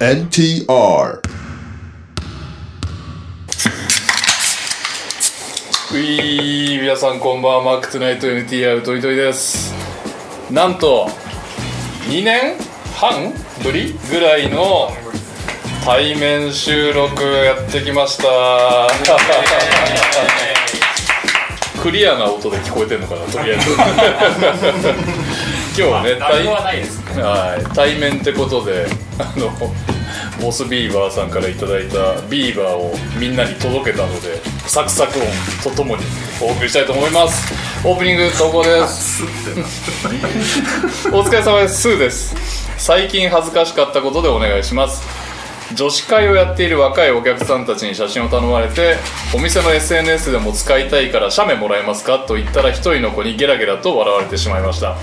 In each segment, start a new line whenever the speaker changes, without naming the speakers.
NTR
ういー皆さんこんばんはマックトゥナイト NTR トイトイですなんと2年半ぶりぐらいの対面収録やってきましたクリアな音で聞こえてるのかなとりあえず今日はね
ラ
対
グはないですね
はい対面ってことであのボスビーバーさんからいただいたビーバーをみんなに届けたのでサクサク音とともにお送りしたいと思いますオープニング投稿ですお疲れ様ですスーです最近恥ずかしかったことでお願いします女子会をやっている若いお客さんたちに写真を頼まれてお店の SNS でも使いたいから写メもらえますかと言ったら一人の子にゲラゲラと笑われてしまいました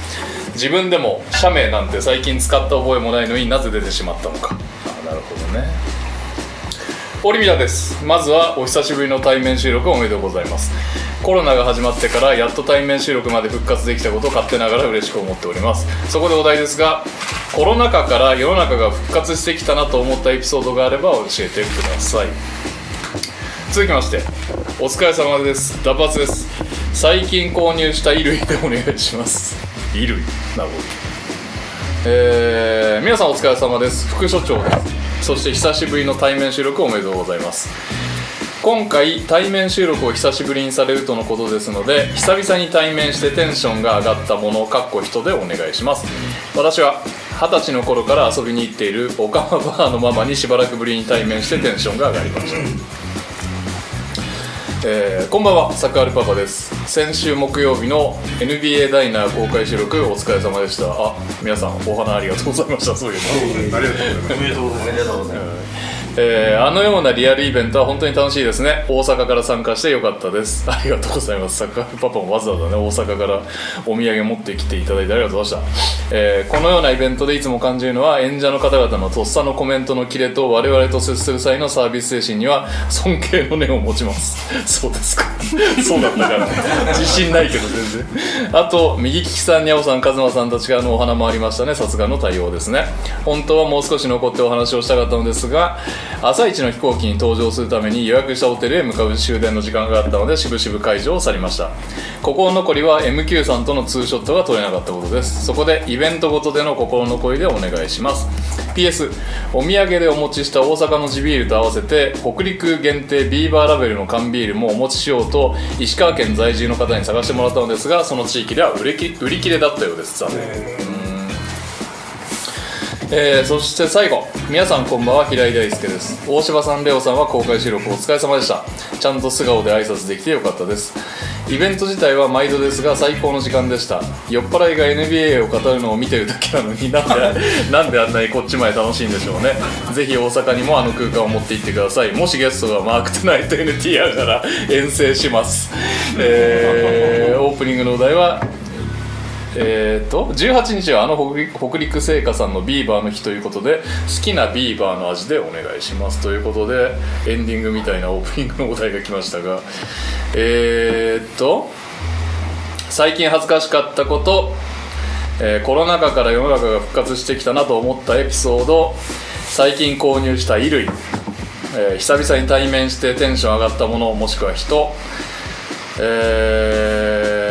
自分でも写メなんて最近使った覚えもないのになぜ出てしまったのかあなるほどねオリミラですまずはお久しぶりの対面収録おめでとうございますコロナが始まってからやっと対面収録まで復活できたことを勝手ながら嬉しく思っておりますそこでお題ですがコロナ禍から世の中が復活してきたなと思ったエピソードがあれば教えてください続きましてお疲れ様ですダバツです最近購入した衣類でお願いします衣類なるほどえー皆さんお疲れ様です副所長ですそして久しぶりの対面収録おめでとうございます今回対面収録を久しぶりにされるとのことですので久々に対面してテンションが上がったものをかっこ人でお願いします私は二十歳の頃から遊びに行っているオカマバーのママにしばらくぶりに対面してテンションが上がりましたえーこんばんはサクアルパパです先週木曜日の NBA ダイナー公開収録お疲れ様でしたあ皆さんお花ありがとうございましたそういうのえーあのようなリアルイベントは本当に楽しいですね大阪から参加してよかったです ありがとうございますサッカーパパもわざわざね大阪からお土産持ってきていただいてありがとうございました、えーこのようなイベントでいつも感じるのは演者の方々のとっさのコメントのキレと我々と接する際のサービス精神には尊敬の念を持ちます そうですかそうだったから、ね、 自信ないけど全然あと右利きさんにゃおさんカズマさんたちからのお花もありましたねさすがの対応ですね本当はもう少し残ってお話をしたかったのですが朝一の飛行機に搭乗するために予約したホテルへ向かう終電の時間があったので渋々会場を去りました心残りは MQ さんとのツーショットが撮れなかったことですそこでイベントごとでの心残りでお願いします PS お土産でお持ちした大阪の地ビールと合わせて北陸限定ビーバーラベルの缶ビールもお持ちしようと石川県在住の方に探してもらったのですがその地域では売り切売り切れだったようです残念えーそして最後皆さんこんばんは平井大輔です大柴さんレオさんは公開収録お疲れ様でしたちゃんと素顔で挨拶できてよかったですイベント自体は毎度ですが最高の時間でした酔っ払いが NBA を語るのを見てるだけなのになんで なんであんなにこっちまで楽しいんでしょうねぜひ大阪にもあの空間を持って行ってくださいもしゲストがマークトナイト NTR なら遠征します、えーオープニングのお題はえー、と18日はあの北陸北陸製菓さんのビーバーの日ということで好きなビーバーの味でお願いしますということでエンディングみたいなオープニングのお題が来ましたがえー、っと最近恥ずかしかったこと、えーコロナ禍から世の中が復活してきたなと思ったエピソード最近購入した衣類、えー久々に対面してテンション上がったものもしくは人え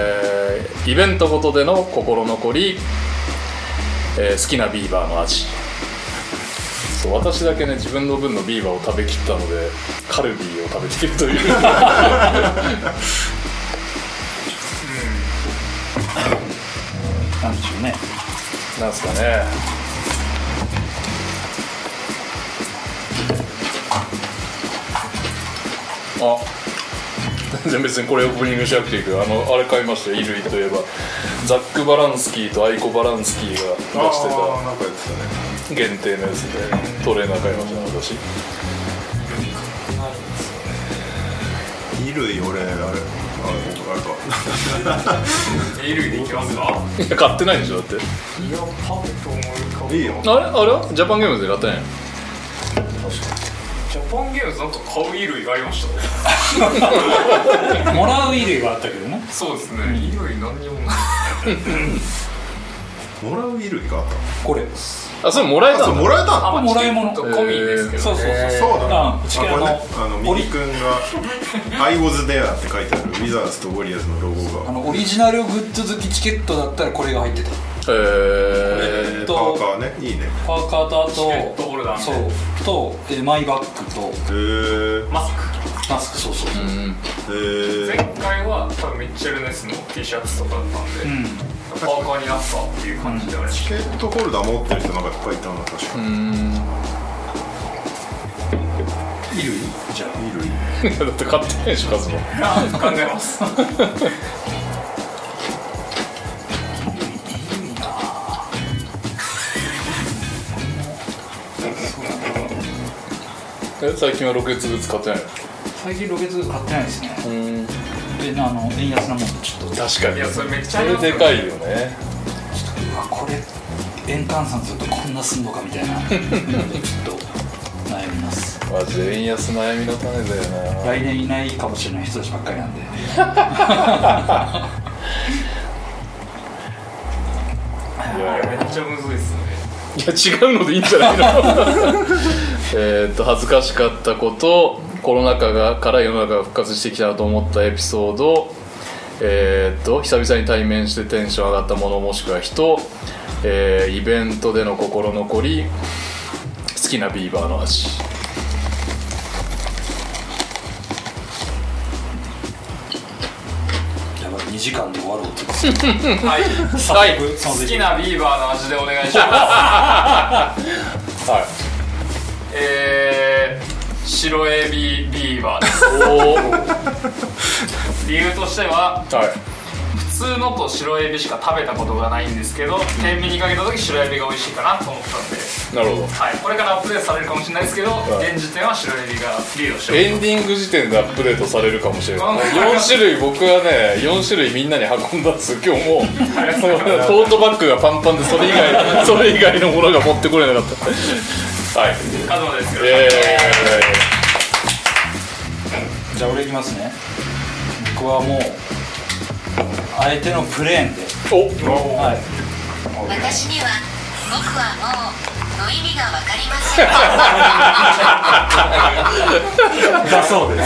ーイベントごとでの心残り、えー好きなビーバーの味そう私だけね自分の分のビーバーを食べきったのでカルビーを食べているという
なんでしょうね
なんすかねあ全然別にこれオープニングしなくていいけどあのあれ買いましたよ衣類といえばザック・バランスキーとアイコ・バランスキーが出してた
なんかやってたね
限定のやつでトレーナー買いましたね私
衣類俺あれあれあれか
衣類でいきますか
いや買ってないでしょだって
いやパッと思い浮かぶ
いいよ
あれあれはジャパンゲームズで買ってないの
ジャパンゲームズなんか買う衣類がありましたもらう衣類はあったけどねそうですね、衣類何にもない
もらう衣類か
これです
あそれもらえ
あ
た
そう
の
もらえたんだ
あ、
もらい物
チケット込みですけど、
そうそうそう、
そうだ
あ
な
一見
あこれね
あの
あの右くんが「I was there」って書いてあるウィザーズとウォリアーズのロゴ
あ
が
のオリジナルグッズ好きチケットだったらこれが入ってた
え
え
パ
っと
ーカーねいいねへ
パーカーとあと
チケットホルダーみ
そ
たいな
うとえマイバッグと
え
マスク
マスクそうそうそう、
へ
前
え
回は多分ミッチェルネスの T シャツとかだったんで、
うん
パーカーになったっていう感じであれ、
チケットホルダー持ってる人なんかいっぱいいたな確かに
衣類じゃあ
衣類
ー、だって買ってないでしょカズマ
あ考えます
え最近はロケツグッズ買ってないの
最近ロケツ買ってないですね
うん
であの円安なもんでちょっと
確かに
いやそれめっちゃ
それでかいよね
うわこれ円換算するとこんなすんのかみたいなうんちょっと悩みます
マジで円安悩みの種だよな
来年いないかもしれない人たちばっかりなんで
いやめっちゃむずいっすね
いや違うのでいいんじゃないの えーっと恥ずかしかったことコロナ禍がから世の中が復活してきたなと思ったエピソードえーっと久々に対面してテンション上がったものもしくは人、えーイベントでの心残り好きなビーバーの味
やばい2時間で終わろうと
はい
はい
好きなビーバーの味でお願いしま
はい
すえー白エビビーバーです
おー
理由としては
はい
普通のと白エビしか食べたことがないんですけど天秤にかけた時白エビが美味しいかなと思ったんで、
なるほど
はい、これからアップデートされるかもしれないですけど、
い
現時点は白エビがリードしてます
エンディング時点でアップデートされるかもしれない
あ
4種類僕はね4種類みんなに運んだんです今日もう
りが
そ
とう
の
ございます
トートバッグがパンパンでそれ以 外それ以外のものが持ってこれなかったはい
カズマですけど、
え
じゃあ俺いきますね僕はもう相手のプレーンで、
ー、お
はい、
私には僕はもうの意味がわかりません
だそうで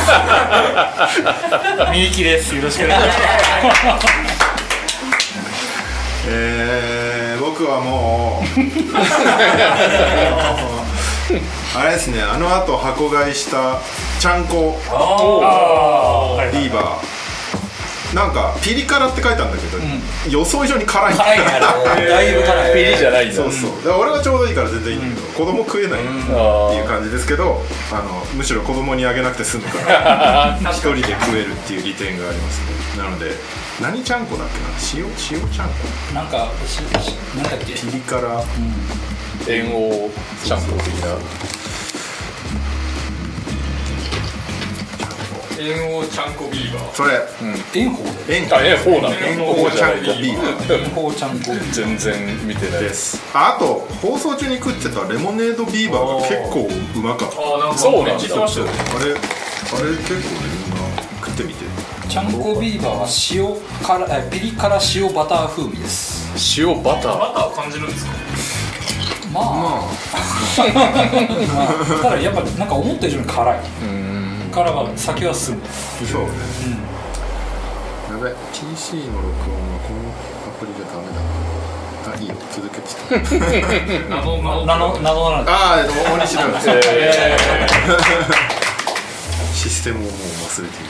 すみゆきですよろしくお願いします
えー、僕はもうあれですねあのあと箱買いしたちゃんこビーバーなんかピリ辛って書いてあるんだけど、予想以上に辛い
辛いからだいぶ辛い
ピリじゃないんだ
そうそうだから俺はちょうどいいから全然いいんだけど、子供食えないって
あ
いう感じですけどあのむしろ子供にあげなくて済むから 一人で食えるっていう利点がありますねなので何ちゃんこだっけな塩塩ちゃんこ
なんかししなんだっけ
ピリ辛
ー円王ちゃんこ的な
円王ちゃんこビーバー
それ
炎鵬
塩
あえフォーなの
塩こちゃんこビーバー
炎鵬ちゃんこ
全然見てない
ですああと放送中に食ってたレモネードビーバーが結構うまかったあ
あなんか
そうなんだ
めっちゃ言ってましたよね
れあれ結構ねみんな食ってみて
ちゃんこビーバーは塩辛えピリ辛塩バター風味です
塩バター
バター感じるんですか
まあ、 まあただやっぱなんか思った以上に辛いからが先は進む
そうね、やべ TC の録音はこのアプリじゃダメだあいいよ続けて
謎の
なのなのなので
ああ大西だよ
え
システムをもう忘れている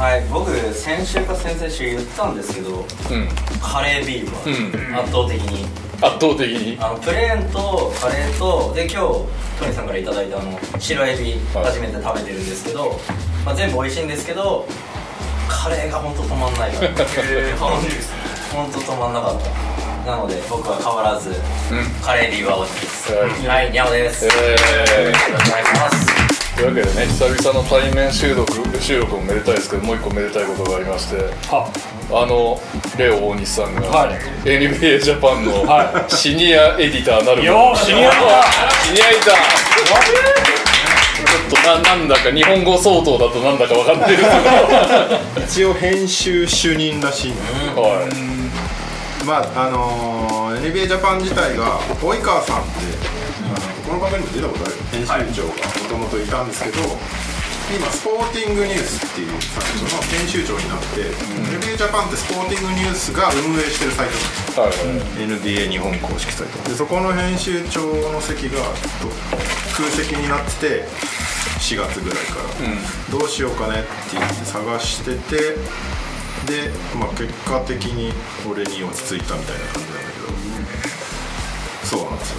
はい、僕先週か先々週言ったんですけど
ー、うん
カレービーバー、圧倒的に
圧倒的に
あのプレーンとカレーとで今日トニーさんからいただいたあの白エビ
はい
初めて食べてるんですけど、まあ、全部美味しいんですけどカレーが本当止まんない から
えー、楽しいですね
本当止まんなかったなので僕は変わらず、カレービーバーをです
は
はい、ニャオです、
えー
よろしくお願いします
というわけでね久々の対面収録収録もめでたいですけどもう一個めでたいことがありまして
は
あのレオ大西さんが、
はい
NBA ジャパンの
は
シニアエディターなる
よーシニアエディタ
シニアエディターちょっとななんだか日本語相当だとなんだか分かってる けど
一応編集主任らしいね
はい
まああのー、NBA ジャパン自体が及川さんってあのこの番組にも出たことある編集長がもともといたんですけど、今スポーティングニュースっていうサイトの編集長になって、NBA ジャパンってスポーティングニュースが運営してるサイトなんですよ
はいはい
NBA 日本公式サイトでそこの編集長の席がと空席になってて4月ぐらいから、どうしようかねって言って探しててで、まあ、結果的に俺に落ち着いたみたいな感じなんだけど、そうなんですよ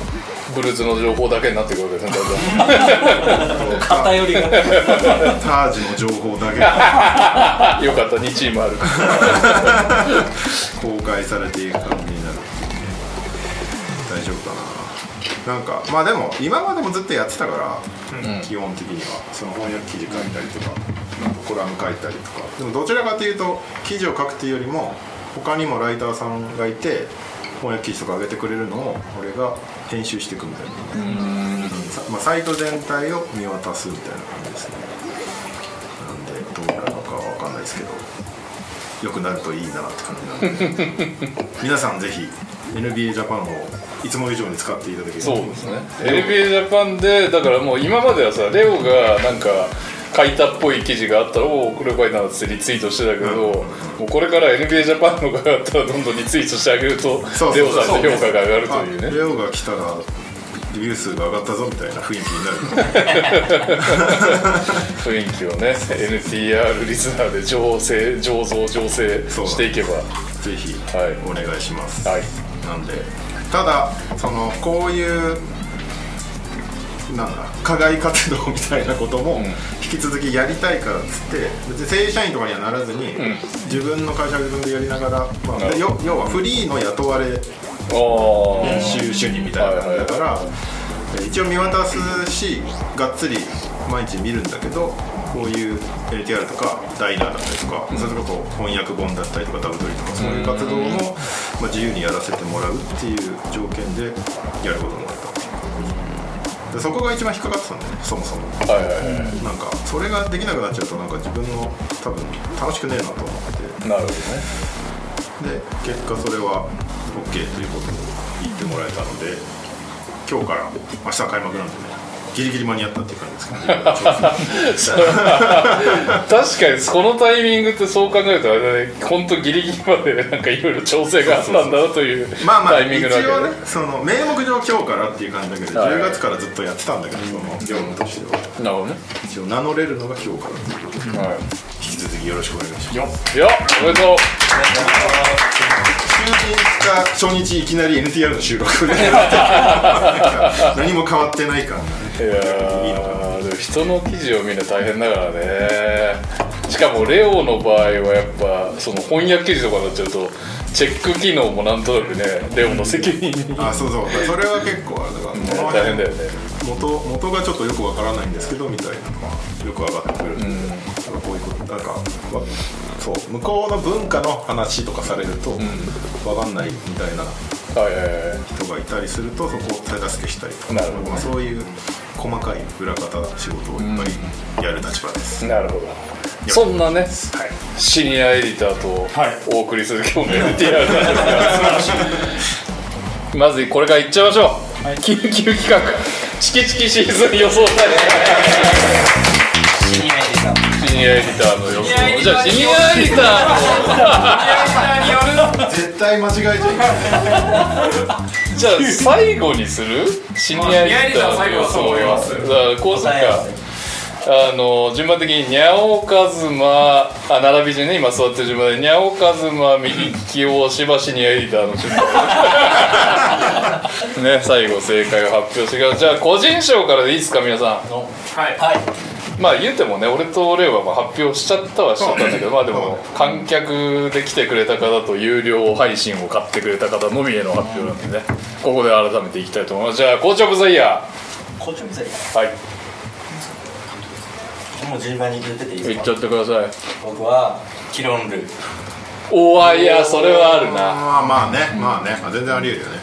ブルーズの情報だけになってくるわけですね だんだん
偏りが
タージの情報だけが
よかった2チームあるから
公開されていく感じになるっていうね大丈夫かななんかまあでも今までもずっとやってたから、基本的にはその翻訳記事書いたりとかなんかコラム書いたりとかでもどちらかというと記事を書くっていうよりも他にもライターさんがいて翻訳記事とか上げてくれるのを俺が編集していくみたいな、うんさまあ、サイト全体を見渡すみたいな感じですねなんでどうなるのかは分かんないですけど良くなるといいなって感じなんで皆さんぜひ NBA ジャパンをいつも以上に使っていただけると
そうですね NBA ジャパンでだからもう今まではさレオがなんか書いたっぽい記事があったら「おおこれ書いたな」ってリツイートしてたけど、もうこれから NBA ジャパンのがあったらどんどんリツイートしてあげると
そうそう
レオさんの評価が上がると
あ
いうね
レオが来たらリビュー数が上がったぞみたいな雰囲気になるから
雰囲気をね NTR リスナーで醸成醸造醸成
そうだ
していけば
ぜひ
はい
お願いします、
はい
なんでただそのこういうなんだ課外活動みたいなことも引き続きやりたいからっつって別に正社員とかにはならずに、自分の会社は自分でやりながら、まあ、でよ要はフリーの雇われ
ああ
編集主任みたいな感じだから、えー一応見渡すしがっつり毎日見るんだけどこういう LTR とかダイナーだったりとか、それこそ翻訳本だったりとかダブドリとかそういう活動も、まあ、自由にやらせてもらうっていう条件でやることになったでそこが一番引っかかってたんだよねそもそも
はいはいはい
なんかそれができなくなっちゃうとなんか自分の多分楽しくねえなと思って
なるほど
で
ね
結果それは OK ということを言ってもらえたので今日から明日開幕なんでねギリギリ間に合ったっていう感じですけど
確かにこのタイミングってそう考えるとあれだね本当ギリギリまでなんかいろいろ調整があったんだなという
まあまあ
タイミン
一
グな
応
わけ
ね
で
その名目上今日からっていう感じだけど、
はい
10月からずっとやってたんだけどその業務としては
なるほどね
一応名乗れるのが今日からということで
は
引き続きよろしくお願いします
いよっよっおめでと
就任した初日いきなり NTR の収録で 何も変わってない感がね
ういや
いいのか
ーでも人の記事を見るの大変だからねしかもレオの場合はやっぱその翻訳記事とかになっちゃうとチェック機能もなんとなくねレオの責任に
なあそうそうそれは結構あれだからこの辺
大変だよね
元元がちょっとよくわからないんですけどみたいなのがよく上がってくるんで、こういうことなんかわそう向こうの文化の話とかされると、わかんないみたいな
はいはいはい
人がいたりするとそこを手助けしたりとか、
なるほどね
まあ、そういう細かい裏方仕事をやっぱりやる立場です、
なるほどそんなね
はい
シニアエディターとお送りする今日の NTR なんですがまずこれからいっちゃいましょう、緊急企画チキチキシーズン予想大
シニアエディター
会シニアエディターの予
ニアエデ
想
ィター
じゃあシニアエディターの
絶対間違えちゃいけない
じゃあ最後にするシニアエディターの予想
まあシニアエディターは最後だと思います
だからこうする
答え合わ
かあの順番的ににゃおかずまあ並び順ね今座ってる順番でにゃおかずま右利きをしばしにエディターの順番ね最後正解を発表してからじゃあ個人賞からでいいですか皆さ
はい
はい
んまあ言うてもね俺とレイはまあ発表しちゃったはしちゃったんだけどまあでも観客で来てくれた方と有料配信を買ってくれた方のみへの発表なんでねここで改めていきたいと思いますじゃあ校長ブザイヤ
校長みたい
ーはい
もう順番に言ってていいで
言
す
っちゃ
か
ってください
僕はキロンルー
おわいやそれはあるな
まあまあねまあね、まあ、全然あり得るよね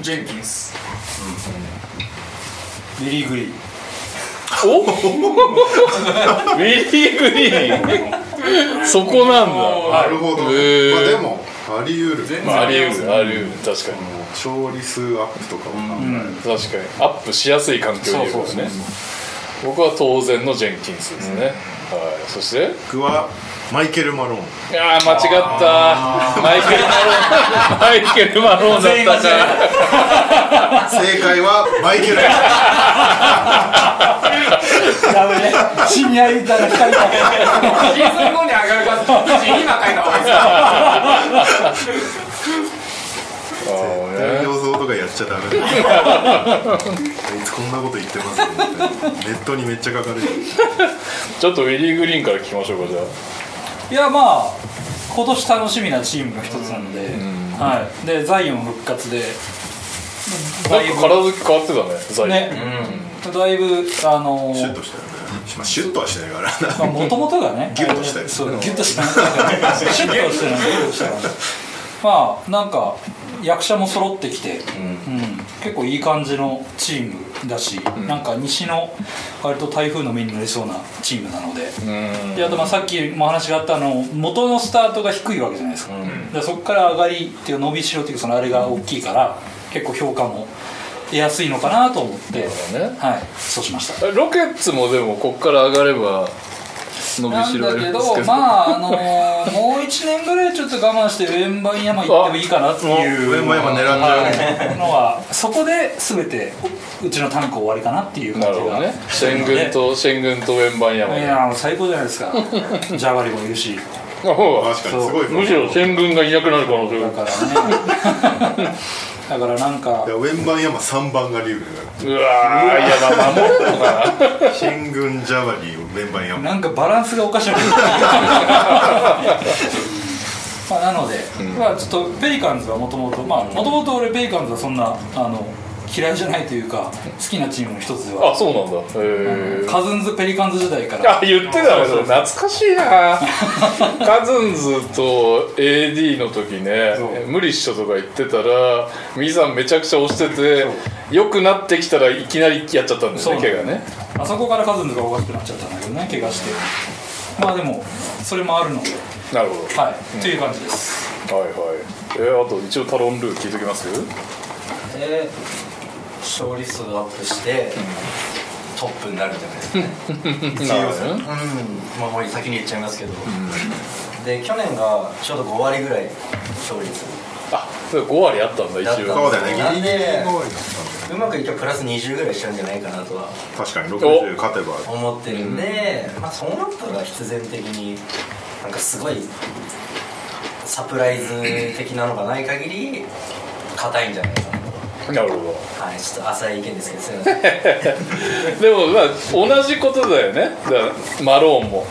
ジェンキンス
リリー・グリー
おウィリー・グリーンそこなん
な
だ
るほど、
へー
まあ、でもあり得る
全
ま
然
あ、あり
ます
得るあり得る確かに
調理数アップとかも考えられる
確かにアップしやすい環境にいるからね僕は当然のジェンキンスですね、はいそして
僕はマイケル・マローン
ああ間違ったマイケル・マローンマイケル・マローンだったか
正解はマイケル・マローン
ダメね知り合いだら2人だ
シーズン後に上がるか記事今書いた方がいいですか
あ
表像とかやっちゃダメだあいつこんなこと言ってますよみたいなネットにめっちゃ書かれる
ちょっとウィリー・グリーンから聞きましょうかじゃあ
いやまあ今年楽しみなチームの一つなので、はい、でザイオン復活でだい
なんか
ぶ
体つき変わってたねザイ
ね、だいぶあの
シュッとしたよね、まあ、シュッとはしないからな
もともとがね
ギュッとしたよ
そうギュッとしたシュッとしたのギュッとしたのまあなんか役者も揃ってきて、うん結構いい感じのチームだし、なんか西の割と台風の目になりそうなチームなので、
うん
であとまあさっきも話があったあの元のスタートが低いわけじゃないですか,、でそこから上がりっていう伸びしろっていうかそのあれが大きいから結構評価も得やすいのかなと思って、
なるほどね
はいそうしました
ロケッツもでもこっから上がれば伸び
な
し
ん
ろあ
だ
る
け
んですけ
ど
ど
まああのーもう1年ぐらいちょっと我慢してウェンバン山行ってもいいかなっていう
上も山狙っちゃうね
のはそこで全てうちのタンク終わりかなっていう
なる
感じ
ほどね
がする
戦
ので
軍と戦軍とウェンバンヤマ
いやもう最高じゃないですかジャガリもいるし
の方が
確かにすごい
むしろ戦軍がいなくなる可能性
だ
が
からねだからなんか
いやウェンバンヤマ3番が竜
うわーいやまあ守れるのかな
だから新軍ジャバリーウェンバンヤマ
なんかバランスがおかしいまあなので、 まあ、ちょっとペリカンズはもともともともと俺ペリカンズはそんなあの嫌いじゃないというか好きなチームの一つでは
あそうなんだへえ
カズンズ・ペリカンズ時代から
あ言ってたねそれ懐かしいな カズンズと AD の時ね
そう
無理っしょとか言ってたらミさんめちゃくちゃ押してて良くなってきたらいきなりやっちゃったんだ
そう
よね怪我ね
あそこからカズンズがおかしくなっちゃったんだけどね怪我してまあでもそれもあるので
なるほど
はい、という感じです
はいはいえーあと一応タロンルー聞いときます
で勝利数アップして、トップになるじゃないですかね
1位予選
うんまあもう先に言っちゃいますけど、で去年がちょうど5割ぐらい勝利数
あ5割あったんだ一
だったんだ
応
そうだよねギリギリの多いな
うまくいけばプラス20ぐらいしちゃうんじゃないかなとは
確かに60
お
勝てば
思ってるんで、まあそうなったら必然的になんかすごいサプライズ的なのがない限り硬いんじゃないかなと
なるほど
はいちょっと浅い意見ですけどすいません
でもまあ同じことだよねだからマローンも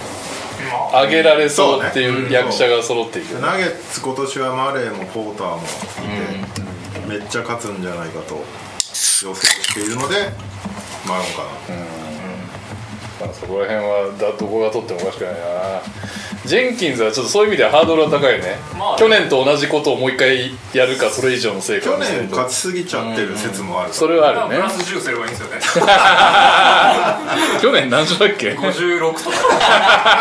上げられそうっていう役者が揃っていく
ナゲッツ今年はマレーもポーターもいて、めっちゃ勝つんじゃないかと予想しているのでマロンかな、
まあ、そこら辺はだどこが取ってもおかしくないなジェンキンズはちょっとそういう意味ではハードルは高いよね、
まあ
去年と同じことをもう一回やるかそれ以上の成果
去
を見せる
年
と
勝ちすぎちゃってる説もあるから
それはあ
プ
るね
ラス10すればいいんですよね
去年何勝だっけ
56とか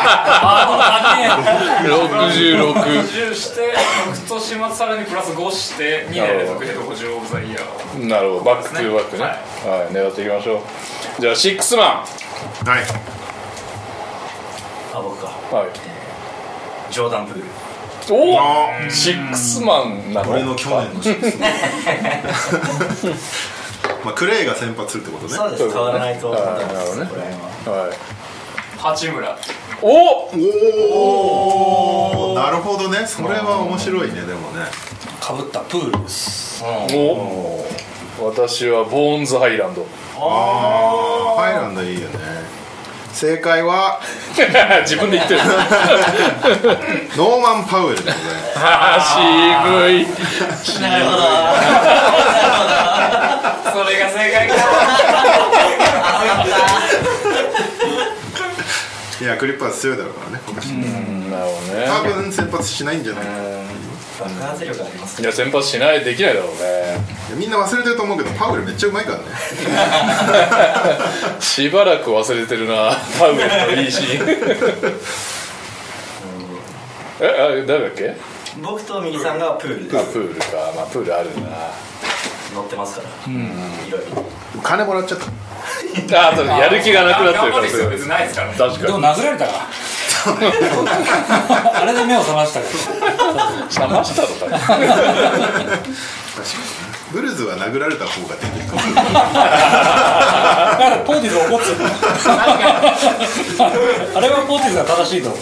あ
66
50して翌年末さらにプラス5して2年連続ヘッド50オブザイヤーを
なるほどバックトゥーバックね
は
はい、狙っていきましょうじゃあシックスマ
はい
あ僕か
ン、はい、
ジョーダン・プール
おおシックスマンなの
俺の去年のシーズンまあクレイが先発するってことね
そうです変わらないと思ってます、
あーなるほどね
これは
はい、
八村
お
おおなるほどねそれは面白いねでもね
かぶったプールです
お私はボーンズハイランド
ああハイランドいいよね正解は
自分で言って る
ノーマン・パウエルでございます
あー渋い
なるほど
それが正解か
いやクリッパーズ強いだろうからね今年
なるほどね
多分先発しないんじゃないかな
爆発力あります
いや先発しないできないだろうね
いやみんな忘れてると思うけどパウエルめっちゃうまいからね
しばらく忘れてるなパウエルのいいシーンえあ誰だっけ
僕とミリさんがプールで
まあプールかまあプールあるな
乗ってますから、いろいろ
金もらっちゃった
ああとやる気がなくなってるから
ですよ別にないですからね
確
でも
か
殴られたから あれで目を覚ましたけ
に冷ましたのかな
確かにブルズは殴られた方ができるかも
どだからポーティス怒ってるあれはポーティスが正しいと思う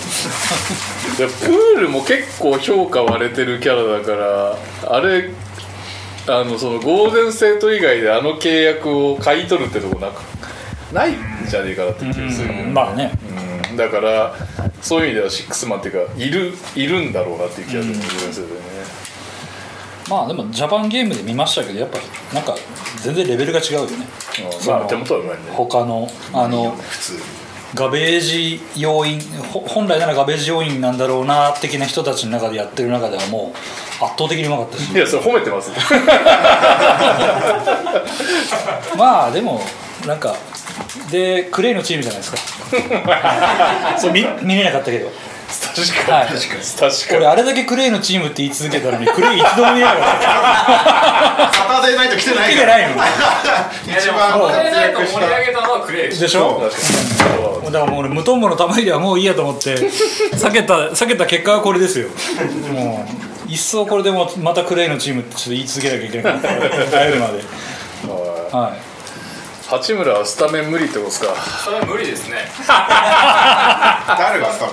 いやプールも結構評価割れてるキャラだからあれあのそのゴールデンステート以外であの契約を買い取るってとこなくないんじゃねえかなって気がする、
うんまあね
うんだからそういう意味ではシックスマンっていうかいるいるんだろうなっていう気がする、ゴールデンステートでね
まあでもジャパンゲームで見ましたけどやっぱなんか全然レベルが違うよね
うんまあ手元はうまいね
他のあの
普通に
ガベージ要員ほ本来ならガベージ要員なんだろうな的な人たちの中でやってる中ではもう圧倒的にうまかった し
いやそれ褒めてます
まあでもなんかでクレイのチームじゃないです かそう見見れなかったけど
確
はい
確かに確かに
俺あれだけクレイのチームって言い続けたのにクレイ一度も見れなかった
サタデーナイト来てない
見
か
て
ら
ないの
いやで
一
も
番
サタデ
活
ーナイト
躍し
盛り上
た
げたのはクレイでし
でしょ
確かに
だからもう俺無トンボの玉入れはもういいやと思って避けた避けた結果はこれですよもう一層これでもまたクレイのチームってちょっと言い続けなきゃいけなくなった耐えるまではい
八村はスタメン無理ってことですか
ょそれは無理ですね
誰がスタメン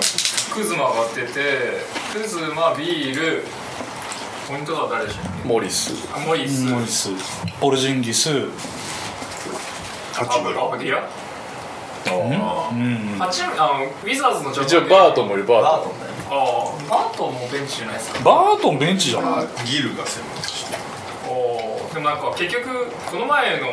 クズマが出てクズマビールポイントが誰でしょう
モリス
あモリス
モリスポルジンギス
八
あ
村
あいや
うん
八村あのウィザーズの
一応バー
ト
トンもいるバートン
バートンだよ
あーバートンもベンチじゃないですか
バートンベンチじゃない
ギルが専門として
おーでもなんか結局この前の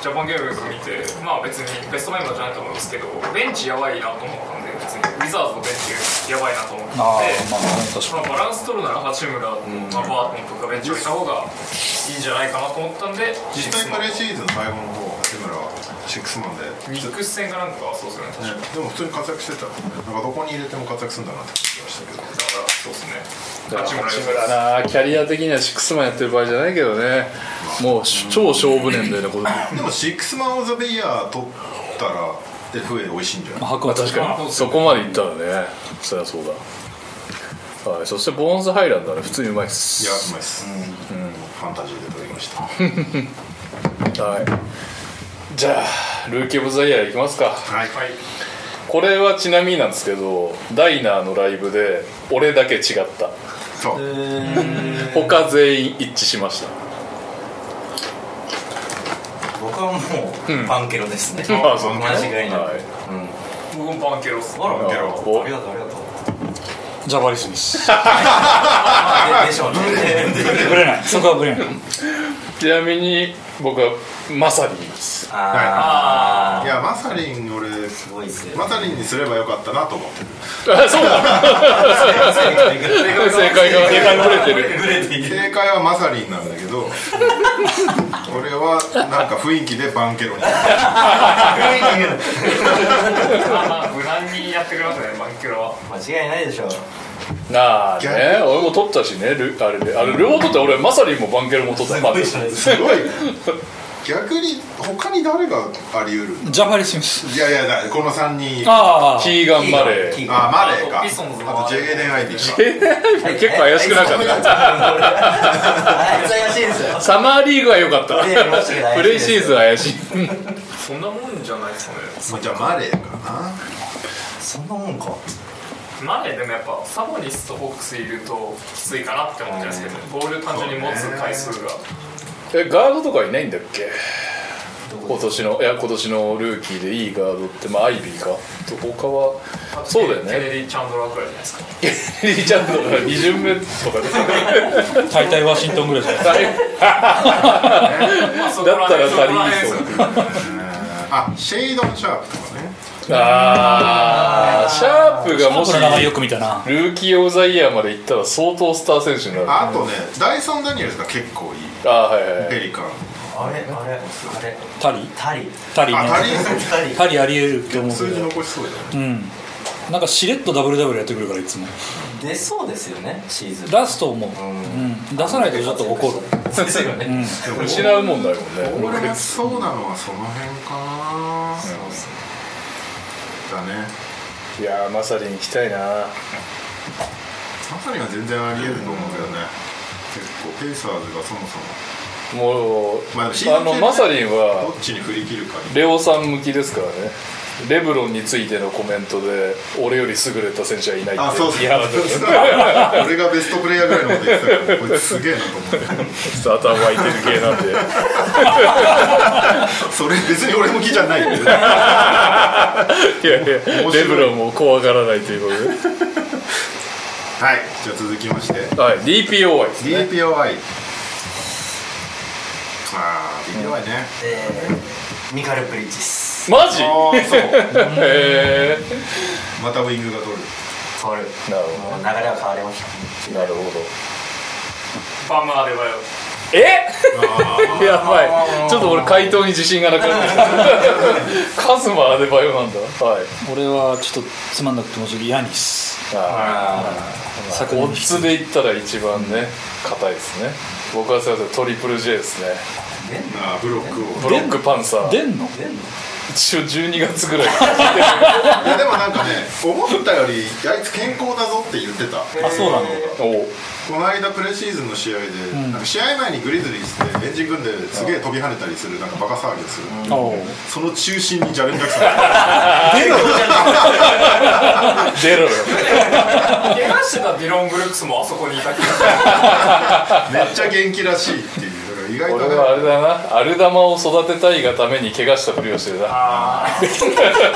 ジャパンゲームズ見てまあ別にベストメンバーじゃないと思うんですけどベンチやばいなと思ったんで別にウィザーズのベンチやばいなと思って
ああまあ確
まあ、バランス取るなら八村、まあ、バートンとかベンチを置いた方がいいんじゃないかなと思ったんで
実際プレーシーズン最後の方八村はシックスマンで
ニックス戦かなんかはそうですよね確かにだか
でも普通に活躍してたなんかどこに入れても活躍するんだなって気がしたけど
らそうですね八
八
村
村なキャリア的にはシックスマンやってる場合じゃないけどねもう超勝負年だよねこの
でもシックスマン・オブ・ザ・ビイヤー取ったら FA で美味しいんじゃない
白馬確
確かにそこまでいったらねそりゃそうだ、はい、そしてボーンズハイランドはね普通にうまいっす
いやうまいっす、ファンタジーで取りましたは
はいじゃあルーキー・オブ・ザ・イヤーいきますか
い
はい
これはちなみになんですけどダイナーのライブで俺だけ違った
そう、
他全員一致しました
僕はもうバンケロですね、
まあそんな
間違いない、
はい
うん、
僕もバンケロっす
あ
バンケロ
ら
お
ありがとうありがとう
ジャバリスミス
あででしょうね
ぶれないそこはぶれない
ちなみに僕はマサリンで す
あ
いやマサリン俺
ーすごいっすよ
マサリンにすればよかったなと思ってる
あそうだ正 解がぶれてる
ブレ ている
正解はマサリンなんだけど俺はなんか雰囲気でバンケロに
あー無難にやってくれますねバンケロは
間違いないでしょう
なあね俺も取ったしねルあれであれ両方取って俺マサリンもバンケルも取ったまあ
じゃないです
すごい逆に他に誰があり得る
ジャバリスミス
いやいやだこの3人あ
あ
キーガン・マレー
マレーか
あ
あ
とピソンズもあ
と j n i d か
結構怪しくなかった
あいつ怪しいですよ
サマーリーグは良かった
プレーやりましたけど怪しい
プレイシーズンは怪しい
そんなもんじゃないですかね
まあじゃあマレーかな
そんなもんか
マネーでもやっぱサボニスとフォックスいるときついかなって思ってるんですけどボール単純に持つ回数が
えガードとかいないんだっけ今年のいや今年のルーキーでいいガードってまあアイビーかと他はそうだよ
ケネ
ね
ディ・チャンドラーくらいじゃないですか
ケネディちゃんとか二巡目とかで
あ大体ワシントンぐらいじゃない
まあそこ
だ
ら
ったら足
辺
り
そこら辺
そ
ですよ
う
あシェイドン・シャープとかね
あーシャープがもし
この名前よく見たな
ルーキー・オブ・ザ・イヤーまで行ったら相当スター選手になるあ
あとねダイソン・ダニエルズが結構いい
ーはいはいはい
ペリカン
あれあれあれ
タリ
タリ
タリ
あ足り
ね
ん
タリ
タリありえるって思うけ
数字
ど
残しそうだよね
うんなんかしれっと WW やってくるからいつも
出そうですよねシーズン
出すと思う、
ん
うん出さないとちょっと怒る
ですよね、
うん
失うもんだよね
俺がそうなのはその辺かなそうすだね
いやーまさに行きたいな
まさには全然ありえると思うけどね結構ペイサーズがそもそも
もう、
まあでもシーズン
あの
中
まさに
ど
は
っちに振り切るかに
レオさん向きですからねレブロンについてのコメントで俺より優れた選手はいないって
あそうそう
言い放ってた
俺がベストプレイヤーぐらいのこと言ってたからこいつすげえなと思って
ちょっと頭湧いてる系なん で
それ別に俺向きじゃないけど
いやいや
面白い
レブロンも怖がらないということ
はいじゃあ続きまして
で、はい、DPOY ですね
DPOI ああ DPOI ね
えーミカル・ブリッジス
マジ
ああそう
へえ
またウイングが取る
変わる
なる
もう流れは変わりました
ほどなるほど
バムアデバヨ
え
あー
やばいちょっと俺回答に自信がなくなってきたカズマアデバヨなんだはい
俺はちょっとつまんなくて申し訳ないヤニス
あ
昨
オ
年
ッズで言ったら一番ね硬いですね僕はすいませんトリプル J ですね
あーブロックを
ブロックパンサー
出んの
出んの
一応12月ぐらい
いやでもなんかね思ったよりあいつ健康だぞって言ってた
あそうなの
お
この間プレシーズンの試合で、なんか試合前にグリズリーズでエンジン組んですげえ飛び跳ねたりするなんかバカ騒ぎをする、
おう
その中心にジャレン・ジャ クソン出ろ
出ろよ
怪我してたディロン・ブルックスもあそこにいた気がする
めっちゃ元気らしいっていうだから意
俺
外と
はあ
ね
れだなアルダマを育てたいがために怪我したふりをしてるな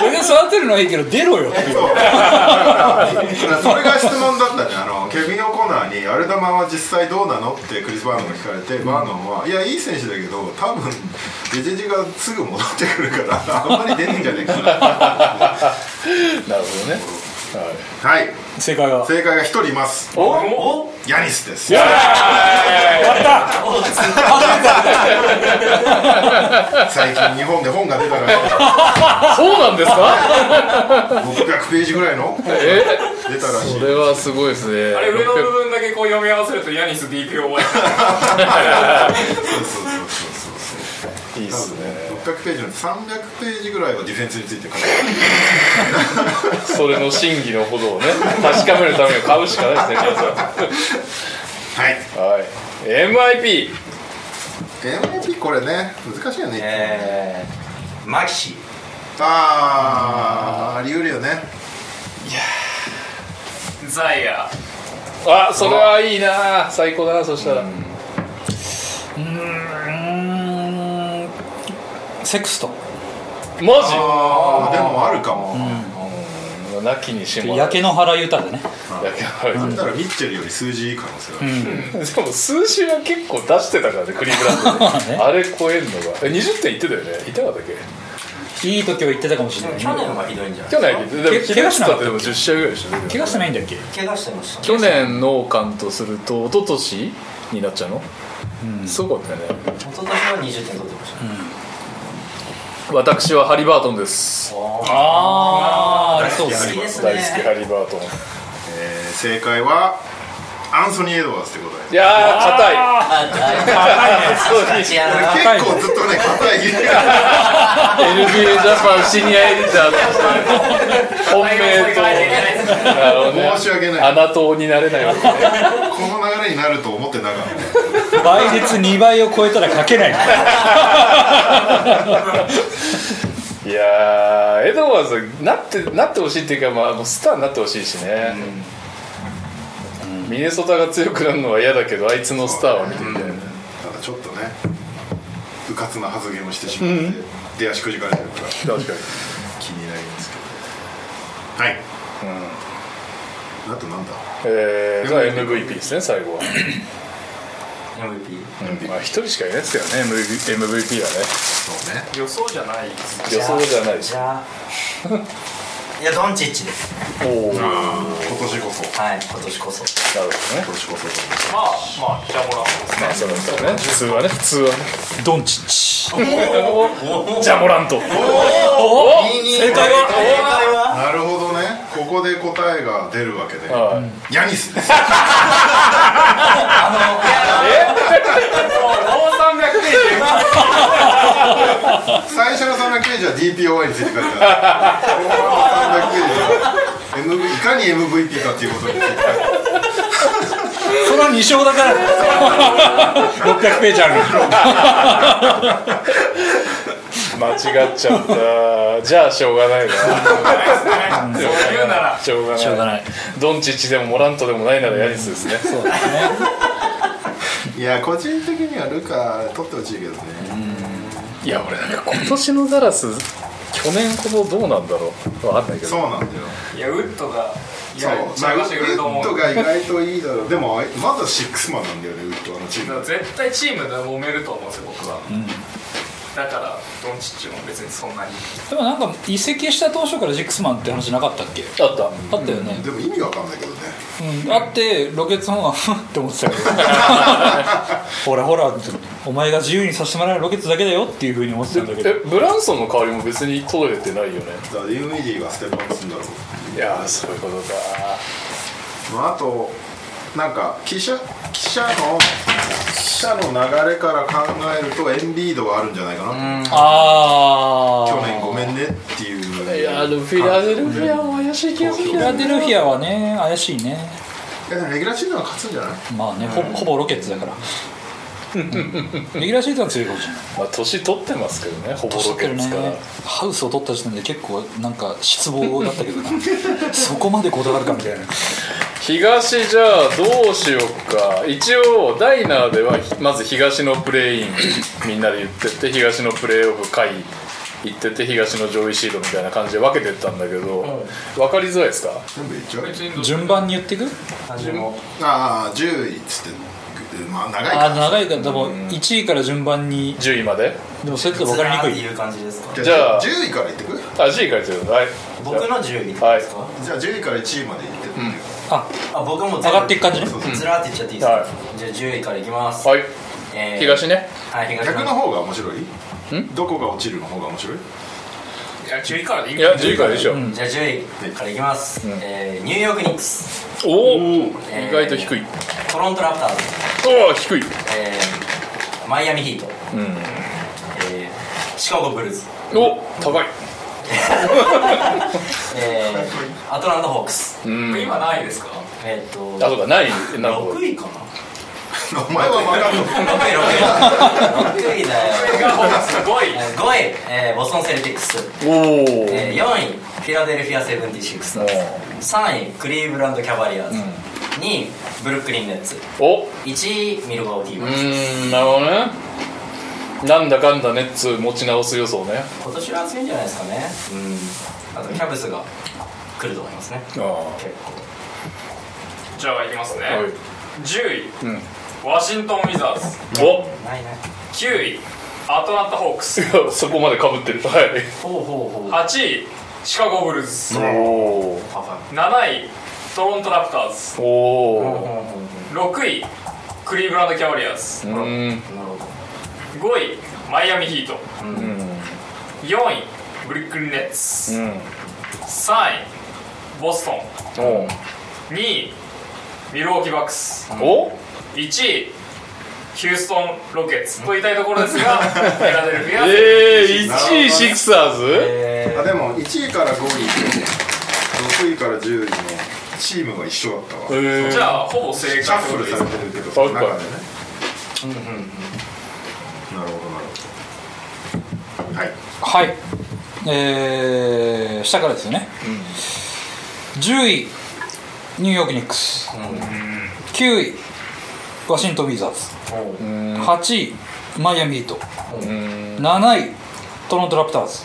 俺が育てるのはいいけど出ろよっていう
そうだからそれが質問だったねあのケビン・オコナーに「アルダマンは実際どうなの?」ってクリス・バーノンが聞かれて、バーノンは「いやいい選手だけど多分デジェジがすぐ戻ってくるからあんまり出ねえんじゃねえかな」
なるほどね
はい
正解が
正解が一人います
お
お
ヤニスです最近日本で本が出たら
そうなんですか
600ページぐらいの
え
出たらしい
それはすごいですね
あれ上の部分だけこう読み合わせるとヤニス DPOY
そうそうそうそうそう
600いいっすね
600ページの300ページぐらいはディフェンスについて書いて
それの真偽のほどをね確かめるために買うしかないですね皆
ある
さんはい MIP
はい MVP これね難しいよね、
えーマキシ
あああり得るよね
ザイア
あそれはいいな最高だなそしたら
うーんセクスト
マ
ああでもあるかも、
ジなきにしもあら
焼け野原豊でね
焼け払い
だったらミッチェルより数字いい可能性ある、
でも数字は結構出してたからねクリーブラン ドで
ね
あれ超えるのがえ20点いってたよねいたかったっけ
いい時は言ってたかもしれ
ー
ない
去年はひどいんじゃない
去年でも
け怪我しなかったっけ
でも10試合ぐらいでしょ出てた
怪我してないんだっけ
怪我してました
去年の感とすると一昨年になっちゃうのすごかったよね
一昨年は20点取ってました、
私はハリバートンです
ああありそうです
好きです
大
ね
好きハリバートン
えー正解はアンソニー・エドワーズってこと
いやー硬い
あ 大好きやな
で結構ずっとね硬い
NBA ジャパンシニアエディターとして本命とあのね
申し訳ない
アナトーになれないわけね
この流れになると思ってなかった
倍率2倍を超えたら書けない
いやーエドワーズなってなってほしいっていうか、まあ、もうスターになってほしいしね、ミネソタが強くなるのは嫌だけどあいつのスターは見てみたい
た
な、
だちょっとねうかつな発言をしてしまって、出足くじかれてるから
確か
気になりますけどはいあとなんだ
に、えー、じゃあ MVP ですね最後は、
MVP
うんまあ、1人しかいないですけどね MVP, MVP はね
そうね
予想じゃないです
予想じゃないし
じゃあいやドンチッチです
おおなる
今年こそ
はい今年こそ
ほどね
今年こそ
まあまあジャモランドです
まあそ
ね
うですね普通はね普通はね
ドンチッチ
ジャモラント
おお正解は
正解は
なるほどねこここで答えが出るわけで、
はい
ヤニスです
もう300ページ
最初の300ページは DPOI について書いてあ る後半の300ページは MV いかに MVP かっていうことについて書いてある
それは2勝だから ね600ページある
間違っちゃったじゃあしょうがないな
ないですねそう言うなら
しょうがない
しょうがない
ドンチッチでもモラントでもないならヤニスですね、
そうです
い
ね
や個人的にはルカ取ってほしいけどね
いや俺なんか今年のダラス去年ほどどうなんだろうわかんないけ
そう
ど
なんだよ
いやウッドがい
そう
や
まあウ
探してくれると思
ッド
う
が意外といいだろうでもまだシックスマンなんだよねウッドあのチー
だ
ム
から絶対チームで揉めると思うんですよ僕は、だからドンチッチも別にそんなに
でもなんか移籍した当初からジックスマンって話なかったっけ
あった
あったよね、
でも意味わかんないけどね
うん、あってロケッツの方がふんって思ってた けどほらほらってお前が自由にさせてもらえるロケッツだけだよっていうふうに思ってたんだけど
えブランソンの代わりも別に届けてないよね
だから DVD がステップアップするんだろう
いやーそういうことか
まあ、あとなんか記者記者の記者の流れから考えるとエンビードがあるんじゃないかな
ああ
去年ごめんねっていう
いやーでもフィラデルフィアも怪しい気がする
フィラデルフ
ア
ィアはね怪しいね
いやでもレギュラーシーズンは勝つんじゃない
まあねほほぼロケッツだから、うん、レギュラーシーズンは強いかもしれない
まあ年取ってますけどねほぼ
知
ロ
っ
ケ
てる
ッ
ね
ツから、
ハウスを取った時点で結構なんか失望だったけどな そこまでこだわるかみたいな
東じゃあどうしようか一応ダイナーではまず東のプレイインみんなで言ってって東のプレーオフ会行ってって東の上位シードみたいな感じで分けてったんだけど、分かりづらいですか
全部言っちゃう
別にど
順番に言っていく
感じも
ああ10位っつってまあ長いか
あ
ら
長いからでも1位から順番に
10位まで
でもそれって分かりにく
ずらーって
い
いう感じですか
じゃ
じゃあ
10位からいってく
あ10位書いてるはい
僕の10位ですか、
はい
じゃあ10位から1位までいってっていう
あ
あ僕も全部
上がっていく感じね
そうそう
ずらーっていっちゃっていいですか、
は
じゃあ10位からいきます、
はい
えー
東ね
はい東
逆の
方
方が面白いどこが落ちるの方が面白い
いや10位からでいいん
い
じゃ
や
ない
10位からでしょ、
じゃあ10位からいきます、えーニューヨークニックス
おお
えー
意外と低い
トロントラプターズ、
おお低い
えーマイアミヒート、
ん
えーシカゴブルーズ、
お高い
えーアトランタホークス
うん
今ないですか
えーっ
あ
と
そうかないなるほど
6位かな
お前は分かんの
6位6位6位だよ
すごい
えー5位、えーボストンセルティックス、
おお
えー4位フィラデルフィアセブンティシックス3位クリーブランドキャバリアーズ、2位ブルックリンネッツ
お
1位ミルウォーキー
う
バックス
ーんなるほどねなんだかんだネッツ持ち直す予想ね
今年は熱いんじゃないですかねうんあとキャブスが来ると思いますね
あ
結構
じゃあいきますね、
はい
10位、
うん
ワシントン・ウィザーズ
お
ないね
9位アトランタ・ホークス
そこまでかぶってるはい
ほうほうほう
8位シカゴ・ブルーズ
お
パパ
7位トロント・ラプターズ
おお
6位クリーブランド・キャバリアーズ
ーうん
なるほど
5位マイアミ・ヒート
うん
4位ブリックリン・ネッツ
うん
3位ボストン
お
2位ミルウォーキー・バックス
お
1位ヒューストン・ロケッツと言いたいところです がフィラデルフィア
えー、1位シクサーズ、
え
あでも1位から5位6位から10位のチームが一緒だったわ
えー
じゃあほぼ正解
シャッフルされてるけどその中でね
ー、うんうん
なるほどなるほどはい
はいえー、下からですよね、10位ニューヨーク・ニックス、9位ワシントン・ウィザーズ
ほう
8位マイアミ・ヒート
うん
7位トロント・ラプターズ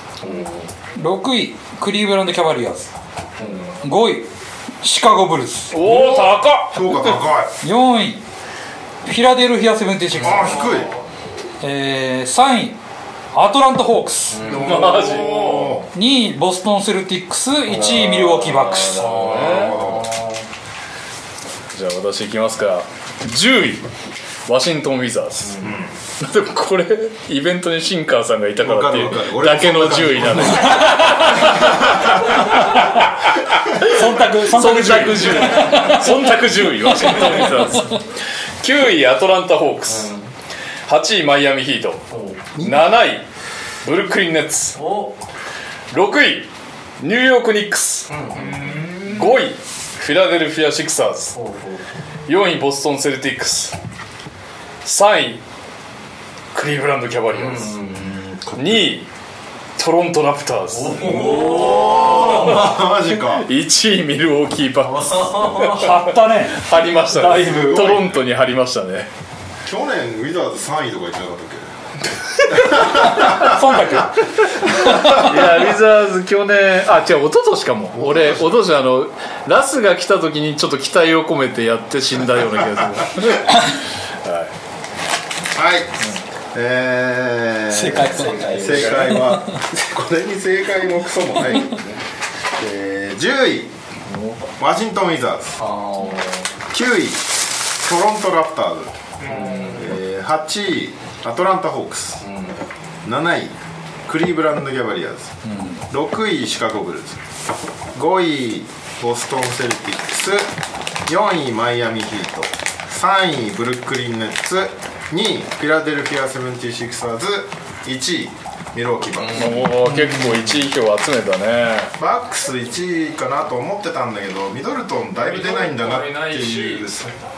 6位クリーブランド・キャバリアーズ5位シカゴ・ブルーズ
おお高っ
評価高い
4位フィラデルフィア・セブンティシック
ああ
ス、
低い
えー、3位アトランタ・ホークス、
マジ
おー
2位ボストン・セルティックス1位ミルウォーキー・バックス
なるほど
じゃあ私いきますか10位ワシントン・ウィザーズ、でもこれイベントにシンカーさんがいたからってい
わかるわかる
う
俺
だ
もそ
け
んな
の
感じ
10位なの
忖度忖
忖
度
度
10
10位忖度10位ワシントン・ウィザーズ9位アトランタ・ホークス8位マイアミ・ヒート7位ブルックリン・ネッツ
お
6位ニューヨーク・ニックス5位フィラデルフィア・シクサーズ
ほうほう
4位ボストン・セルティックス3位クリーブランド・キャバリアーズ2位トロント・ラプターズ
マジか
1位ミルウォーキー・バックス
張ったね
張りましたね
だいぶ
トロントに張りましたね
去年ウィザーズ3位とか言ってなかったっ
忖度
いやウィザーズ去年あ違う一昨年かも俺一昨年あのラスが来た時にちょっと期待を込めてやって死んだような気がする
けはい、えー、
正解
正解
正解はこれに正解もクソもない、えー、10位ワシントン・ウィザーズ
あ
9位トロント・ラプターズ、えー、8位アトランタ・ホークス、7位クリーブランド・ギャバリアーズ、6位シカゴ・ブルーズ5位ボストン・セルティックス4位マイアミ・ヒート3位ブルックリン・ネッツ2位フィラデルフィア・セブンティシクサーズ1位ミローキーバックス、
はいおー結構1位票集めたね
バックス1位かなと思ってたんだけどミドルトンだいぶ出ないんだなっていう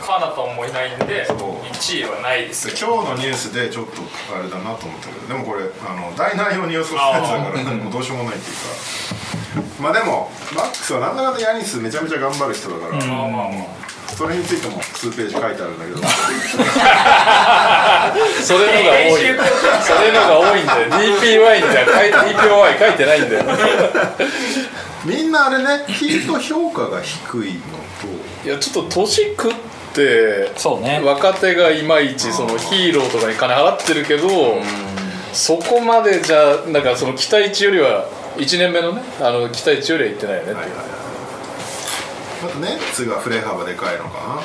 カナタンもいないんで
う
1位はないですよ
今日のニュースでちょっとあれだなと思ったけどでもこれあの大内容に予想したやつだからもうどうしようもないっていうかまあでもマックスはなんだかんだヤニスめちゃめちゃ頑張る人だから、
まあまあまあ
それについても数ページ書いてあるんだけど
それのが多いそれのが多いんだよ DPY には書い DPY 書いてないんだよ
みんなあれねヒート評価が低いの
いやちょっと年食って
そうね
若手がいまいちそのヒーローとかに金払ってるけどそこまでじゃなんかその期待値よりは1年目のねあの期待値よりは行ってないよね、
とはいはいはいまたネッツが振れ幅でかいのか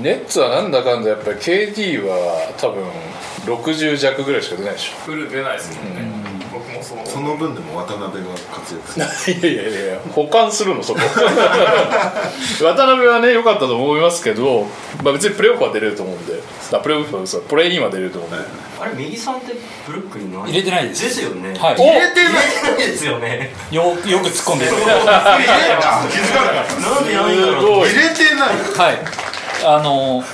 ネッツはなんだかんだやっぱり KD は多分60弱ぐらいしか出ないでしょ
フル出ないですもんね僕もそう
なその分でも渡辺が活躍する
いやいやいや保管するのそこ 渡辺はね良かったと思いますけど、まあ、別にプレーオフは出れると思うんであプレーオフは嘘プレーインは出れると思うんで、
あれ右さんってブルックリンの
入れてないです
ですよね
はい
入
お
れてないですよね
よよく突っ込んでる
入れた気づかなかった
なんでやるんだ
す
ろう
ごい
入れてない
はいあの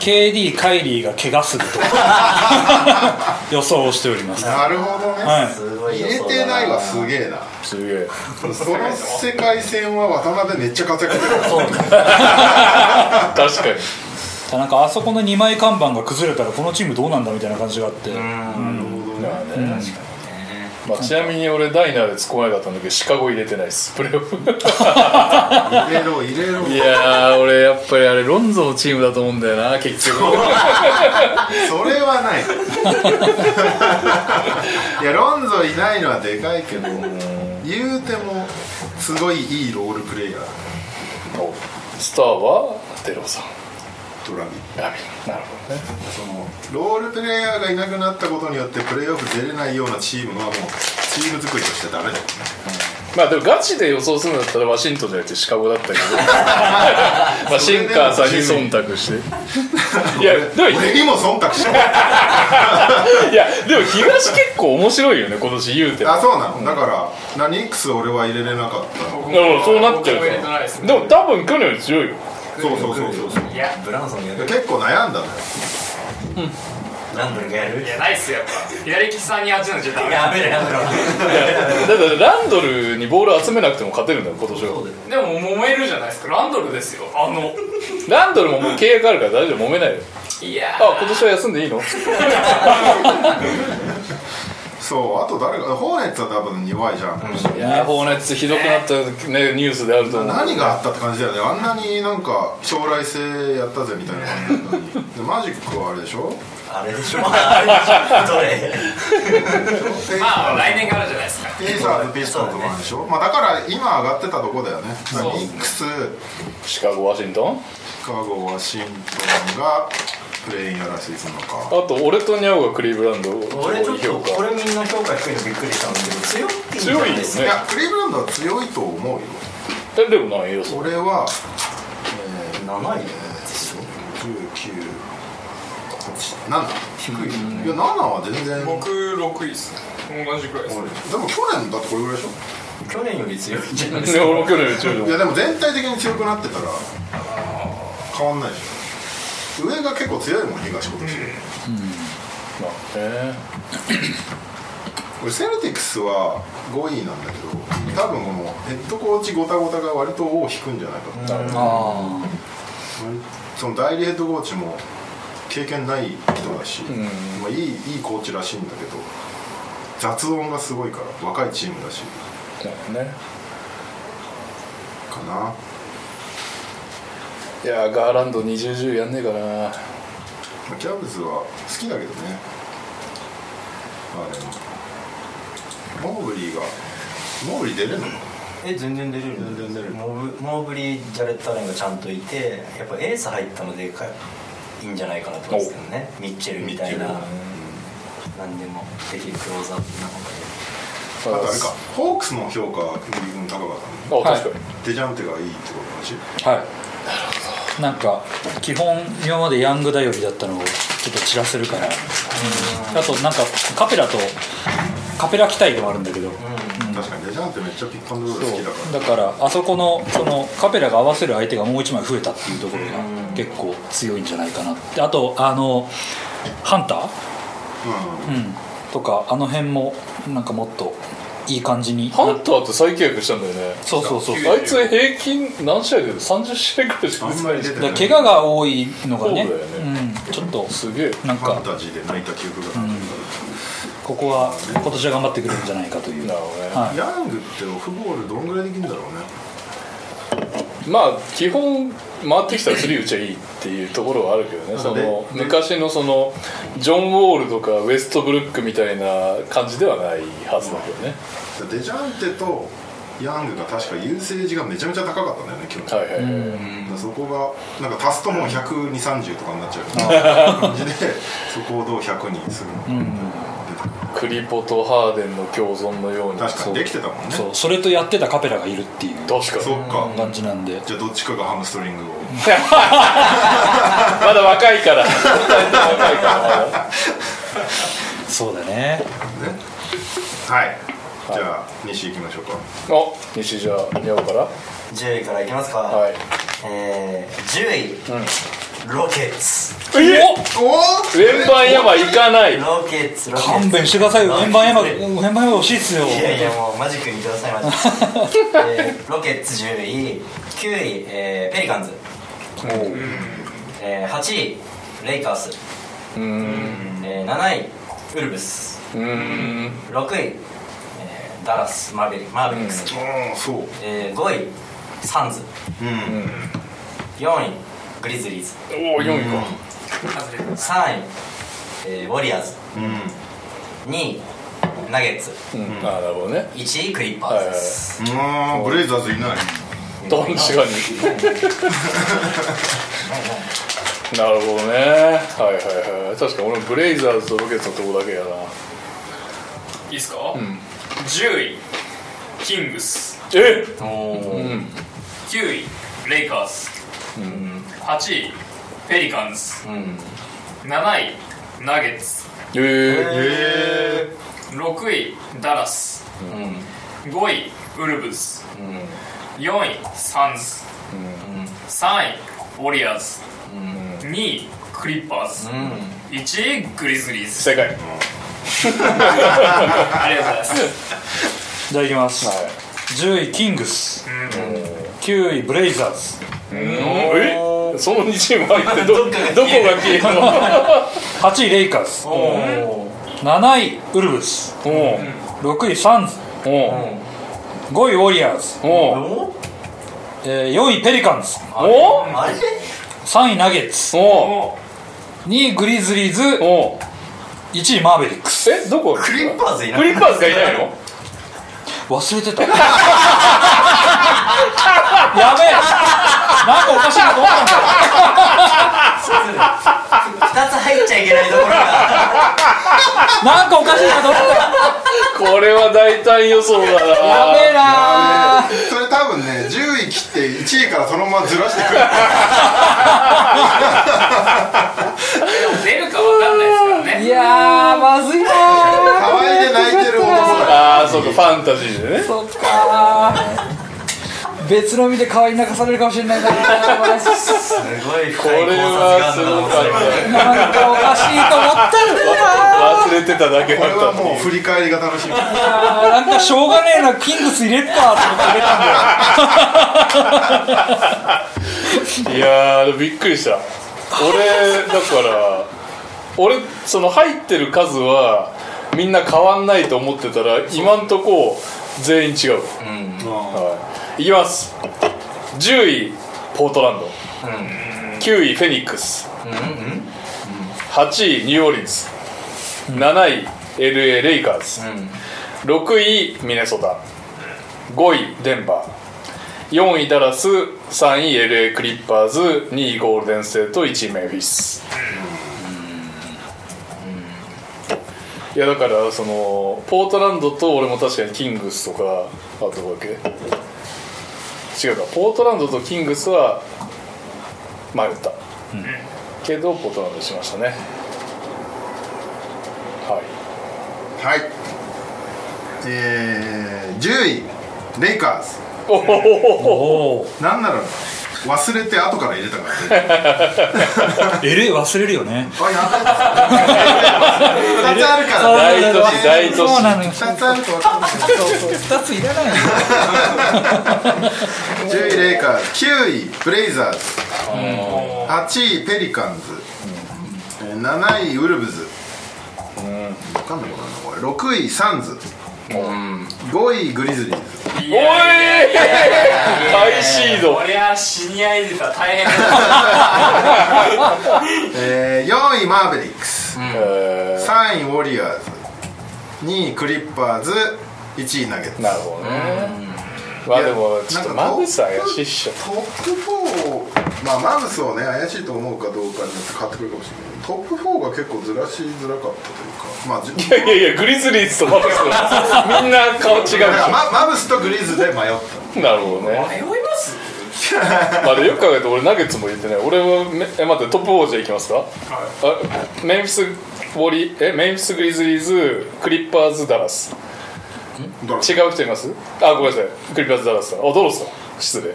KD カイリーが怪我すると 予想をしておりますは
なるほどね、
い
すごい
入
予
れ
想だ
てないはすげえな
すげえ
その世界戦は渡辺めっちゃ活躍してるから
確かに
なんかあそこの2枚看板が崩れたらこのチームどうなんだみたいな感じがあって
まあ、ちなみに俺ダイナーで突っ込まれかったんだけどシカゴ入れてないですプレーオフ
入れろ入れろ
いやー俺やっぱりあれロンゾのチームだと思うんだよな結局
それはないいやロンゾいないのはでかいけど言うてもすごいいいロールプレイヤー
スターはデローさん
ドラビ
ラビンなるほどね
そのロールプレイヤーがいなくなったことによってプレーオフ出れないようなチームはもうチーム作りとしてダメだよね
まあでもガチで予想するんだったらワシントンじゃなくてシカゴだ ったけどまあシンカーさんに忖度していやでも
俺にも忖度して
いやでも東結構面白いよね今年言うても
あそうなのだからなニックス俺は入れれなかった
僕
だからそうなっちゃう
僕も入れてないで
ですす
ね
でも多分去年より強いよ
そうそうそうそうそう
いや
ブランソンやる
結構悩んだのよ
ランドルがやる
いやないっすよやっぱ左利きさんに味なんじゃダメ
やめろやめろ
だってランドルにボール集めなくても勝てるんだよ今年は
でも揉めるじゃないですかランドルですよあの
ランドルももう契約あるから大丈夫揉めないよ
いや
あ今年は休んでいいの
そうあと誰かホーネッツは多分弱いじゃん、
いやー放熱ひどくなった、ね、ニュースであると思う
何があったって感じだよねあんなになんか将来性やったぜみたいな感じだったのにでマジックはあれでしょ
あれでしょあれでしょどれ
まあ来年があるじゃないですか
ペイサーズピストンズもあるでしょ、まあだから今上がってたとこだよねだからニックス
シカゴワシントン
シカゴワシントンがプレインやらせてするの
あ
か
と俺とニャオがクリーブランド
俺ちょ
上
っ
位評
と
価
これみんな評価低いのびっくりしたんだけど強っていいんじゃないです
い
強
か
ね
やクリーブランドは強いと思うよ
えでもないよ
俺は
7位でしょ
198 7低い、いや7は全然
僕6位ですね同じくらいです
でも去年だってこれぐらいでしょ
去年より強いんじゃないです
ね
か
俺も去年中
いや
で
でも全体的に強くなってたら変わんないでしょ上が結構強いもん東今年、俺セルティックスは5位なんだけど多分このヘッドコーチごたごたが割と尾を引くんじゃないかと、
あ
その代理ヘッドコーチも経験ない人だし、まあ、いいいいコーチらしいんだけど雑音がすごいから若いチームだし
ね
かない
やーガーランド2010やんねえかな
まあキャブズは好きだけどねまあでもモーブリーがモーブリー出れるの
え全然出れる
全然出れる
モブモーブリージャレット・アレンがちゃんといてやっぱエース入ったのでかいいいんじゃないかなと思うんですけどねミッチェルみたいな
ミッチェル
何でもできるクローザーなので
あ
あとあれかホークスの評価リーグの高かったね
あ確かに、
デジャンテがいいってことだし
あはいなんか基本今までヤング頼りだったのをちょっと散らせるからあとなんかカペラとカペラ期待でもあるんだけど
確かにデジャンテめっちゃピックアンドロール好きだから
だからあそこのそのカペラが合わせる相手がもう一枚増えたっていうところが結構強いんじゃないかなってあとあのハンター、
うん
うん、とかあの辺もなんかもっといい感じに
ハンターって再契約したんだよね
そうそうそう
あいつ平均何試合出てる30試合くらいしか
あんまり出て
だ
な
か
い
ら怪我が多いのがね
そうだよ
うん、ちょっと
すげえ
なん
ファ
か
ンタジーで泣いた記憶がある
ここは今年は頑張ってくれるんじゃないかという
なるほどね
はい、
ヤングってオフボールどんぐらいできるんだろうね
まあ基本回ってきたらスリー打ちゃいいっていうところはあるけどねその
で
昔のそのジョン・ウォールとかウエストブルックみたいな感じではないはずだけどね、
デジャンテとヤングが確か優勢時がめちゃめちゃ高かったんだよね去年
はいはいはい、
だからそこがなんか足すともう12030とかになっちゃう感じで そこをどう100にするのかみたいなのが出てくる
クリポとハーデンの共存のように
確かにできてたもんね
そうそれとやってたカペラがいるっていう
確か
そ
に
っか
感じなんで
じゃあどっちかがハムストリングを
まだ若いから二人とも若いから
そうだね
はいじゃあ西行きましょうか
お西じゃあニャオから
10位からいきますか、
はい
えー、10位、ロケッツ
え
おお
円盤山行かない
ロケッツロケッツ
勘弁してくださいよ円盤山円盤山欲しいっすよ
いやいやもうマジック見てくださいマジック、えーロケッツ10位9位、えーペリカンズ、えー8位レイカースえー7位ウルブス
うーん
6位、えーダラスマーベリマーベリックス、
うんそう
えー5位サンズ
うん
4位グリズリーズ
おお4位か
外れ
3位、えーウォリアーズ
うん
2位ナゲッツ
うんあーなるほどね
1位クリッパーズで
う
す、
んブレイザーズいない
確か になるほどねはいはいはい確かに俺もブレイザーズとロケッツのとこだけやない
いですか、10位キングス
え
おー
9位レイカーズ、8位ペリカンズ
う
7
ん
位ナゲッツ
えー、
え
6位ダラス
うん
5位ウルブズ4位サンズ3位ウォリアーズ2位クリッパーズ
うんうん
1位グリズリーズ
正解
ありがとうございます
いただきます、
はい
10位キングス、9位ブレイザーズ
えその2チーム入ってどどこが消えるの
8位レイカーズ
おー
7位ウルブス
お
6位サンズ
おお
5位ウォリアーズ、
お
お
えー4位ペリカンズ
お
あれ
3位ナゲッツ
お
2位グリズリーズ
おお
1位マーベリックス
えどこク
クリッパーズいない
リッパーズがいないの
忘れてた やべえなんかおかしいこと思ったんだよ
2つ入っちゃいけないところが
なんかおかしいこと思った
これは大胆予想だな
やべえなー
それ多分ね10位切って1位からそのままずらしてくる
出るかわかんないですからね
いやーまずいなー
可愛いで泣いてる男だ
ああそうかファンタジーでね
そっかー別の意味で可愛い泣かされるかもしれないからなこれ
すごい
こ
深い考
れはす
察
ご
があるな
かっ
なんかおかしいと思ったんだよな
た忘れてただけ
これ
だった
は
って
もう
いう
振り返りが楽しみ
いやーなんかしょうがねえなキングス入れっかと思って入れたんだよ
いやーでもびっくりした俺だから俺その入ってる数はみんな変わんないと思ってたら今んとこ全員違う、はい、いきます10位ポートランド、9位フェニックス、8位ニューオーリンズ、7位 LA レイカーズ、6位ミネソタ5位デンバー4位ダラス3位 LA クリッパーズ2位ゴールデンステート1位メンフィスいやだからそのポートランドと俺も確かにキングスとかあとどこだっけ違うかポートランドとキングスは迷った、けどポートランドにしましたねはい
はいえー、10位レイカーズ
おお
おお
なんなら忘れて後から入れたからね
えれ忘れるよね
あやばい二つあ るから
大都市大都市
そうなのよ
2つあると分かんない
2ついらないのよ
10位レイカーズ9位ブレイザーズ8位ペリカンズえー7位ウルブズ分かんないかなこれ6位サンズ5位グリズリーズ
おい 大シード
こりゃシニア入れたら大変だ
えー4位マーベリックス
え
3位ウォリアーズ2位クリッパーズ1位ナゲッ
ー
ツ
なるほどねまあでもちょっとマグス怪しいっしょ
トップ4をまあマウスをね怪しいと思うかどうかによって変わってくるかもしれないトップ4が結構ずらしづらかったというかまあじ
いやいやいやグリズリーズとマグスのみんな顔違うし
だからママブスとグリズで迷った
なるほどね
迷います
まあでよく考えると俺ナゲッツも入れてね俺はめえ待ってトップ4じゃいきますかあメンフィスウォリえメンフィスグリズリーズクリッパーズダラス
ドラ
違う人いますあごめんなさいクリッパーズダラスだあドロスだ失 礼デ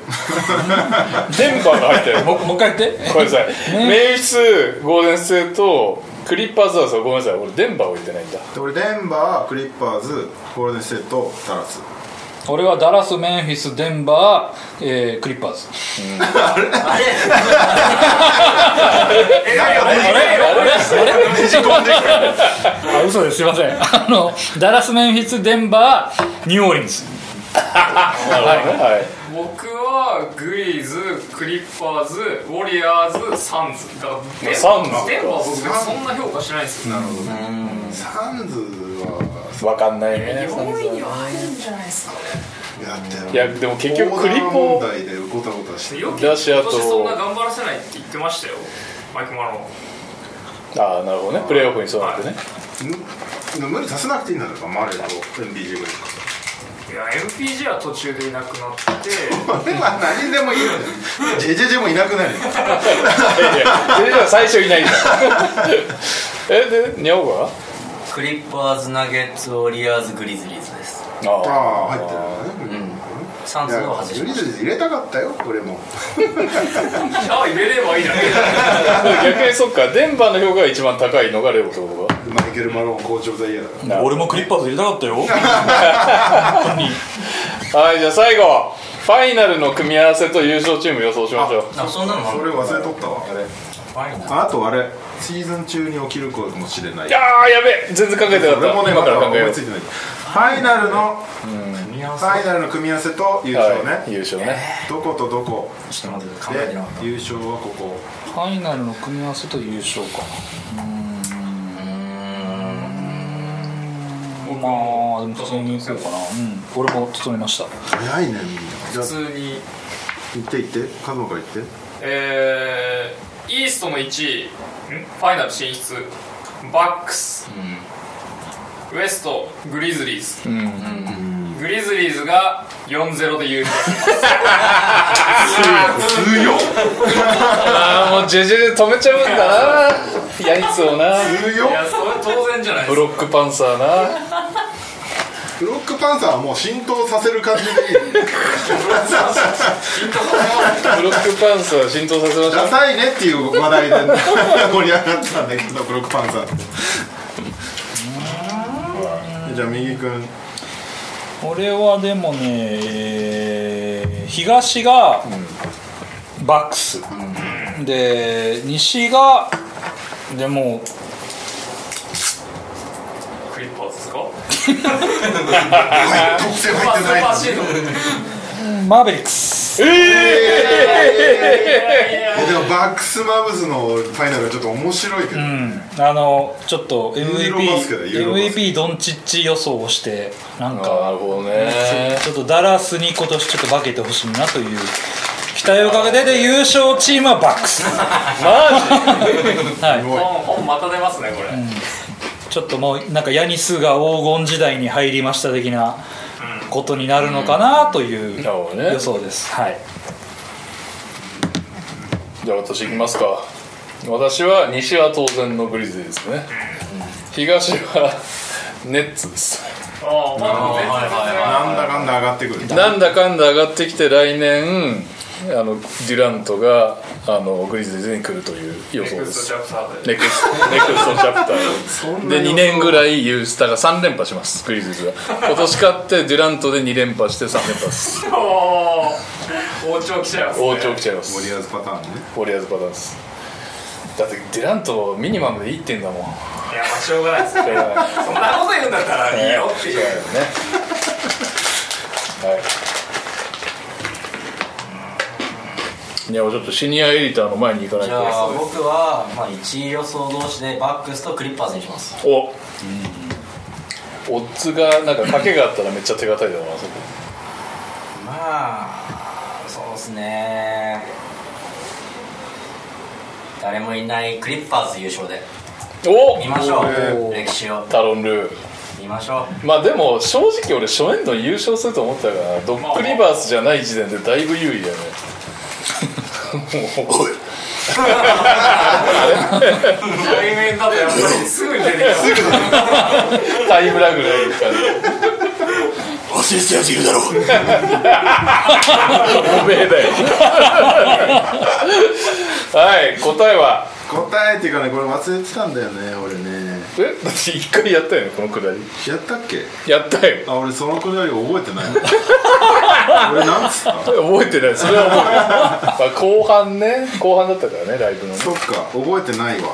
ンバーが入ってる
ももう一回言って
ごめんなさい、メイフィスゴールデンステートクリッパーズはそうごめんなさい俺デンバーを言ってないんだ
で俺デンバークリッパーズゴールデンステートタラス
俺はダラスメンフィスデンバー、えー、クリッパーズ
あれ
えらいよ
あれあれあ嘘ですすいませんあのダラスメンフィスデンバーニューオーリンズ
なるほどねはい、
僕はグリーズクリッパーズウォリアーズサンズだからデン
サンズか
デンバー僕そんな評価してないですよなるほど
サンズは
分かんないね
4位には入るんじゃないですか
やって
いやでも結局クリッパ
問
ー
題でごたごたして
よく
だしあ
今
と
年そんな頑張らせないって言ってましたよマイク・マロン
ああなるほどねプレーオフにそうなってね
む無理させなくていいんだろうかマレーと NBG ぐらい
いや MPG は途中でいなくなって
これは何でもいいのにジェジェジェもいなくなるよ
いやいやそれでは最初いないんだ えでニャオが
クリッパーズナゲッツウォリアーズグリズリーズです
ああ
ああ入ってるね
サン
い
ズ
や
を外し
グ
ま
リズ
し
リーズ入れたかったよ俺も
じゃあ入れればいいだけ
逆にそっかデンバーの評価が一番高いのがレオってことか
マイケル・マローン校長ザイヤーだか
俺もクリッパーズ入れたかったよ
はいじゃあ最後ファイナルの組み合わせと優勝チーム予想しましょう
たあそんなの
らそれ忘れとったわあれ
ワイン
ああとあれシーズン中に起きるかもしれない
いやーやべえ全然考えてなかっ
俺
た
もね
今
ま
か
だ
ら考え
思
よ
いうついてないファイナルの
組み合わ
ファイナルの組み合わせと優勝ね、
はい優勝ね
どことどこ
せちょっと待って考え
で
てなかった
優勝はここ
ファイナルの組み合わせと優勝かなまあでもそに行こうかなうん俺も整えました
早いねみんなじゃ
普
あ
通に
行って行ってカズマから行って
えー、イーストの1位んファイナル進出バックス、ウエストグリズリーズ、グリズリーズが4-0で優勝
強っ
ああもうジェジェで止めちゃうんだ なヤニツをな
強っ
いやそれ当然じゃない
ブ
ですか
ロックパンサーな
ブロックパンサーはもう浸透させる感じでいい
ヒントさせます
ブロックパンサー浸透させまし
ダサいね っていう話題で盛り上がったんだけどブロックパンサーってじゃあ右くん
俺はでもね、えー東がバックス、で西がでも
クリッパーズですか
特性
まあ
入ってな
スー
い
パーシード
マーベリックス
えでもバックスマブスのファイナルはちょっと面白いけど、
うんあのちょっと
ユーロバスケだ
MVP
ユーロバスケ
MVP ドンチッチ予想をしてなん
たな
か
るほどね
ちょっとダラスに今年ちょっと化けてほしいなという期待をかけてで優勝チームはバックス
マ
はい
本本また出ますねこれ、
ちょっともうなんかヤニスが黄金時代に入りました的なことになるのかなという
なるほどね
予想です、はい
ジじゃあ私行きますか私は西は当然のグリズリーですね東はネッツです
ああまあでも全然
なんだかんだ上がってくる
なんだかんだ上がってきて来年あのデュラントがあのグリズリーズに来るという予想
ネク
で
スト
す
チャプターで
ネクストネクストチャプターで2年ぐらいユースタが3連覇しますグリズリーズが今年勝ってデュラントで2連覇して3連覇です
おー王朝来ちゃいますね
王朝来ちゃいます
盛り上がるパターンね
ウォリアーズパターンですだってデュラントミニマムでいいってんだもんね
いやまあしょうがないですねそんなこと言うんだったらいいよっていう
はいいやちょっとシニアエディターの前に行かない
じゃあ
と
僕は、まあ、1位予想同士でバックスとクリッパーズにします
おオッズがなんか賭けがあったらめっちゃ手堅いだろうなそこ
まあそうですね誰もいないクリッパーズ優勝で
お
見ましょ
お
う歴史を
タロンルー
見ましょ
まあでも正直俺初年度優勝すると思ったからドッグリバースじゃない時点でだいぶ優位だよねもう
対面だとやっぱりすぐに出てきます
タイムラグがいい感じ
う忘れてやついるだろう
おめえだよ はい答えは
答えっていうかねこれ忘れてたんだよね俺ね
えだって一回やったよねこのくだり
やったっけ
やったよ
あ俺そのくだり覚えて ない俺なんつった
覚えてないそれは覚えてない、まあ、後半ね後半だったからねライブのね
そっか覚えてないわ、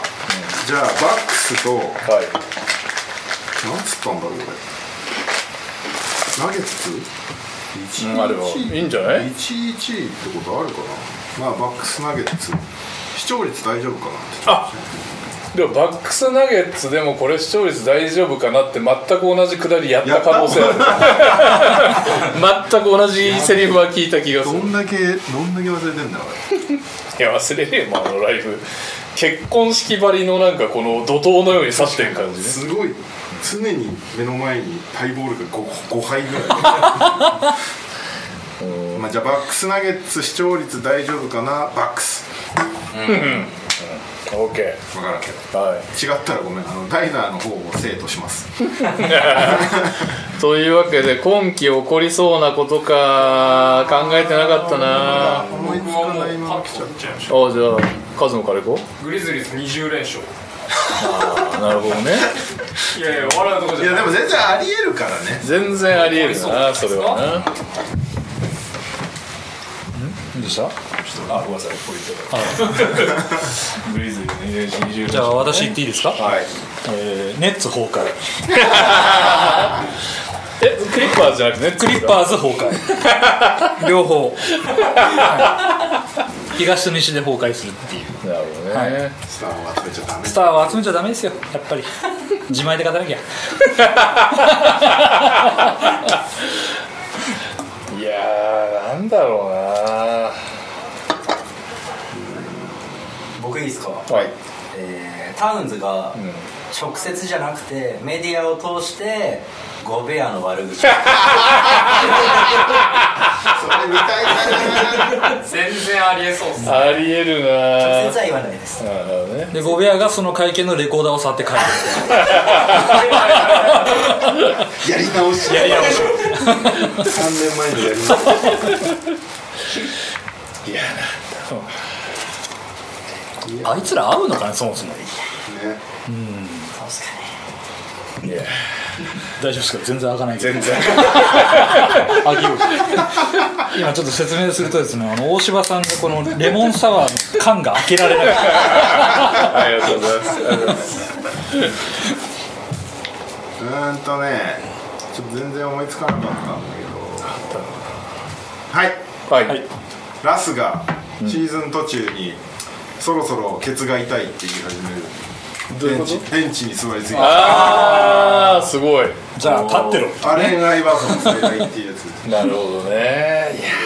じゃあバックスとなん
はい
つったんだろう俺ナゲッツ
うんあれはいいんじゃない
?11 ってことあるかなまあバックスナゲッツ視聴率大丈夫かなって
でもバックスナゲッツでもこれ視聴率大丈夫かなって全く同じくだりやった可能性ある全く同じセリフは聞いた気がす
ど
る
んだけどんだけ忘れてんだ俺
いや忘れねえよもうあのライブ結婚式ばりのなんかこの怒涛のように刺してる感じね
すごい常に目の前にハイボールが 5, 5杯ぐらい まあじゃあバックスナゲッツ視聴率大丈夫かなバックス
オッケ
分からんけど
ーはい
違ったらごめんあのダイナーの方を生徒します
というわけで今期起こりそうなことか考えてなかったなあ
思いつ
僕は
か
も
ないう今
パ
来
ッ
ち
と
ゃっ
取っちゃいましょ
じゃあカズのから行こ
うグリズリーズ20連勝
うなるほどね
いやいや笑うとこ
たい
じゃ
や
ない
でも全然ありえるからね
全然ありえるなそれはな
どうした
人
あごめんなさいこう言ってたグリズリーのイメージ20
じゃあ私言っていいですか、
はい
えーネッツ崩壊
えクリッパーズじゃなくてね
クリッパーズ崩壊 両方、はい東と西で崩壊するっていう
ーなるほどね、
はい
スターを集めちゃダメ
スターを集めちゃダメですよやっぱり自前で勝たなきゃ
いやーなんだろうな
僕いいですか、
はい
えータウンズが直接じゃなくてメディアを通してゴベアの悪 口
それ見たいな
全然ありえそうっすね
ありえるな
直
ー
接は言わないです
なるほどね
でゴベアがその会見のレコーダーを触って帰る
やり直しやり直し3年前のやり直しいや
あいつら会うのかねそもそも
ね
確か
いや
大丈夫ですか全然開かないけど
全然
開きよう今ちょっと説明するとですねあの大柴さんのこのレモンサワーの缶が開けられない
ありがとうございますありがとうございます
うーんとねちょっと全然思いつかなかったんだけどはい
はい、
ラスがシーズン途中に、そろそろケツが痛いって言い始める
どういう
ベン
こ
チベンチに座りすぎて
ああすごい
じゃあ立ってろ
あれがイバーソンの正解っていうやつ
なるほどねいや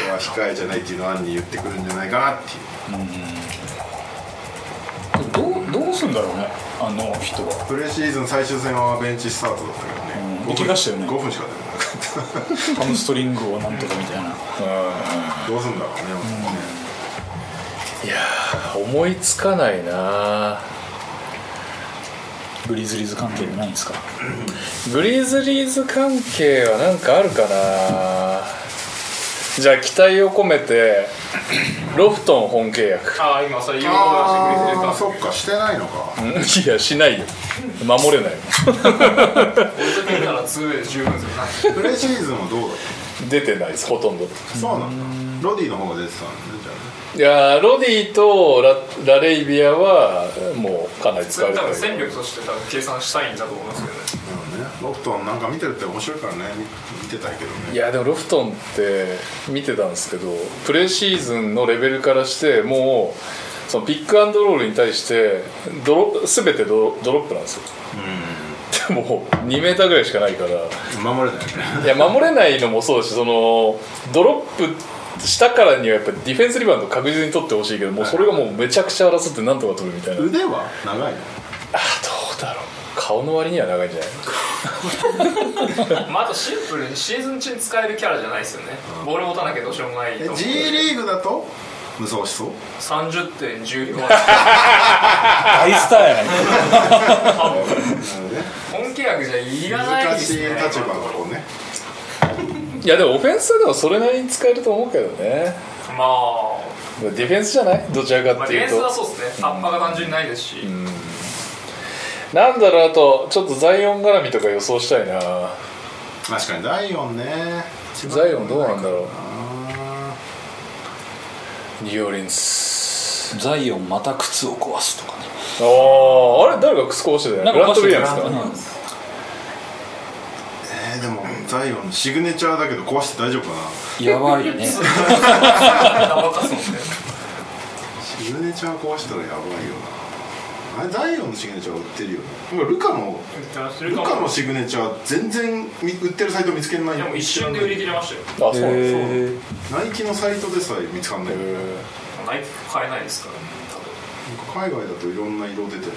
俺は控えじゃないっていうのをアンに言ってくるんじゃないかなっていう
どうどうすんだろうねあの人は
プレシーズン最終戦はベンチスタートだったけどね
うん怪我したよね
5分しか出てなかっ
ハムストリングをなんとかみたいな
たどうすんだろうね本当にね
いやー思いつかないな
グリズリーズ関係でないんですか
グリズリーズ関係はなんかあるかなじゃあ期待を込めてロフトン本契約
ああ今それ言うことだしてくれてる
あ
か
あそっかしてないのか
いやしないよ守れないよ
俺と見たら 2way で十分ですよな
プレシーズンはどうだっ
出てないですほとん ど
たそうなんだロディの方が出てたんだねじゃあね
いやーロディとララレイビアはもうかなり
そ
使う
れ多
から
分戦力として多分計算したいんだと思いますけどね
でもねロフトンなんか見てるって面白いからね見見てたいけど
い
ね
やでもロフトンって見てたんですけどプレシーズンのレベルからしてもうそのピックアンドロールに対してドロ全てドロドロップなんですよでも2メーターぐらいしかないから
うん守れないよね
いや守れないのもそうだしそのドロップしたからにはやっぱディフェンスリバウンド確実に取ってほしいけどもうそれがもうめちゃくちゃ争ってなんとか取るみたいなあーど
腕は長いの
うだろう顔の割には長いんじゃない
まあ、あとシンプルにシーズン中に使えるキャラじゃないですよね、ボール持たなきゃどうしようもないと
え
思う
G リーグだと無双しそう
30点14
大スターやないか
本契約じゃいらない
難
で
し
す
い
ね
立場がこうね
いやでもオフェンスでもそれなりに使えると思うけどね
まあ、
ディフェンスじゃないどちら
ま
か
あ、
ってい
ディフェ
う
ンスは
と
そうですね葉っぱが単純にないですし、
なんだろうあとちょっとザイオン絡みとか予想したいな
確かにザイオンね
ザイオンどうなんだろ
あ
うニューオーリンズ
ザイオンまた靴を壊すとかね
あああれ誰が靴こぼしてたよね
なん
グ
か
ラ
お
ン
か
ト・ウ
しい
ィ
な
リアムですか
ーえー、でもザイオンシグネチャーだけど壊して大丈夫かな
やばいね
幅かすもんね
シグネチャー壊したらやばいよなあれザイオンのシグネチャー売ってるよね今ルカのルカのシグネチャー全然み売ってるサイト見つけない
でも一瞬で売り切れましたよ
あそうなんですね
へ
ナイキのサイトでさえ見つかんないよね
ナイキ買えないですからね
海外だといろんな色出てるのに日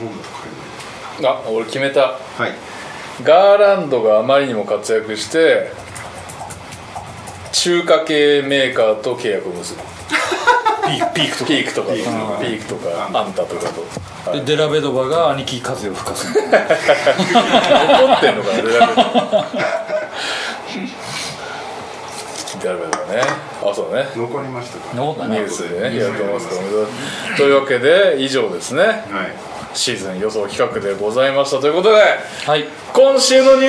本だと買
あ俺決めた
えないはい
ガーランドがあまりにも活躍して中華系メーカーと契約を結ぶ
ーピークと
ピークとかと
ピークとか
ピークとか
うん
あんたとかと
かでデラベドバが兄貴風を吹かすみたいな
怒ってんのかなデラベドデラベドだねあそうだね
残りましたか
そんなこと
ニ
ない
ュースでねやると思いますけどというわけで以上ですね
はい
シーズン予想企画でございましたということで
はい
今週のニュー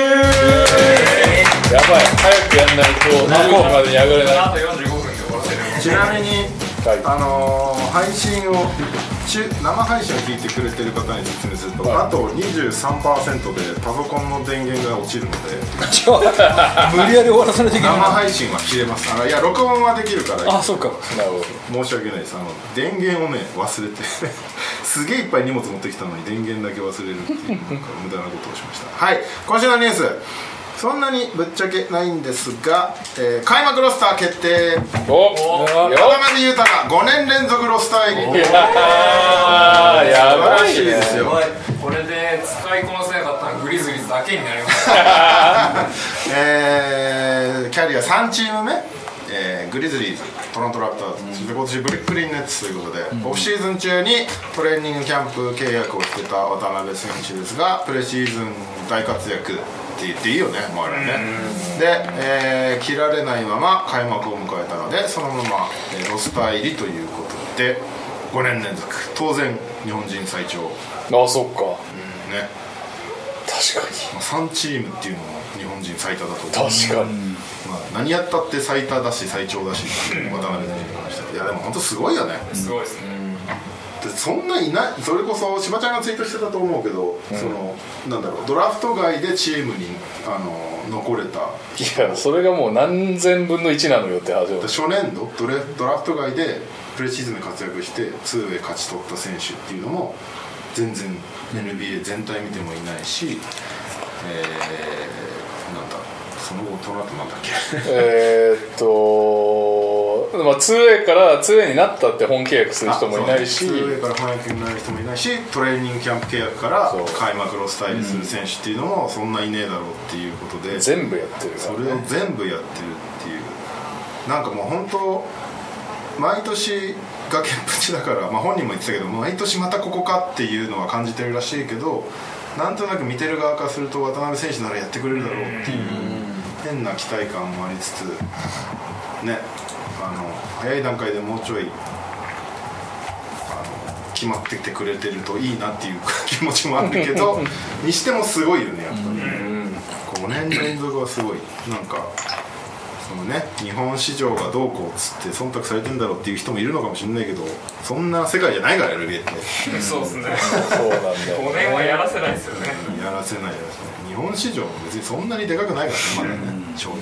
スやばい早くやんないと何時までに上がれない
あと45分で終わらせる
ちなみに
はい
あのー配信を中生配信を聞いてくれてる方に説明すると、
はい
あと23%でパソコンの電源が落ちるので
ちょ 無理やり終わらされていけ
生
ない
配信は消えますあのいや録音はできるから
あ そうか
なるほど
申し訳ないですあの電源をね忘れて すげえいっぱい荷物持ってきたのに電源だけ忘れるっていうなんか無駄なことをしましたはい今週のニュースそんなにぶっちゃけないんですが、えー開幕ロスター決定
お
渡
およ
辺裕太が5年連続ロスター入
い
り
やーや
素晴
ばい
らしいで
ね
すよ
これで使いこなせなかったのはグリズリーズだけになりました
えーキャリア3チーム目、えーグリズリーズトロントラプターズ、そして今年ブルックリン・ネッツということで、オフシーズン中にトレーニングキャンプ契約をしてた渡辺選手ですがプレシーズン大活躍って言っていいよねまああれねで、えー切られないまま開幕を迎えたのでそのまま、えーロスター入りということで5年連続当然日本人最長、
あそっか
ね
確かに
まあ、3チームっていうのも日本人最多だと思う
確かに
まあ、何やったって最多だし最長だし渡辺選手の話だいやでも本当すごいよね、
すごいですね
でそんないないそれこそ柴ちゃんがツイートしてたと思うけど、そのなんだろうドラフト外でチームにあの残れた
いやそれがもう何千分の1なのよって話を
初年度ドレドラフト外でプレシーズンで活躍してツーウェイ勝ち取った選手っていうのも全然 NBA 全体見てもいないし、えー、なんだその後トラウトなんだっけ
えーっと、まあ、2A から 2A になったって本契約する人もいないし
そうね通例から翻訳になる人もいないしトレーニングキャンプ契約から
そう
開幕ロスタイルする選手っていうのもそんないねえだろうっていうことでそれ
全部やってるから
を全部やってるっていうなんかもう本当毎年崖っぷちだから、まあ、本人も言ってたけど毎年またここかっていうのは感じてるらしいけどなんとなく見てる側からすると渡辺選手ならやってくれるだろうっていう変な期待感もありつつねあの早い段階でもうちょいあの決まっててくれてるといいなっていう気持ちもあるけ どにしてもすごいよねやっぱり、5年連続はすごいなんかそのね日本市場がどうこうっつって忖度されてんだろうっていう人もいるのかもしれないけどそんな世界じゃないから NBA って
そうですね
そうなんだよ
5年はやらせないですよね
やらせないやらせない日本市場も別にそんなにでかくないからねまだね正直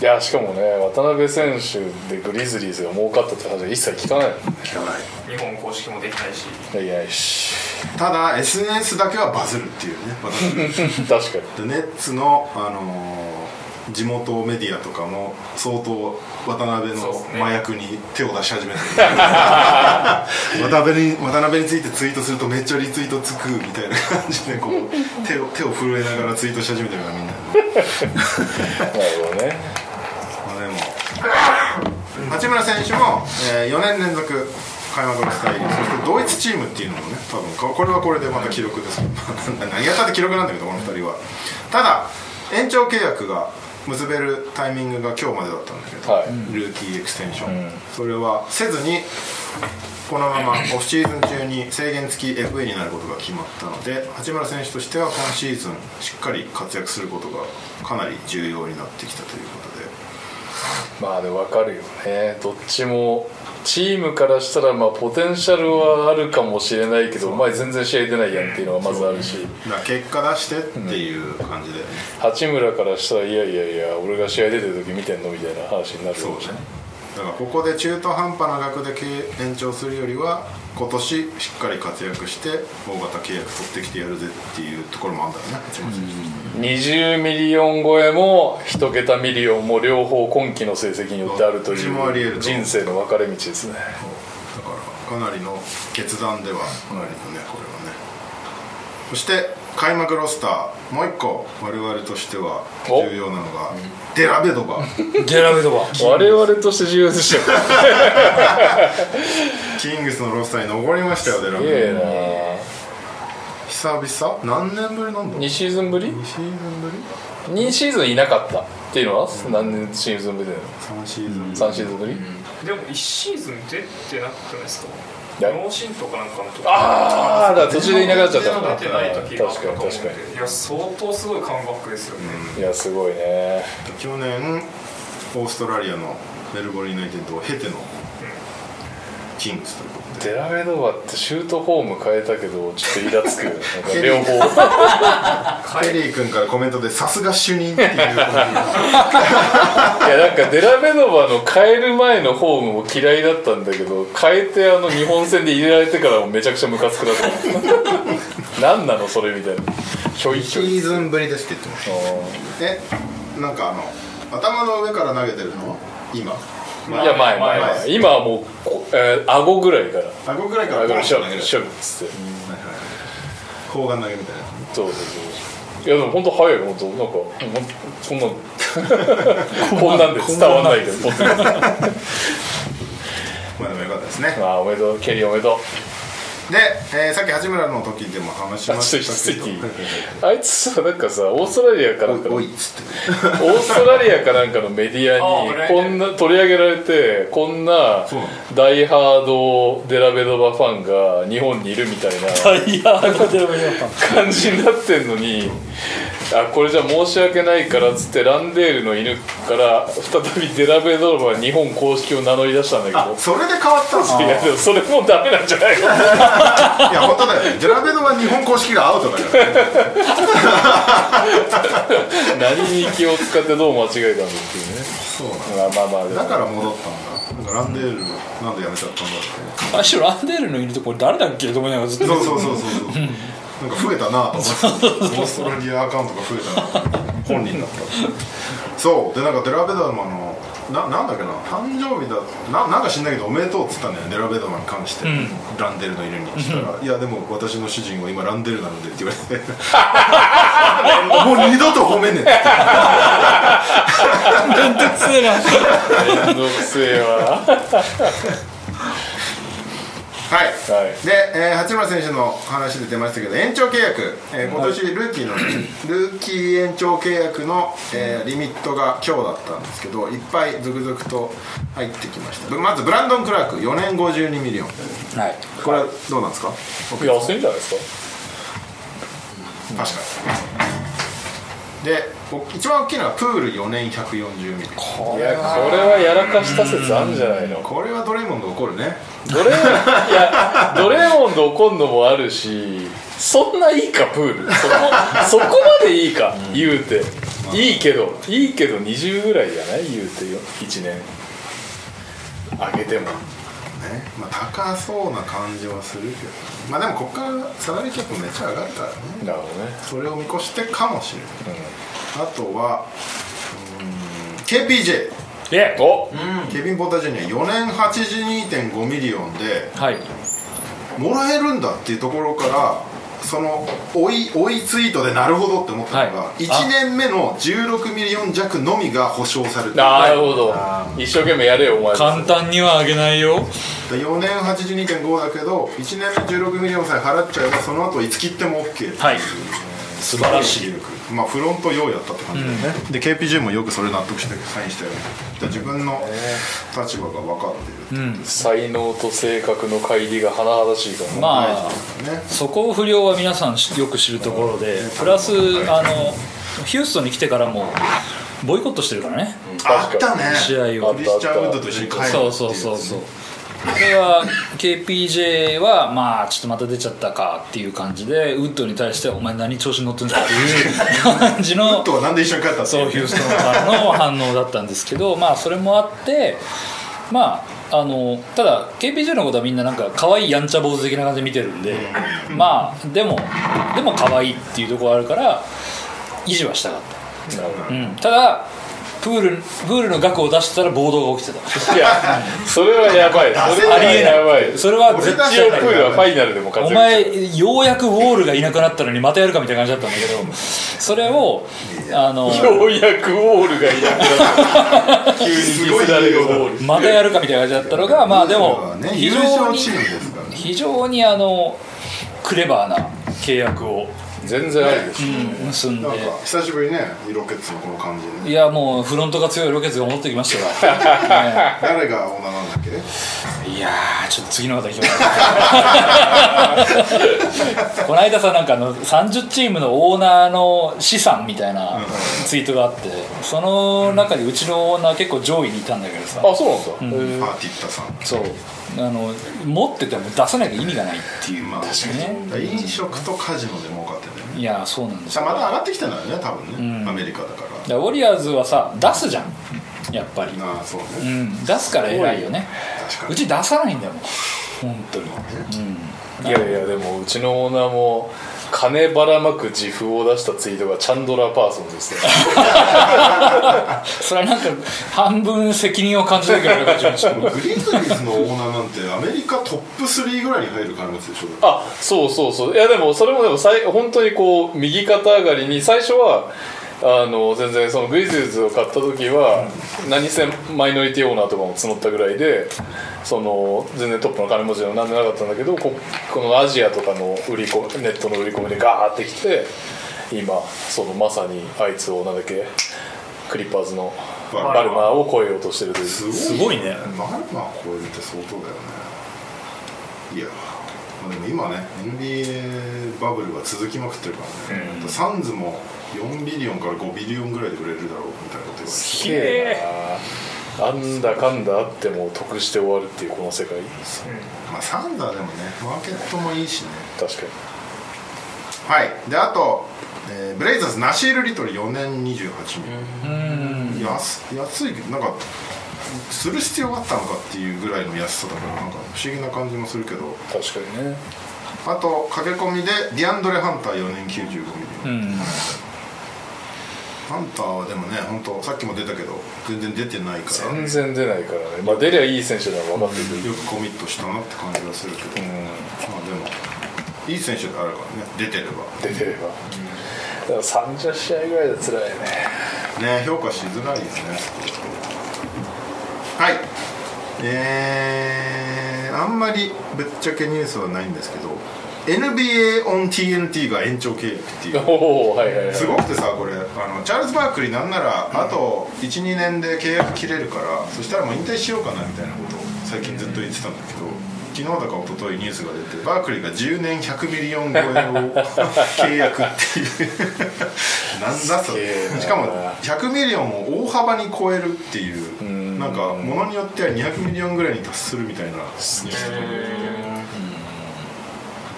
いやしかもね渡辺選手でグリズリーズが儲かったって話は一切聞かない
聞かない
日本公式もできないし
いやいやした
だ SNS だけはバズるっていうね私
確かに
でネッツの、あのー地元メディアとかも相当渡辺
そ
の
うですね
麻薬に手を出し 始めてる、渡辺に渡辺についてツイートするとめっちゃリツイートつくみたいな感じでこう手を手を震えながらツイートし始めてるからみんな、
なるほどね
まあ、でも八村選手も、え4年連続開幕のスタイルそしてドイツチームっていうのもね多分ここれはこれでまた記録ですけど 何やったって記録なんだけどこの2人はただ延長契約が結べるタイミングが今日までだったんだけど、
はい
ルーキーエクステンション、それはせずにこのままオフシーズン中に制限付き FA になることが決まったので八村選手としては今シーズンしっかり活躍することがかなり重要になってきたということで
まあでも分かるよねどっちもチームからしたらまあポテンシャルはあるかもしれないけどお前全然試合出ないやんっていうのがまずあるし
だから結果出してっていう感じで、
八村からしたらいやいやいや俺が試合出てる時見てんのみたいな話になるよ
だからここで中途半端な額で経延長するよりは今年しっかり活躍して大型契約取ってきてやるぜっていうところもあるんだよね、八村選手
20ミリオン超えも1桁ミリオンも両方今季の成績によってあると
どっちもあり得
いう
る
人生の分かれ道ですね
だからかなりの決断ではかなりのねこれはねそして開幕ロスターもう一個我々としては
お
重要なのがデラベドが
デラベドは
我々として重要でしたよ
キングスのロスターに残りましたよデラ
いや
ベ
い
ド
や
久々何年ぶりなんだ
な
2
2シーズンぶり
シーズンぶり
2シーズンいなかったっていうのは何年シーズンぶりだよ
3シーズンぶり
3シーズンぶり
でも1シーズン出てなくないですか
や
脳震とかなんかの時
ああだから途中でいなくなっちゃったんだ
出てない時があっ
確
た
か
と
に
思うんで
確かに
いや相当すごいカムバックですよね、
いやすごいね
去年オーストラリアのメルボルン・ユナイテッドを経てのキングスということで
デラベドバってシュートフォーム変えたけどちょっとイラつくよね なんか両方
ケリー君からコメントで「さすが主任」っていうコメントが
いやなんかデラベドバの変える前のフォームも嫌いだったんだけど変えてあの日本戦で入れられてからもめちゃくちゃムカつくなった 何なのそれみたいなひょいひ
シ
ょい
ーズンぶりですって言ってまし
あー
たえなんかあの頭の上から投げてるの今
いや前前前今はもうこ、えー、顎ぐらいから
顎ぐらいから
顎
ボ
の
ン
シ
と
ョ
投げ
ッ
る
トショットっつって
はいはいはい砲丸投げみたいな
そうそうそういやでも本当早いよ本当なんかほんこんなん こんなんで伝わんないけどポッドキャスト
まあでもよかったですね
まあおめでとうケリーおめでとう
で、えーさっき八村の時でも話し
あ
ま
ちょっと
したけ
奇
ど
跡あいつさなんかさオーストラリアかなんかの
お
オ
いっ
ー
つって
ストラリアかなんかのメディ
あ
アに
あ
こんな取り上げられてこんな
そうなの
ダイハードデラベドバファンが日本にいるみたいな
タイヤが出るようになった
感じになってんのにあこれじゃ申し訳ないからっつってランデールの犬から再びデラベドバ日本公式を名乗り出したんだけ
あ
ど
それで変わったんです
い
ね
やでもそれもうダメなんじゃないの
いや本当だよねデュラベドは日本公式がアウトだからね
何に気を使ってどう間違えたんだっていうね
そうなん
まあまあまあでも
だだから戻ったんだなんかランデールなんでやめちゃったんだっ
最初ランデールのいるとこれ誰だっけと思いながらず
て
っ
そう
と
そうそうそうそうなんか増えたなと思ってオーストラリアアカウントが増えたな本人だったそうでなんかデュラベドマのななんだっけな誕生日だななんか知んないけどおめでとうっつったんだよねデュラベドマに関して、ランデールの犬にしたら「いやでも私の主人は今ランデールなので」って言われてもう二度と褒めねえって
面倒く せえな
めんどくせえわ
はい、
はい
で、えー八村選手の話で出ましたけど延長契約、えー今年ルーキー の、ね、ルーキー延長契約の、えーリミットが今日だったんですけどいっぱい続々と入ってきましたぶまずブランドン・クラーク4年52ミリオン
はい
これはどうなんですか、
いや遅いんじゃないですか
確かにでお一番大きいのはプール4年140ミリオン
いやこれはやらかした説あんじゃないの
これはドレイモンド怒るね
ドレいやドレモンド怒んのもあるしそんないいかプールそこそこまでいいか、言うていいけどいいけど20ぐらいじゃない言うてよ1年上げても
ねまあ高そうな感じはするけどまあでもここからサラリーキャップめっちゃ上がるからね
なるほどね
それを見越してかもしれないあとはうーん KPJ
え
お
ケビン・ポーター・ジュニア4年82.5ミリオンで
はい
もらえるんだっていうところからその追い追いツイートでなるほどって思ったのが、
はい
1年目の16ミリオン弱のみが保証されてる
なるほど一生懸命やれよお前
簡単にはあげないよ
4年82.5だけど1年目16ミリオンさえ払っちゃえばその後いつ切っても OK
はい素晴らしい
いまあフロント用意だったって感じだよね、で KPG もよくそれ納得してサインしたよねだから自分の立場が分かってる
才能と性格の乖離が甚だしいからな
まあ
っていうね、
そこ不良は皆さんよく知るところでプラスあのヒューストンに来てからもボイコットしてるからね
あっ
確
た
かに
ね
試合を
クリスチャン・ウッドと一緒に帰るってい
そうそうそうそうこれは KPJ はまあちょっとまた出ちゃったかっていう感じでウッドに対して「お前何調子に乗ってんだ」っていう感じ
ウッ
の
ドはなんで一緒に帰ったって
そうヒューストンからの反応だったんですけどまあそれもあってまああのただ KPJ のことはみんななんか可愛いやんちゃ坊主的な感じで見てるんでまあでもでも可愛いっていうところがあるから維持はしたかったうん、ただプールプールの額を出してたら暴動が起きてた
いやそれはやばいそれはやばい
それは絶
一応
対
プールはファイナルでも活躍
お
してる
前ようやくウォールがいなくなったのにまたやるかみたいな感じだったんだけどそれをあの
ようやくウォールがいなくなった急に
す
す
ご
ご
い
い誰がウォール
またやるかみたいな感じだったのがまあでも
ね
非
優
常
勝
に
チームですからね
非常にあのクレバーな契約を
全然ありです
うん結んで
なんか久しぶりねロケッツのこの感じで
い
ね
やも うフロントが強いロケッツが持ってきましたからね
誰がオーナーなんだっけ
いやあちょっと次の方行きま すこの間さなんかあの30チームのオーナーの資産みたいなツイートがあってその中にうちのオーナー結構上位にいたんだけどさ、
あそうなんだ、へー
パーティッタさん
そうあの持ってても出さないと意味がないっていう
まあ
確かにね
飲食とカジノで儲かってたよね
いやそうなんです
さ
よ
あまた上がってきたんだよね多分ね、
うん
アメリカだか
だからウォリアーズはさ出すじゃんやっぱり、
らなあそうね、
うん、出すから偉いよね
確か
う
に
ち出さないんだもん本当に、うん、
いやいやでもうちのオーナーも金ばらまく自負を出したツイートがチャンドラー・パーソンズですよ
それはなんか半分責任を感じるけどねこっちの人も
グリズリーズのオーナーなんてアメリカトップ3ぐらいに入る可能性でしょ
あそうそうそういやでもそれもでもさい本当にこう右肩上がりに最初はあの全然そのグイズイズを買った時は何せマイノリティオーナーとかも募ったぐらいでその全然トップの金持ちでもなんでもなかったんだけどここのアジアとかの売り込みネットの売り込みでガーってきて今そのまさにあいつをなんだっけクリッパーズのバルマーを超えようとしてるという
す
すごいね
まあまあ超えるって相当だよねいやまあでも今ね NBA バブルが続きまくってるからね、サンズも4ビリオンから5ビリオンぐらいで売れるだろうみたいなこと言われて
きれいななんだかんだあっても得して終わるっていうこの世界
まあサンズはでもねマーケットもいいしね
確かに
はいであと、えーブレイザーズナシール・リトル4年28ミリ
うん
安安いけどなんかする必要があったのかっていうぐらいの安さだからなんか不思議な感じもするけど
確かにね
あと駆け込みでディアンドレ・ハンター4年95ミリ、
うん
ハンターはでもね本当さっきも出たけど全然出てないから
全
よ
然出ないからねまあ出りゃいい選手なのは分かってるけど
くコミットしたなって感じがするけど、まあでもいい選手であるからね出てれば
出てればだから30試合ぐらいで辛いね
ね評価しづらいですねはいえー、あんまりぶっちゃけニュースはないんですけど NBA on TNT が延長契約っていう
おおはいはいはい
すごくてさこれあのチャールズ・バークリーなんならあと12年で契約切れるからそしたらもう引退しようかなみたいなことを最近ずっと言ってたんだけど昨日だか一昨日ニュースが出てバークリーが10年100ミリオン超えを契約っていう なんだそ
すげえな
れしかも100ミリオンを大幅に超えるっていうなんかものによっては200ミリオンぐらいに達するみたいなニュース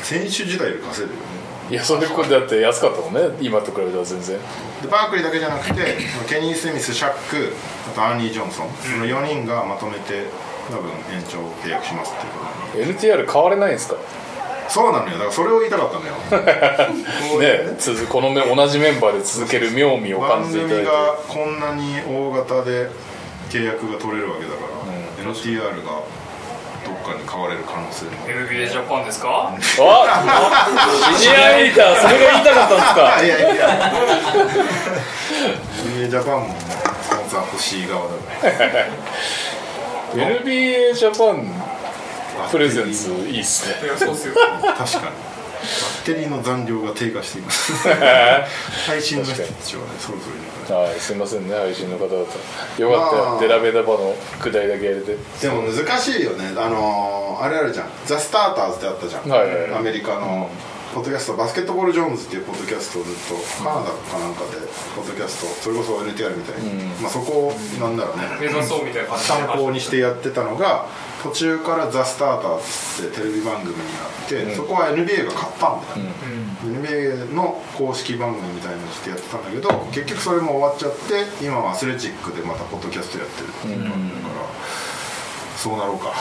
選手時代より稼いでるよね
いやそれこだって安かったもんね今と比べたら全然
でバークリーだけじゃなくてケニー・スミス、シャックあとアーニー・ジョンソン、その4人がまとめて多分延長契約しますっていうことなの
NTR 変われないんですか
そうなのよだからそれを言いたかったのよ こういう
ね続このめ同じメンバーで続ける妙味を感
番
じてい
組
ただいて
がこんなに大型で契約が取れるわけだから、NTR がどっかに買われる可能性も
NBA ジャパンですか
あ シニアエイターそれが言いたかったん
あい
ですか
やいやいや NBA ジャパンもスポンサー欲しい側だから
NBA ジャパンプレゼンツいいっすね
いやそうっすよ
確かにバッテリーの残量が低下しています配信の人たちはねそろそろいなくなっ
はい、すいませんね配信の方々よかったよ、デラベダバのくだりだけやれて
でも難しいよねあのーあれあるじゃん「ザ・スターターズ」ってあったじゃん、
はいはいはい
アメリカのポッドキャストバスケットボール・ジョーンズっていうポッドキャストをずっとカナダかなんかでポッドキャストそれこそ NTR みたいに、まあ、そこをなんだろうね、
目指そうみたいな感じで
参考にしてやってたのが途中から「ザ・スターターズ」ってテレビ番組になって、そこは NBA が買ったんだよ、NBA の公式番組みたいなのしてやってたんだけど結局それも終わっちゃって今はアスレチックでまたポッドキャストやってるっていう感じだから、そうなろうか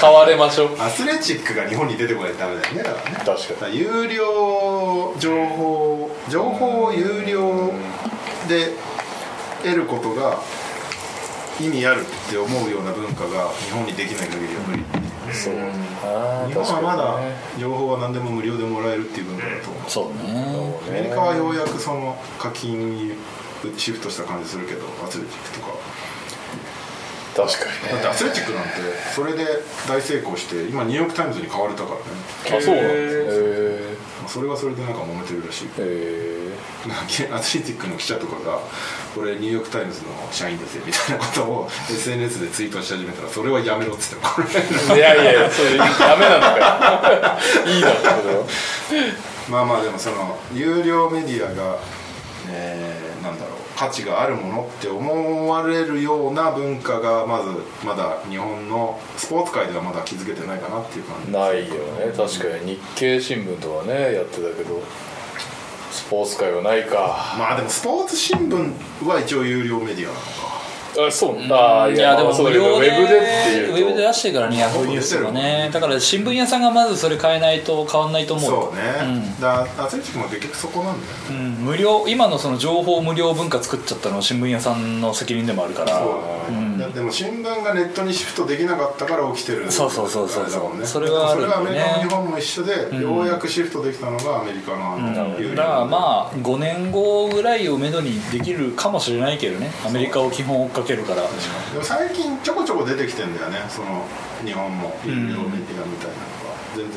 変われましょう
アスレチックが日本に出てこないとダメだよねだからね
確か
だから有料情報情報を有料で得ることが意味あるって思うような文化が日本にできない限りは無理
にそうあ
日
ー確
本はまだ
かにね
情報は何でも無料でもらえるっていう文化だと思う
そうね
アメリカはようやくその課金にシフトした感じするけどアスレチックとか
確かに
だって
ね
アスレチックなんてそれで大成功して今ニューヨーク・タイムズに買われたからね
あそうなんですねへ
それはそれでなんか揉めてるらしい
え
なんかアスレティックの記者とかが「俺ニューヨーク・タイムズの社員ですよ」みたいなことを SNS でツイートし始めたらそれはやめろっつってこれ
ー、いやいやいやそれダメなのかよ いいなってことよ
まあまあでもその有料メディアが、えーなんだろう価値があるものって思われるような文化がまずまだ日本のスポーツ界ではまだ築けてないかなっていう感じ
ないよね確かに日経新聞とかねやってたけどスポーツ界はないか
まあでもスポーツ新聞は一応有料メディアなのか
あそうあ ー
いやでも
まあそ
無
うだけど
料で
ウェブでっていう
ウ
と
ェブで出してから200ニュースとかねだから新聞屋さんがまずそれ変えないと変わんないと思うよ
そうね、だアスレティックも結局そこなんだよね
うん、無料今のその情報無料文化作っちゃったのは新聞屋さんの責任でもあるから
そう、だってでも新聞がネットにシフトできなかったから起きてる
そうそうそうそう
あれだもんね
それはあるよね
それがアメリカも日本も一緒で、ようやくシフトできたのがアメリカのあの有料
だからまあ5年後ぐらいをめどにできるかもしれないけどねアメリカを基本追っかけるから
でも最近ちょこちょこ出てきてんだよねその日本も有料メディアみたいなのが、全然も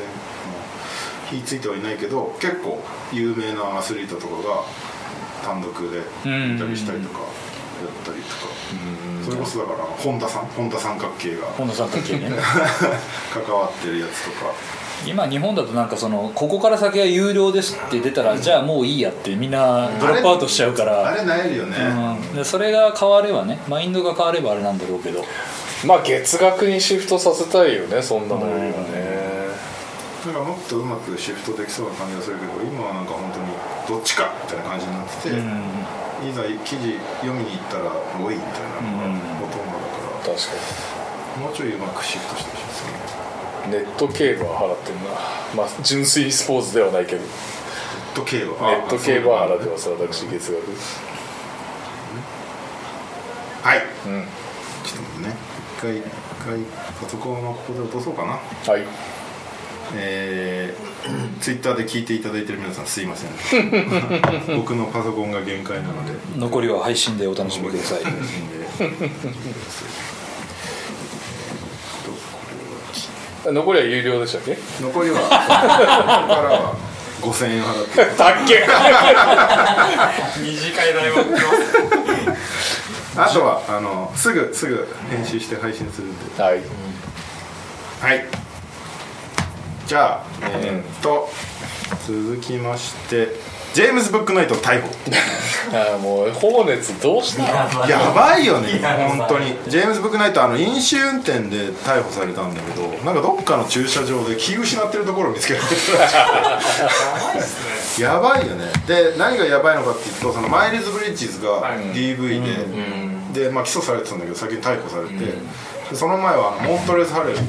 う火ついてはいないけど結構有名なアスリートとかが単独でインタビューしたりとかやったりとか、それこそだから本田さん本田三角形が
今度さんたちね
関わってるやつとか
今日本だとなんかそのここから先は有料ですって出たらじゃあもういいやってみんなドロップアウトしちゃうか
あ
ら、
れなえるよね、
うん、でそれが変わればねマインドが変わればあれなんだろうけど
まあ月額にシフトさせたいよねそんなのよりはね
なんかもっとうまくシフトできそうな感じがするけど今はなんか本当にどっちかみたいな感じになってて、いざ記事読みに行ったら「おい」みたいなのがほとんどだか
確
らもうちょいうまくシフトしてほしいですね
かにネット競馬は払ってるなまあ純粋スポーツではないけどネ
ネット競馬
ット競馬は払ってますす私月額
はい、
ん
ちょっと待ってね一回一回パソコンをここで落とそうかな
はい
えー、ツイッターで聞いていただいてる皆さんすいません僕のパソコンが限界なので
残りは配信でお楽しみくださ い
楽しんでえーっとこれは
残りは有料でしたっけ
残りはここからは5000円払って
だっけ
短い台本
あとはあのすぐすぐ編集して配信するんで
はい
はいじゃあえーっと、続きましてジェームズ・ブックナイト逮捕
あーもう放熱どうした
ば い
やばいよね
や
本当にジェームズ・ブックナイトあの飲酒運転で逮捕されたんだけどなんかどっかの駐車場で気失ってるところを見つけられてるらしいやばいよねで何がやばいのかっていうとそのマイルズ・ブリッジズが DV で、で、まあ、起訴されてたんだけど先に逮捕されて、でその前はあのモントレース・ハレルが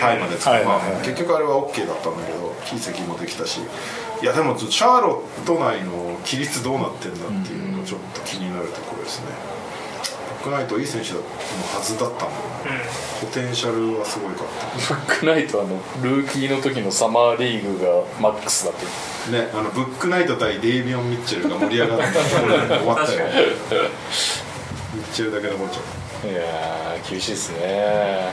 タイまで捕ま
はいはい
あ結局あれは OK だったんだけど非席もできたしいやでもちょっとシャーロット内の規律どうなってんだっていうのがちょっと気になるところですねブックナイトいい選手のはずだったんだけど、ポテンシャルはすごいかった
ブックナイトあのルーキーの時のサマーリーグがマックスだって
ねあのブックナイト対デイビオン・ミッチェルが盛り上がったところで終わったよミッチェルだけ残っちゃった
いやー厳しいですね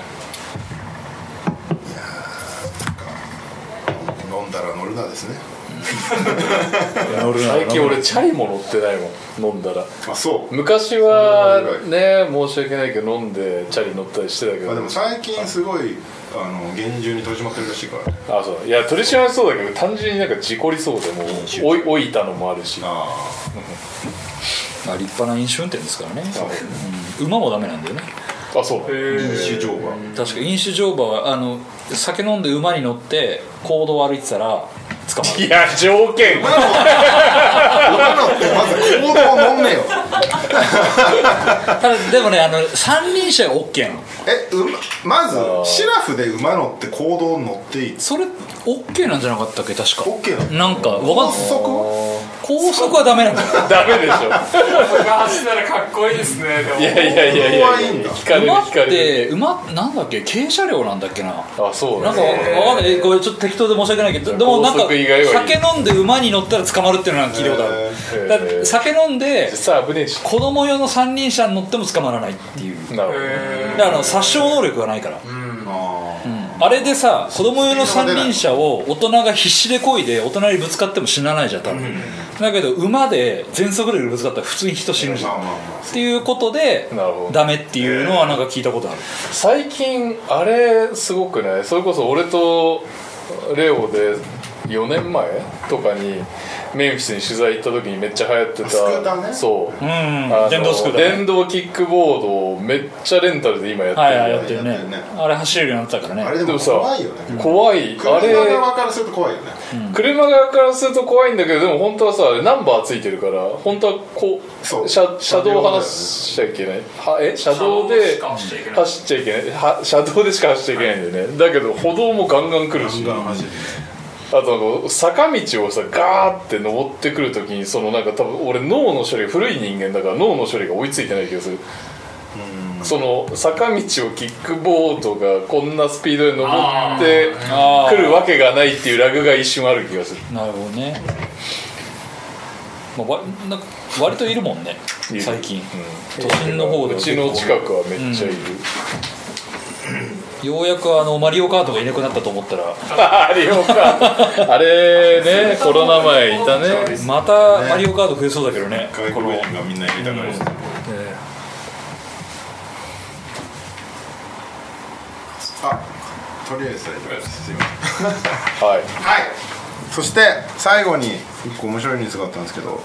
飲んだら乗るなですね
最近俺チャリも乗ってないもん飲んだら
あそう
昔はね申し訳ないけど飲んでチャリ乗ったりしてたけど
あでも最近すごいあの厳重に取り締まってるらしいからね
あそういや取り締まりそうだけど単純になんか事故りそうでもう
酒
おい老いたのもあるし
あ
まあ立派な飲酒運転ですからね、うん馬もダメなんだよね
あそう
あ飲酒乗馬
確か飲酒乗馬はあの酒飲んで馬に乗って行動を歩いてたら捕ま る
いや条件
馬の馬のってまず行動飲んねよ
ただでもねあの三輪車が OK なの
え馬まずシラフで馬乗って行動乗っていい
それ OK なんじゃなかったっけ確か
OK なの
なんかわ
高
かん
速は
高速はダメなんだよ
ダメでしょ
が走ったらかっこいいですねでも
いやいやいやい
怖
や
いんだ
聞かれる
馬
聞
っ
かれる
て馬なんだっけ軽車両なんだっけな
あそう
な
だ
んか
ね
わかんないえごめんちょっと適当で申し訳ないけどでもなんか
高速以外はいい
酒飲んで馬に乗ったら捕まるっていうのは聞いたことあ
へ
ー
るだって酒飲んで
実際危ねえし
子供用の三輪車に乗っても捕まらないっていう
なるほど
へ
だからあの殺傷能力がないから
あー
あれでさ子供用の三輪車を大人が必死で漕いで大人にぶつかっても死なないじゃん多分、だけど馬で全速力でぶつかったら普通に人死ぬじゃ
まあ
ん
まあま
っていうことで
なるほど
ダメっていうのはなんか聞いたことある、
最近あれすごくないそれこそ俺とレオで4年前とかにメンフィスに取材行った時にめっちゃ流行ってた
スクーターね
そう、
うん
あの
電動スクーター、ね
電動キックボードをめっちゃレンタルで今やってる
はい
や
はい
ん
やってるね
やってるね
あれ走れるようになったからね
ああれでも怖いよね
怖いあ
車
れ
側からすると怖いよね
車側からすると怖いんだけどでも本当はさナンバーついてるから本当はこ
そう
う車車道
車
を
道だよね
話しちゃいけないはえ車道で
しか走っていけない
走っちゃいけないは車道でしか走っちゃいけないんだよねだけど歩道もガンガン来るし
ガンガン走るね
あとあの坂道をさガーって登ってくるときにそのなんか多分俺脳の処理古い人間だから脳の処理が追いついてない気がするその坂道をキックボードがこんなスピードで登って
あー
くるわけがないっていうラグが一瞬ある気がする
なるほどね、まあ、わなんか割といるもんね
いる
最近
う
都心の方で
う
は
ちの近くはめっちゃいる、
ようやくあのマリオカートがいなくなったと思ったら
あれよ かあれねコロナ前いたね
またマリオカード増えそうだけどね
外
この
国人がみんなやりたがるやつ
え
あとりあえず大丈夫ですすいません
はい
はいそして最後に一個面白いニュースがあったんですけど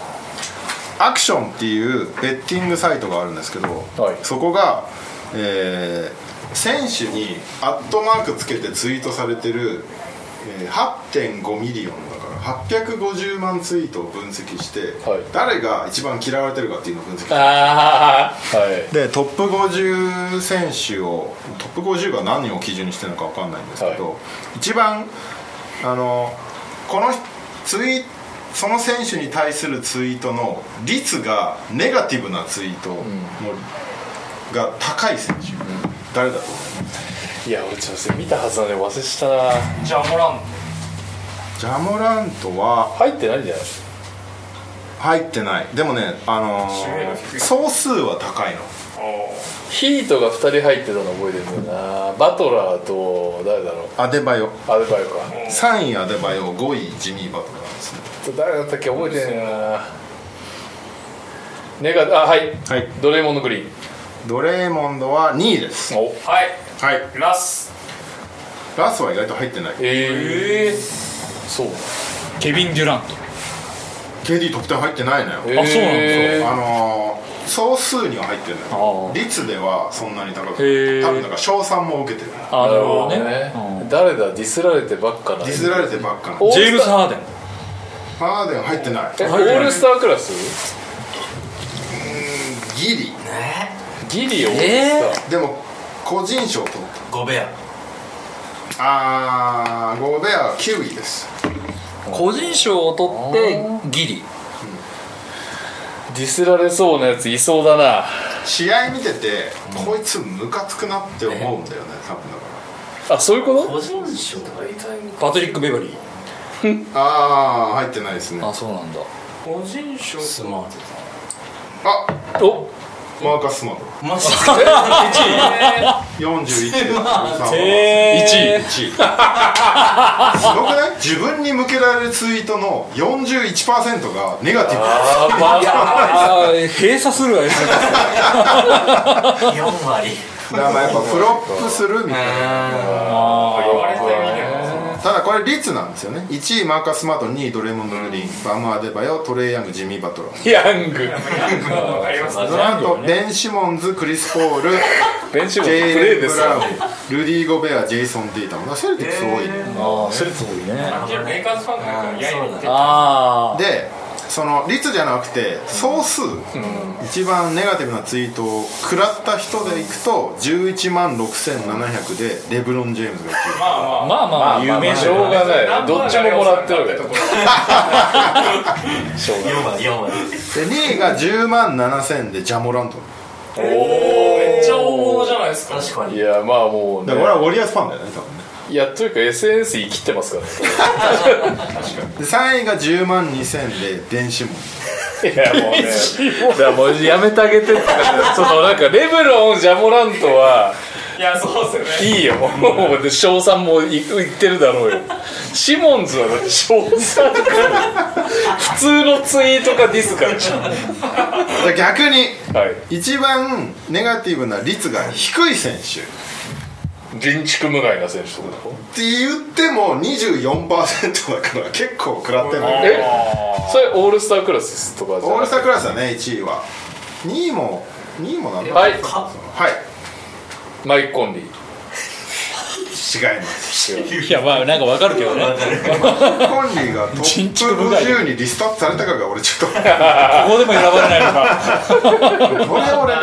アクションっていうベッティングサイトがあるんですけど、
はい
そこが、えー選手にアットマークつけてツイートされてる、えー8.5ミリオンだから850万ツイートを分析して、
はい
誰が一番嫌われてるかっていうのを分析して
ああはい
でトップ50選手をトップ50が何を基準にしてるのか分かんないんですけど、
は
一番あのこのツイその選手に対するツイートの率がネガティブなツイートの、が高い選手、誰だと思います
いや俺ちょっとそれ見たはずなんで忘れしたな
じゃあもらん
ジャモラントは
入ってないんじゃない
入ってないでもね、あのー
低い
総数は高いの
ヒートが2人入ってたの覚えてるんだよなバトラーと誰だろう
アデバヨ
アルバイオか
3位アデバヨ5位ジミー・バトラーですね
誰だったっけ覚えてないなネガあはい、
はい
ドレーモンド・グリーン
ドレーモンドは2位です
お
はい
はい
ラス
ラスは意外と入ってない
ええー、そう
ーケビン・デュラント
KD 得点入ってないのよ、
えー
あそうなんだ
あのー総数には入ってるのよ
あー
率ではそんなに高くない
へー
多分だから賞賛も受けてる
あなるほどねうん
誰だディスられてばっかな
ディスられてばっかな
お
ジェームズ・ハーデン
ハーデン入ってない
えオールスタークラス
ギリ
ギリオールス
でも個人賞取った
ゴベア
あーゴーベア9位です
個人賞を取ってギリ
ター、ディスられそうなやついそうだな
試合見てて、こいつムカつくなって思うんだよね多分だから
あそういうこと
個人 賞
パトリック・ベバリー
ああ入ってないですね
あそうなんだ
個人賞
スマー
あ
お
マーカス・スマート
トマ ジ
41.3
え
ー
1位すごくない自分に向けられるツイートの41%がネガティブ
あまあ
あー閉鎖するわよ
で4割
だからまあやっぱフロップするみたいな
あ
言われてみれば
ただこれ率なんですよね1位マーカス・スマート2位ドレモンド・グリーンバム・アデバヨトレイ・ヤングジミー・バトラー
ヤング
わかります
その後ベン・シモンズクリス・ポール
ベンチ
ジ
もプ
ェイ
レ
レ
ー
ン・
で
ブ
す
ラウ
よ
ンルディ・ゴベアジェイソン・ディータもだからセルティックス多いね
あセルツ多いね
メーカーズファンがいるから嫌になって
あ
でその率じゃなくて総数、一番ネガティブなツイートを食らった人でいくと11万6700でレブロン・ジェームズが1位
まあま
あ
あ
まあまあ有名
し
じゃん
ょうがないどっちももらってるわけだ
と
か
ころ
らしょうがない
4割4割
で2位が10万7000でジャモラント
めっちゃ大物じゃないですか
確か
い
に
やまあもうね
だから俺はウォリアーズファンだよね多分ね
いやというか SNS 生きてますから
で3位が10万2000で電子モン
ねいやもうねだからもうやめてあげてって感じだよそのなんかレブロンジャモラントは
いやそうですよね
いいよもう賞賛もい言ってるだろうよシモンズはだって賞賛から普通のツイートかディスからでしょ
じゃあ逆に
はい
一番ネガティブな率が低い選手
人畜無害な選手ってこと
って言っても24%だから結構食らってるのよ
えそれオールスタークラスとかじ
オ
ゃ
ー
な
ル
く
ス
て
タークラスだね1位は2位も2位もなんだ
はい
かはい
マイク・コンリ
違います
ー
いやまあなんかわかるけどね
コンリーがトップ50にリストアップされたかが俺ちょっとこれ
ここでも選ばれないのか
俺ね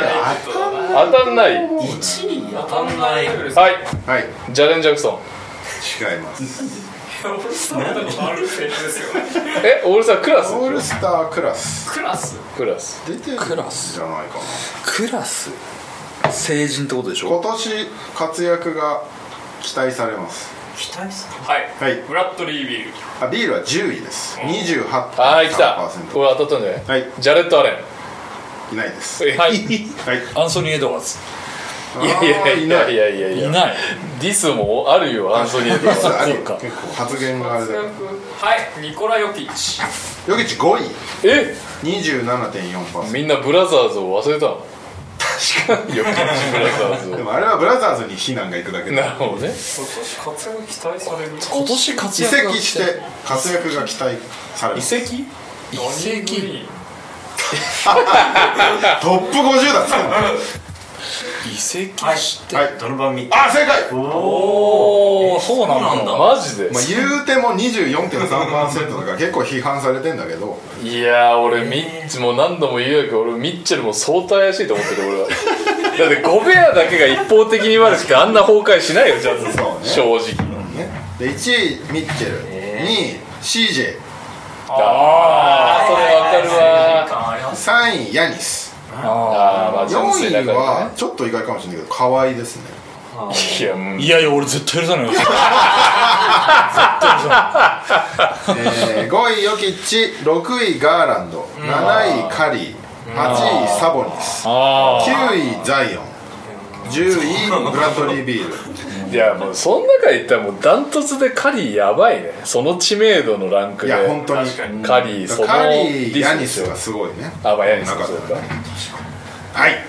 当たんない
当たんないは
1位
当たんないレベルです
い
はい
ジャレン・ジャクソン
違います
オールスターのことある選手ですよね
えオールスタークラス
オールスタークラス
クラス
クラス
出てるんじゃ
ク
ないかな
ラスクラス成人ってことでしょ
今年活躍が期待されます
期待する
はい
はい
ブラッドリー・ビール
あビールは10位です28.3%
ああ来たこれ当たったんじゃない、
はい
ジャレット・アレン
いないです
はいい
はい
アンソニー・エドワーズ
やいやいやい
や
やいやい
い
や
ない
ディスもあるよアンソニー・エドワーズ
ある
そうか
結構発言があれだよ
はいニコラ・ヨキッチ
ヨキッチ5位
え
27.4%
みんなブラザーズを忘れたの確かによくブラザーズを
でもあれはブラザーズに非難がいくだけで
なるほどね
今年活躍期待される
今年活
移
躍が
籍して活躍が期待されます
籍
移籍
トップ50だった
移籍して、
はい
ドルバン・ミッキー
あ正解ま
おおそうなんだ
マジ
あ
で、
言うても24.3%だから結構批判されてんだけど
いやー俺ミッチも何度も言うやけど俺ミッチェルも相当怪しいと思ってる俺は だってゴベアだけが一方的に悪くてあんな崩壊しないよジャズ、
そうね
正直
ねで1位ミッチェル2位 CJ3
ああそれわかるわ
感あります
位ヤニス
あ
あーま
4
あ純粋だ
位
からね
はちょっと意外かもしれないけど河合ですね
いやもう
ーいやいや俺絶対許さないよ
えー5位ヨキッチ6位ガーランド7位カリー8位サボニス
あ
9位ザイオン10位ブラッドリー・ビール
いやもうその中で言ったらもうダントツでカリーやばいねその知名度のランク
い
で
や本当に
確かに
カリーその
カリー・ヤニス
ディ
がすごいね
あまあヤニスも
な
そう
ったね
か
はい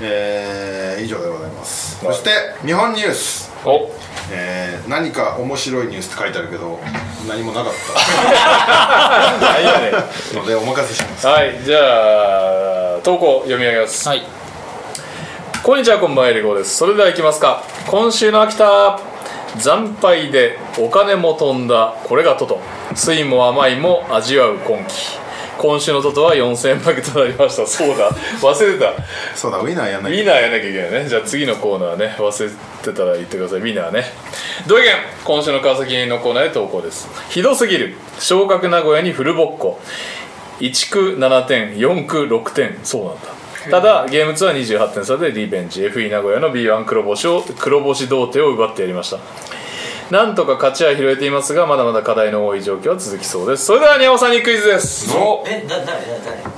えー、以上でございますそして日本ニュース、
お
えー、何か面白いニュースって書いてあるけど何もなかっ
あいいよね
たのでお任せします
はいじゃあ投稿読み上げます
はい
こんにちはこんばんはりこですそれでは行きますか今週の秋田惨敗でお金も飛んだこれがトト酸いも甘いも味わう今季今週のトトは4000円負けとなりましたそうだ忘れてた
そうだウィナーやんな
ウィ
い
ナーやんなきゃいけないねじゃあ次のコーナーね忘れてたら言ってくださいウィナーね土井源今週の川崎のコーナーへ投稿ですひどすぎる昇格名古屋にフルボッコ1区7点4区6点そうなんだただゲーム2は28点差でリベンジ FE 名古屋の B1 黒星を黒星童貞を奪ってやりましたなんとか勝ちは拾えていますがまだまだ課題の多い状況は続きそうですそれでは宮尾さんにクイズです
えだ誰誰誰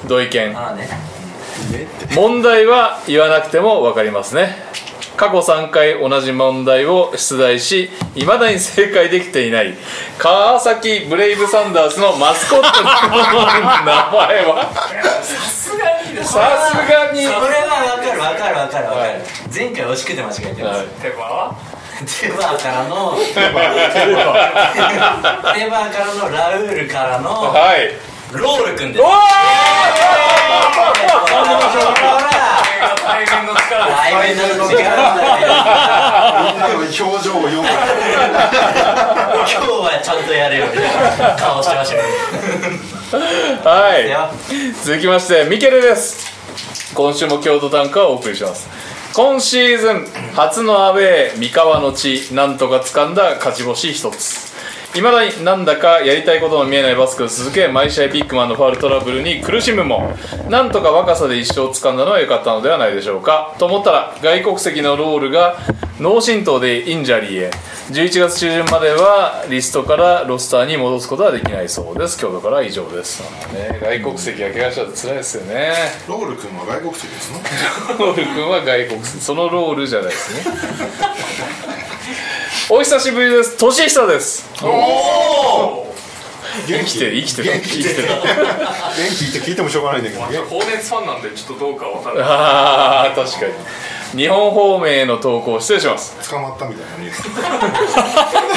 土井健
ああね
問題は言わなくても分かりますね過去3回同じ問題を出題しいまだに正解できていない川崎ブレイブサンダースのマスコットの名前はさすがに
それ
さ
は分かる分かる分かる分かる前回惜しくて間違えて
すが
ます
に
手羽
テバーから の テバーからのラウールからの
はい
ロール君で す
おー
この
これが対面の力です
ライブの違うんだよ
みんなの表情を読む
今日はちゃんとやるよみたいな顔してましたけど
はい続きましてミケルです今週も京都短歌をお送りします今シーズン初のアウェー三河の地なんとか掴んだ勝ち星一ついまだになんだかやりたいことの見えないバスク鈴木は毎試合ビッグマンのファウルトラブルに苦しむもなんとか若さで一生掴んだのは良かったのではないでしょうかと思ったら外国籍のロールが脳震盪でインジャリーへ11月中旬まではリストからロスターに戻すことはできないそうです今日からは以上です、ね、外国籍が怪我しちゃって辛いですよね
ロール君は外国籍ですの
ロール君は外国籍そのロールじゃないですね お久しぶりです年下です生きてる生きてる生きてる
元気って聞いてもしょうがないんだけど
高熱ファンなんでちょっとどうかわかんない
あー確かに日本方面への投稿失礼します
捕まったみたいなニュース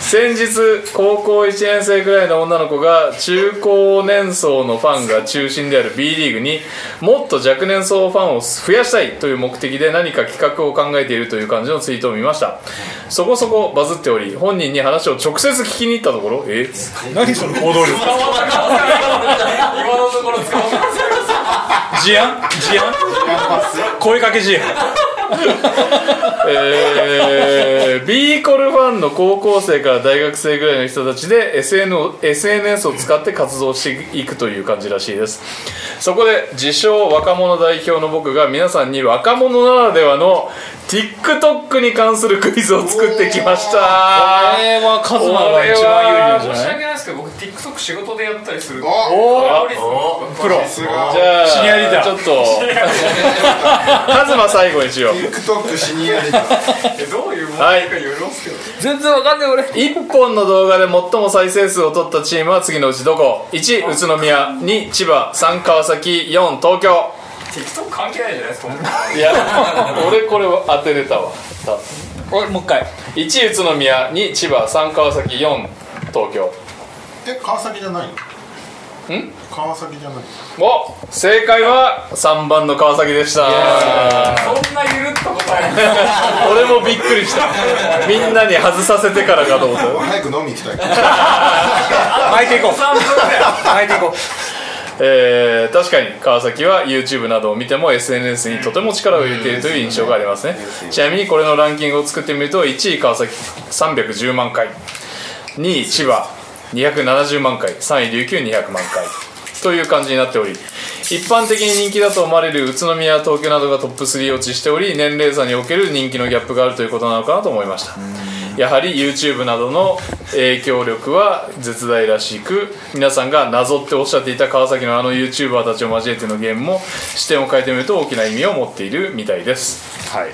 先日高校1年生ぐらいの女の子が中高年層のファンが中心である B リーグにもっと若年層ファンを増やしたいという目的で何か企画を考えているという感じのツイートを見ましたそこそこバズっており本人に話を直接聞きに行ったところえ
何その行動力
今のところ使わない
事案事案声かけ事案
えー、ビーコルファンの高校生から大学生ぐらいの人たちで SN を SNS を使って活動していくという感じらしいですそこで自称若者代表の僕が皆さんに若者ならではの TikTok に関するクイズを作ってきました
これはカズマが一番有利なんじゃ
申し
ない
訳ないですけど僕 TikTok 仕事でやったりする
お
アルゴリズム
プロすが
じゃあ
シニアリーダー
ちょっとカズマ最後にしよう
TikTok シニアリーダー
えどういうものかによりますけど、
全然わかんない俺
1本の動画で最も再生数を取ったチームは次のうちどこ1宇都宮2千葉3川崎4東京
TikTok 関係ないじゃないですか
いや俺これを当てれたわ
おいもう一回
1宇都宮2千葉3川崎4東京
え川崎じゃないのん川崎じゃない
お正解は3番の川崎でした
そんなゆるっと答えない
俺もびっくりしたみんなに外させてからかと思った
早く飲み行きたい
巻いていこう巻いていこ
えー確かに川崎は YouTube などを見ても SNS にとても力を入れているという印象がありますねちなみにこれのランキングを作ってみると1位川崎310万回2位千葉270万回3位琉球200万回という感じになっており一般的に人気だと思われる宇都宮東京などがトップ3落ちしており年齢差における人気のギャップがあるということなのかなと思いました やはり YouTube などの影響力は絶大らしく皆さんがなぞっておっしゃっていた川崎のあの YouTuber たちを交えてのゲームも視点を変えてみると大きな意味を持っているみたいですはい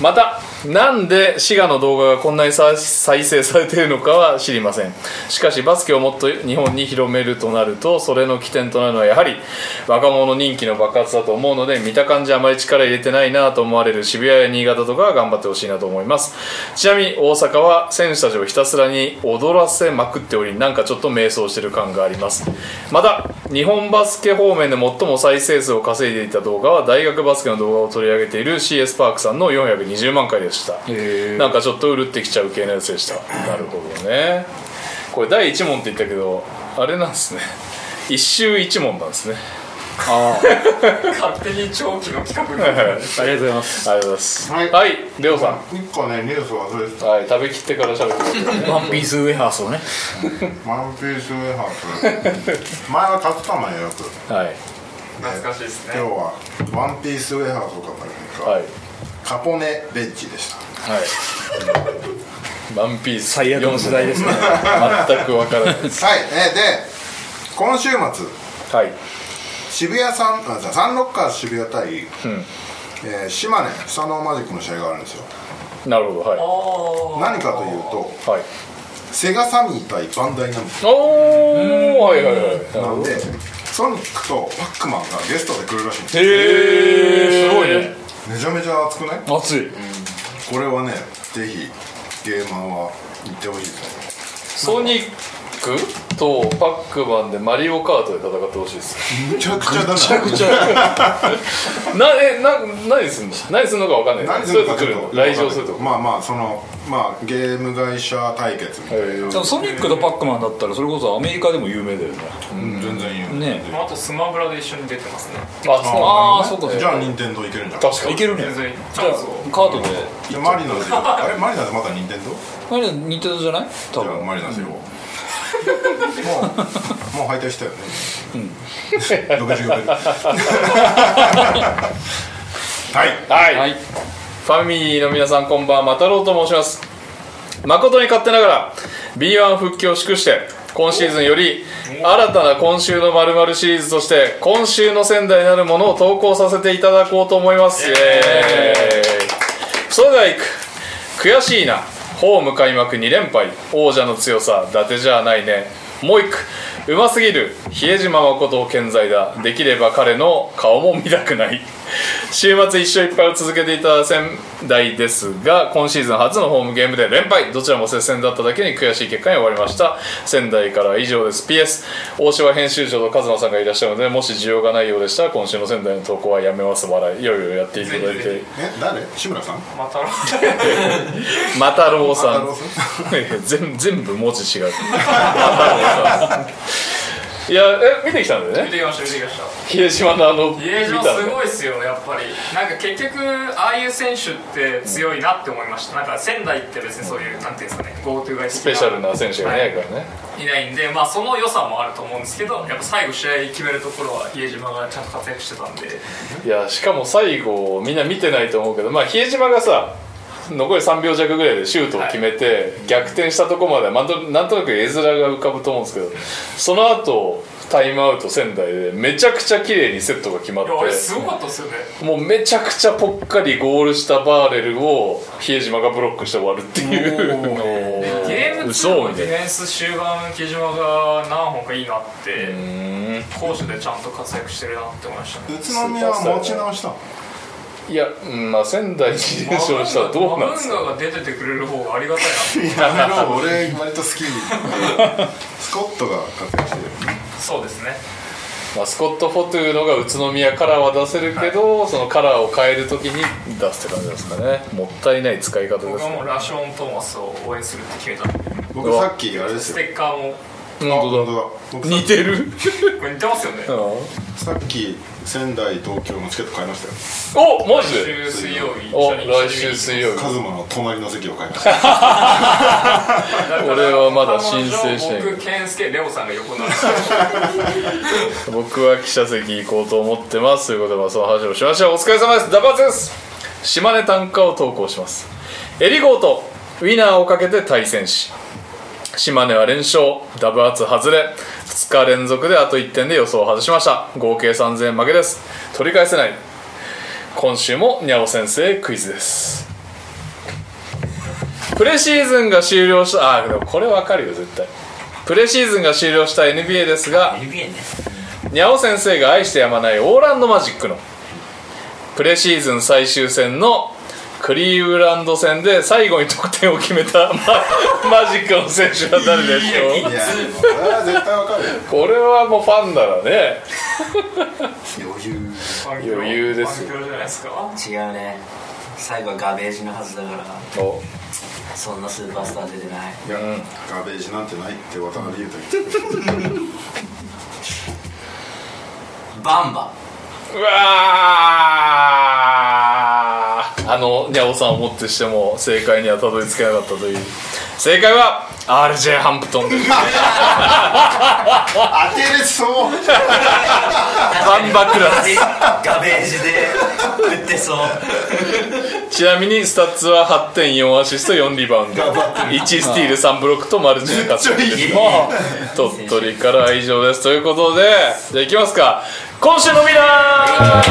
またなんで滋賀の動画がこんなにさ再生されているのかは知りませんしかしバスケをもっと日本に広めるとなるとそれの起点となるのはやはり若者人気の爆発だと思うので見た感じあまり力入れてないなと思われる渋谷や新潟とかは頑張ってほしいなと思いますちなみに大阪は選手たちをひたすらに踊らせまくっておりなんかちょっと迷走してる感がありますまた日本バスケ方面で最も再生数を稼いでいた動画は大学バスケの動画を取り上げている CS パークさんの420万回でしたなんかちょっとうるってきちゃう系のやつでしたなるほどねこれ第1問って言ったけどあれなんですね一周一問なんですね
勝手に長期の企画
は
に
いありがと
うあり
う
がとうございます
ございます
は
はいい、レオさ
一個ねニュース忘れて
ん、はい、食べきってから喋ってください
ワンピースウェハースをね
たワンピースウェハース前は買ってたのよよく
はい
懐かしいです
今
ね
日はワンピースウェハースを買ったんだけど
はい
カポネベッジでした
はいワンピース
最悪の世代ですね
全くわからないです
はいえで今週末
はい
渋谷サンあじゃあサンロッカーズ渋谷対、
ん
えー島根スサノーマジックの試合があるんですよ
なるほどはい
何かというと
はい
セガサミー対バンダイナム
おおはいはいはいなる
コ
ほ
なん
ど
でソニックとパックマンがゲストで来るらしいんですよ
へえすごいね
めちゃめちゃ熱くない
熱い
これはねぜひゲーマーは行ってほしいですね
ソニックとパックマンでマリオカートで戦ってほしいです
むちゃくちゃだな
ちゃなえな何すんの何すんのかわかんない
何するか
と
ち
り
ょ
あえ
っ
ず
と
来場するとこ
まあまあそのまあゲーム会社対決みたいな、
へえ
でもソニックとパックマンだったらそれこそアメリカでも有名だよね
うん、全然いいよ
ね
あとスマブラで一緒に出てますね
あそう
ああ
な
そ
ん
うか
だ
そう
じ
か
ゃあ任天堂いけるんじゃん
確かに
いけるね
全然チ
じゃ
ャンスを
あカートで
じゃあマリナーズあれマリナーズまだ任天堂
あれ似てたじゃない多
じゃあ
分
マリナーズよ、もうもう敗退したよねうん60が出るはい
はい、
はい
ファミリーの皆さんこんばんはまたろうと申します誠に勝手ながら B1 復帰を祝して今シーズンより新たな今週の〇〇シリーズとして今週の仙台なるものを投稿させていただこうと思いますイエーイそれではいく悔しいなホーム開幕2連敗王者の強さ伊達じゃないねもう一句うますぎる比江島誠健在だできれば彼の顔も見たくない週末一勝一敗を続けていた仙台ですが今シーズン初のホームゲームで連敗どちらも接戦だっただけに悔しい結果に終わりました仙台からは以上です PS 大島編集長と和馬さんがいらっしゃるのでもし需要がないようでしたら今週の仙台の投稿はやめます笑いいよいよやっていただい
ぜひぜ
て
え誰志村さん
またろ
またろうさ
またろうんさん
全全部文字違ういやえ見てきたんだよね
見てきました見てきました
比江島のあの
比江島
見たんだ
すごいっすよやっぱりなんか結局ああいう選手って強いなって思いましたなんか仙台って別にそういうなんていうんですかね GoTo が
スペシャルな選手がいないからね、
いないんでまあその良さもあると思うんですけどやっぱ最後試合決めるところは比江島がちゃんと活躍してたんで
い、やしかも最後みんな見てないと思うけどまあ比江島がさ残り3秒弱ぐらいでシュートを決めて、逆転したとこまではまんとなんとなく絵面が浮かぶと思うんですけどその後タイムアウト仙台でめちゃくちゃ綺麗にセットが決まっ
い
て
やあれすごかったっすよね
もうめちゃくちゃぽっかりゴールしたバーレルを比江島がブロックして終わるっていう
ゲーム2
そう
のディフ
ね
ェンス終盤比江島が何本かいいなって攻守でちゃんと活躍してるなって思いましたね
宇都宮は持ち直したの
いや、うんまあ、仙台に優勝したらどうなんです
マ
か
ブンガが出ててくれる方がありがたいなって
やめろ俺割と好きスコットが活躍してる
そうですね
まあ、スコット・フォトゥーのが宇都宮カラーは出せるけど、そのカラーを変えるときに出すって感じですかねもったいない使い方で
僕
す
はも
ね
うラショーン・トーマスを応援するって決めたんで
僕さっきあれです
ス
よ
テッカーも
本当だ
だ僕さ
似てる
これ似てますよね
さっき仙台東京のチケット買いましたよ
おマ
来
ジで
週水曜日
お来週水曜日
カズマの隣の席を買いました
俺はまだ申請してない
ない僕健介レオさんが横になる
僕は記者席行こうと思ってますということでまあその話をしましょうお疲れ様ですダバーツです島根短歌を投稿しますエリゴーとウィナーをかけて対戦し島根は連勝ダブアツ外れ2日連続であと1点で予想を外しました合計3000円負けです取り返せない今週もにゃお先生クイズですプレシーズンが終了したあでもこれわかるよ絶対プレシーズンが終了した NBA ですが
NBA ね
にゃお先生が愛してやまないオーランドマジックのプレシーズン最終戦のクリーブランド戦で最後に得点を決めたマ マジックの選手は誰でしょ
いやこれは絶対わかるよ
うこれはもうファンならね
余裕
余裕ですよ
環境じゃないですか
違うね最後はガベージのはずだから
お
そんなスーパースター出てない
いや、ガベージなんてないって渡辺裕太言ってる
バンバ
うわーあのにゃおさんをもってしても正解にはたどり着けなかったという正解は RJ ハンプトンです
当てれそう
バンバクラス
ガベージで打ってそう
ちなみにスタッツは8.4アシスト4リバウンド1スティール3ブロックとマルチで活躍ですもう鳥取からは以上ですということでじゃあいきますか今週のミラーち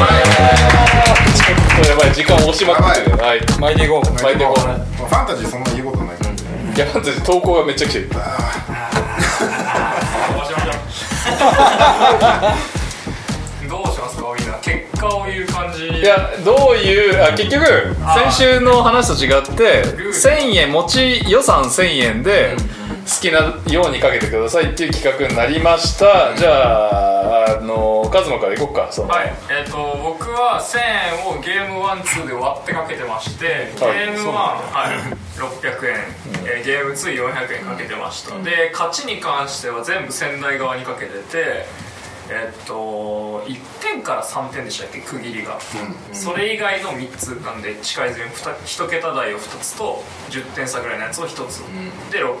ょっとやばい時間押しまくってるはい
巻いていこう
巻いていこう
ファンタジーそんな言うことないからね
いやまず投稿がめっちゃ来てる
どうしましょうどうしますかみんな結果を言う感じ
いやどういうあ結局先週の話と違って
ルール
1000円持ち予算1000円できなようにかけてくださいっていう企画になりましたじゃああのカズマからいこうかその
はい、えっ、と僕は1000円をゲームワンツーで割ってかけてまして、
はい
ゲームワンはい600円、えーゲームツー400円かけてました、で勝ちに関しては全部仙台側にかけててえっ、と1点から3点でしたっけ区切りが、それ以外の3つなんで近い順ふた1桁台を2つと10点差ぐらいのやつを1つ、で600円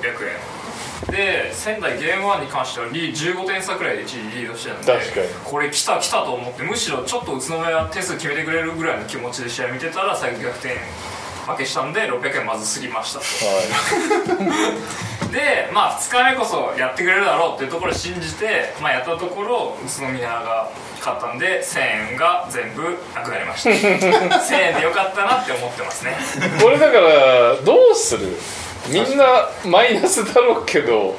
で仙台ゲームワンに関してはリー15点差くらいで一時リードしてたんで
確かに
これ来た来たと思ってむしろちょっと宇都宮点数決めてくれるぐらいの気持ちで試合見てたら最後逆転負けしたんで600円まず過ぎましたと でまあ2日目こそやってくれるだろうっていうところを信じて、まあ、やったところ宇都宮が勝ったんで1000円が全部なくなりました1000円でよかったなって思ってますね
これだからどうするみんなマイナスだろうけど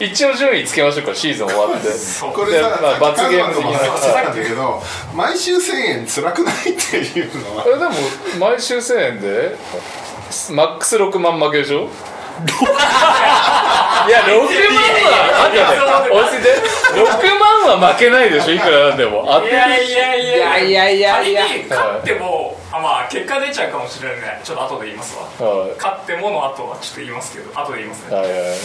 一応順位つけましょうかシーズン終わって
そう
これさ、
まあ罰ゲーム的
の
な
さっきなんだけど毎週1000円辛くないっていうのは
えでも毎週1000円でマックス6万負けで しょいや6万は待って待って落ち着いて6万は負けないでしょいくらなんでも当て
い
る
やいやいや
いやいやいや
仮に勝ってもあまあ結果出ちゃうかもしれないちょっと後で言いますわ
はい
勝ってもの後はちょっと言いますけど後で言いますね
はいはい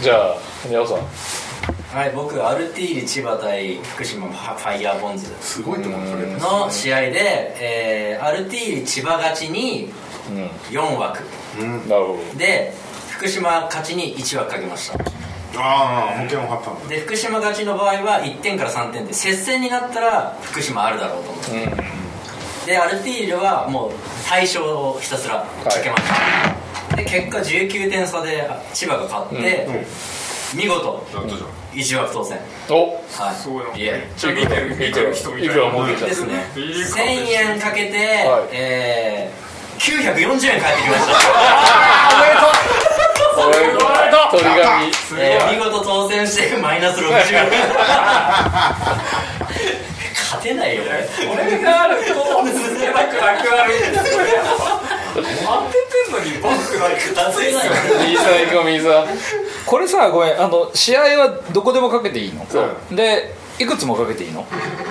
じゃあニャオさん
はい僕アルティーリ千葉対福島ファイヤーボンズ
すごいと思うそれ
の試合で、えーアルティーリ千葉勝ちに4枠
なるほど
で福島勝ちに1枠かけました
ああ保険を張ったんだ
で福島勝ちの場合は1点から3点で接戦になったら福島あるだろうと思って、でアルティールはもう対象をひたすらかけました、で結果19点差で千葉が勝って、見事
やったじゃん
1枠当選
お
はい
すごいなめ
い
っ
え
ちゃ見てる見てる人みたい
いくら儲
な
けちゃっ
で
た
すね
いい
1000
顔でした
円かけて、
はい
えー940円返ってきました
おめでとう鳥紙
えー見事当選してマイナス60勝てないよこれ
これがあるとすげえバックなくなるんですよね当ててんのにバックなくな
勝てないよ
右さん行こう右さん
これさごめんあの試合はどこでもかけていいの
そう
でいくつもかけていいの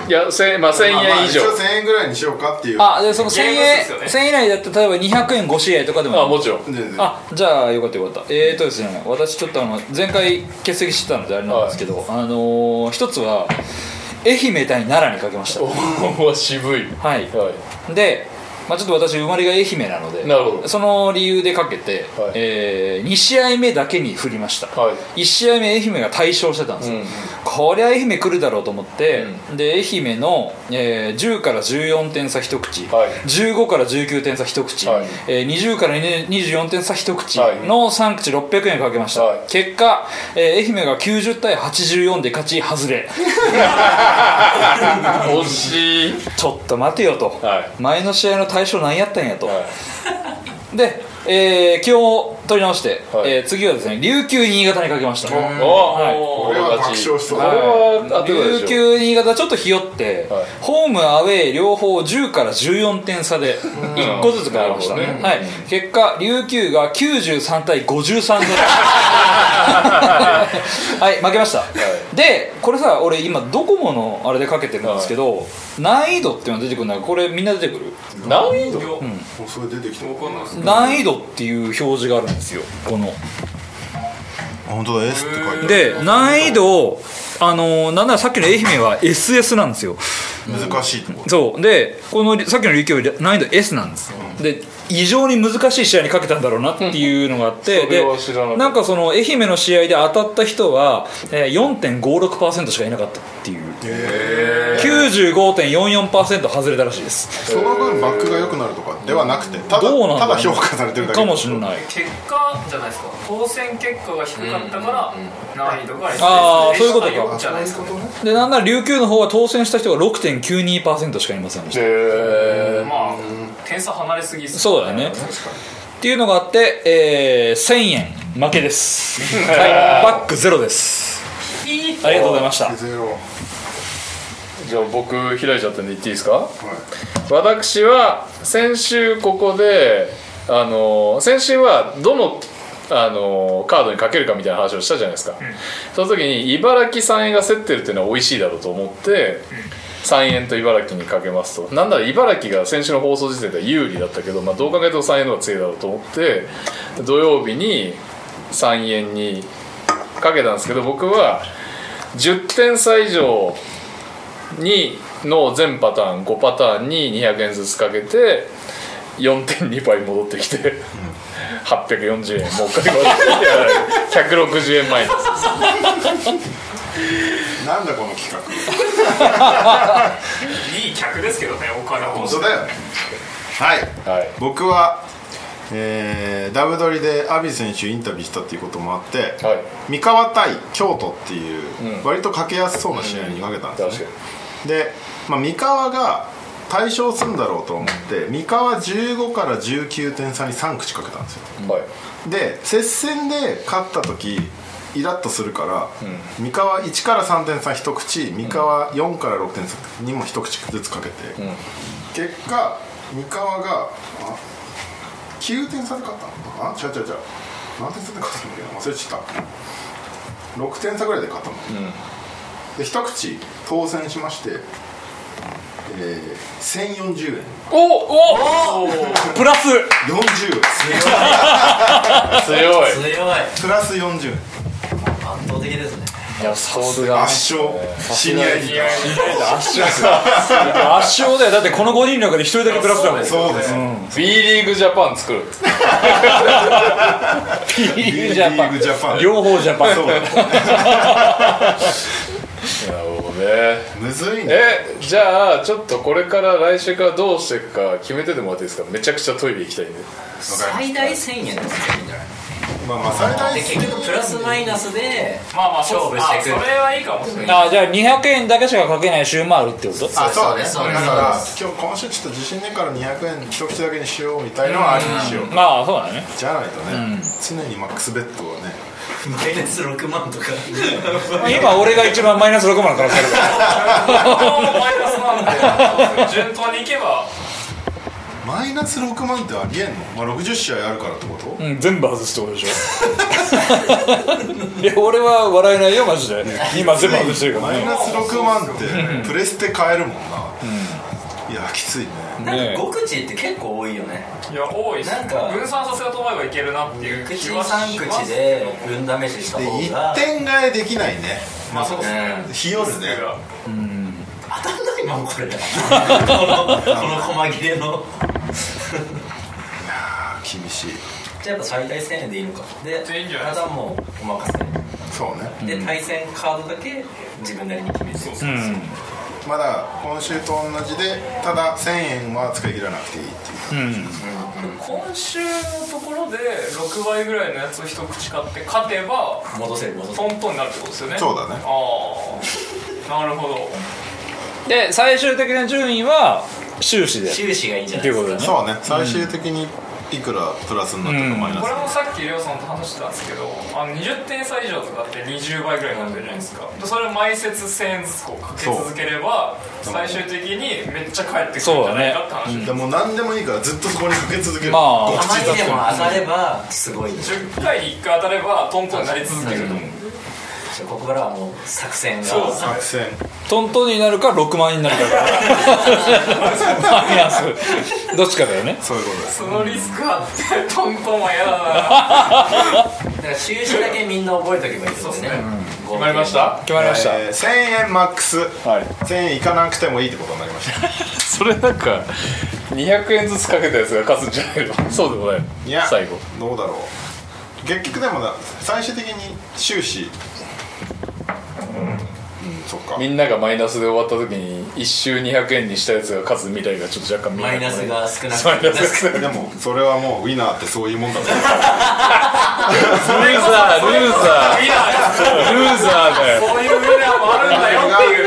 いやせんまあ1000
まあ
円以上
一応1000円ぐらいにしようかっていう
あでその1000
ゲームで
円
すよね
1000円以内だったら例えば200円5試合とかでも
あもちろん
全然
あじゃあよかったよかったえーとですね私ちょっとあの前回欠席してたのであれなんですけど、あのー、一つは愛媛対奈良にかけました
おお渋い
はい
はい
で、まあ、ちょっと私生まれが愛媛なので
なるほど
その理由でかけて、
はい
え2試合目だけに振りました、
はい
1試合目愛媛が大勝してたんですよ、
うん
こりゃ愛媛来るだろうと思って、で愛媛の、えー10から14点差一口、
はい
15から19点差一口、
はい
えー20から24点差一口
はい
の3口600円かけました、
はい
結果、えー愛媛が90対84で勝ち 外れ
惜しい
ちょっと待てよと、
は
前の試合の対象何やったんやと、
はい
で、えー、気を取り直して、
はい
えー次はですね琉球新潟にかけました
お
はい
お
これは爆笑しそう
これは当てるでしょ
琉球新潟ちょっとひよって、
はい
ホームアウェー両方10から14点差で1個ずつ変えました、
なるほどね
はい、結果琉球が93対53で はい負けました、でこれさ俺今ドコモのあれでかけてるんですけど、難易度っていうのが出てくるんだけどこれみんな出てくる
難易度
もうそれ出てきた
わかんないです
難易度っていう表示があるんですよこの
本当だ S って書いて
で難易度をあのーなんならさっきの愛媛は SS なんですよ
難しいとこ
そうでこのさっきの琉球より難易度 S なんですで異常に難しい試合にかけたんだろうなっていうのがあって
それは知らなかった
でなんかその愛媛の試合で当たった人はえー4.56%しかいなかったっていう95.44%外れたらしいです
その分バックが良くなるとかではなくてただ
どうなん
た
だろう
だ評価されてるだけ
かもしれない
結果じゃないですか当選結果が低かったから難易度が
あーそういうことか
じゃないですか
でなんなら琉球の方は当選した人が6.92%しかいませんでした
へー
まあ点差離れすぎっす
そうだよねっていうのがあって、えー、1000円負けです、はい、バックゼロですありがとうございました
ゼロ
じゃあ僕開いちゃったんで言っていいですか私は先週ここであの先週はどのあのカードにかけるかみたいな話をしたじゃないですか、その時に茨城3円が競ってるっていうのは美味しいだろうと思って、3円と茨城にかけますとなんなら茨城が先週の放送時点では有利だったけど、まあ、どう考えても3円の方が強いだろうと思って土曜日に3円にかけたんですけど僕は10点差以上にの全パターン5パターンに200円ずつかけて4.2倍戻ってきて、840円もう一回戻ってきて160円前です
なんだこの企画
いい客ですけどねお金
本
も
当だよねはい
はい
僕はえーダブドリで阿炎選手インタビューしたっていうこともあって、
はい
三河対京都っていううん割とかけやすそうな試合にかけたんです
確
ね、で、まあ、三河が大勝するんだろうと思って三河15から19点差に3口かけたんですよ
かにはい
で接戦で勝った時イラッとするから、三河1から3点差一口三河4から6点差にも一口ずつかけて、
ん
結果三河があ9点差で勝ったのかな違う違う違う何点差で勝ったんだっけな忘れちゃった6点差ぐらいで勝ったの、で一口当選しまして、えー、1040円
プラス
40円
強い
強い
プラス40円
圧倒的ですね
いやさすが
圧勝シニア入りだ
圧勝だよだってこの5人の中で1人だけプラスだもん
そうです、
B リーグジャパン作る
B リーグジャパン
両方ジャパン
そうだ
なるほどね
むずいね
えじゃあちょっとこれから来週からどうしていくか決めててもらっていいですかめちゃくちゃトイレ行きたいんで
最大1000円ですよいいんじゃない
まあまあ最大
で結局プラスマイナスで
まあまあそう
勝負してくる
あそれはいいかも しれない
あじゃあ200円だけしかかけない週もあるってこと
あそうね
そう
だ
です
から今日今週ちょっと自信ねえから200円一口だけにしようみたいのはありにしよう
まあそうだね
じゃないとね常にマックスベッドはね
マイナス6万 とか
今俺が一番マイナス6万の可能性あるか ら
このマイナスなんで順当にいけば
マイナス6万ってありえんのまあ60試合あるからってこと
うん、全部外すってことでしょ いや俺は笑えないよマジで今全部外してるから
マイ
ね
ナス6万ってプレステ買えるもんないやきついね
なん
ね
か5口って結構多いよね
いや多いし
なんか
分散させようと思えばいけるなっていう
口
気はします
3
けど
口で運試しした
で
方が
1点替えできないね
まあそうですね
うん
日和るね
当たんないもんこれこのこの細切れの
あ厳しい
じゃあやっぱ最大1000円でいいのかで
いいんじゃない
ただもうお任
そうね
せで対戦カードだけ自分なりに決めて
まだ今週と同じでただ1000円は使い切らなくていいっていう
今週のところで6倍ぐらいのやつを一口買って勝てば
戻せる戻せる
トントンになるってことですよね
そうだね
ああなるほど
で最終的な順位は終始でっ
収支がいいんじゃな
て
い
い
で
う
す
こ
か
とだね
そうね最終的にいくらプラスになったかマイナ
こ
ス
れもさっきりょうさんと話してたんですけどあの20点差以上とかって20倍ぐらいになってるじゃないですかでそれを毎節1000円ずつこうかけ続ければ最終的にめっちゃ返ってくるんじゃないかって話、
でもう何でもいいからずっとそこにかけ続ける
まあ
ご
たま
口
に
雑
でも
に
当たればすごいでしょ
10回に1回当たればトントンになり続けると思う
じゃあここからはもう作戦が
そう
作戦
トントンになるか6万円になるかマイナスどっちかだよね
そういうことです
そのリスクあってトントンは嫌だな
だから収支だけみんな覚えとけばいいですよね決
決まりました
決まりました、
えー1000円マックス、
はい
1000円いかなくてもいいってことになりました
それなんか200円ずつかけたやつが勝つんじゃないのそうでもない
いや
最後
どうだろう結局でもな最終的に終始うん、うん、そっか
みんながマイナスで終わった時に1周200円にしたやつが勝つ未来がちょっと若干見え
マ
な
イ
くな
ナ
る
スが少なく
マイ
て
ナスが
でもそれはもうウィナーってそういうもんだから
ルーザールーザ
いや
ールーザーだよ
そういう未来もあるんだよっていう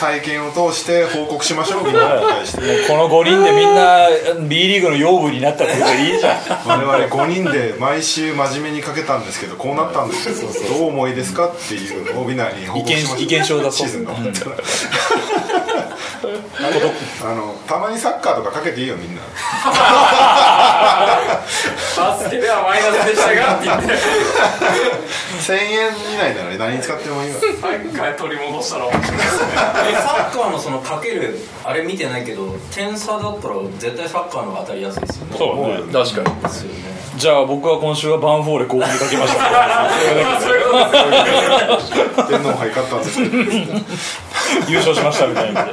体験を通して報告しましょうみんなに対して
この5人でみんな B リーグの養分になったってこといいじ ゃん
我々5人で毎週真面目にかけたんですけどこうなったんですけどどう思いですかっていうのをみんなに報
意
告しましょう
見意見書だそう
シーズンが終わったらあのたまにサッカーとかかけていいよみんな
バスケではマイナスでしたがって言って
1000円以内なら何に使ってもいいわ
何回取り戻したら面白いですね
えサッカーのそのかけるあれ見てないけど点差だったら絶対サッカーの方が当たりやすいですよね
そうね確かに
ですよね
じゃあ僕は今週はバンフォーレ興奮で書きました
そういうことです
天皇杯勝ったんですけど
優勝しましたみたいな
は い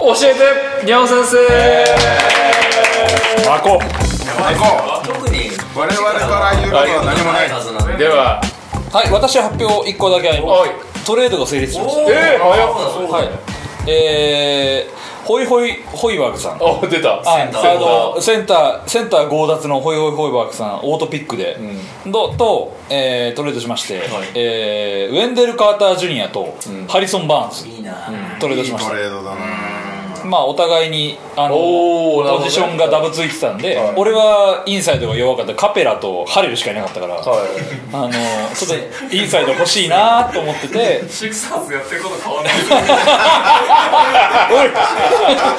教えてにゃお先生まこ
行こ
特に
う我々から言うことは何もない
はずなんで
では
はい私発表1個だけありま
おい
すトレードが成立しました
えー早っ
はいえー、ホイホイホイワークさん
あ出た
はい
ンター
あのセンターセンター強奪のホイホイホイワークさんオートピックで、どと、えートレードしまして、えーウェンデル・カーター・ジュニアと、ハリソン・バーンズ
いいな、
トレ
い
ード
い
しまし
ト
た
レードだな
まあお互いにあの
おーなるほどね
ポジションがダブついてたんで、
はい
俺はインサイドが弱かったカペラとハレルしかいなかったから、
はい
あのちょっとインサイド欲しいなと思ってて
シクサーズやってること変わんない
おい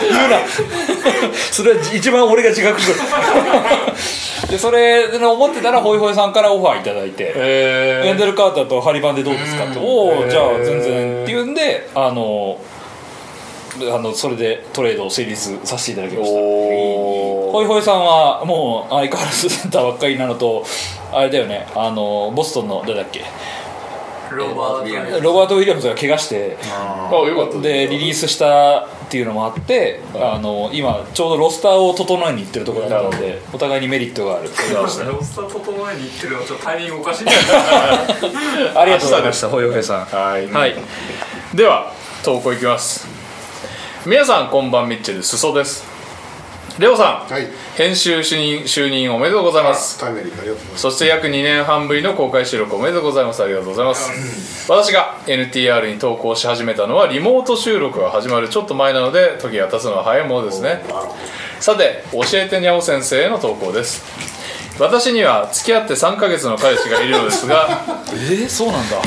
言うなそれは一番俺が自覚してるでそれで思ってたらホイホイさんからオファーいただいて、
え
エンデル・カーターとハリバンでどうですかって、おお、じゃあ全然っていうんであのあのそれでトレードを成立させていただきました
お
ホイホイさんはもう相変わらずセンターばっかりなのとあれだよねあのボストンの誰だっけ
ロバート・ビアン
ロバート・ウィリアムズが怪我して
あよかった
でリリースしたっていうのもあってあの今ちょうどロスターを整えにいってるところなのでお互いにメリットがある
ロスター整えに行ってるのちょっとタイミングおかしいんだ
ありがとうございましたホイホイさん
はい、では投稿いきます皆さんこんばんみっちェルすそですレオさん、
はい
編集就任就任おめでとうございます
タイムリーありがとうございます
そして約2年半ぶりの公開収録おめでとうございますありがとうございます私が NTR に投稿し始めたのはリモート収録が始まるちょっと前なので時が経つのは早いものですねさて教えてにゃお先生への投稿です私には付き合って3ヶ月の彼氏がいるのですが
えー、そうなんだ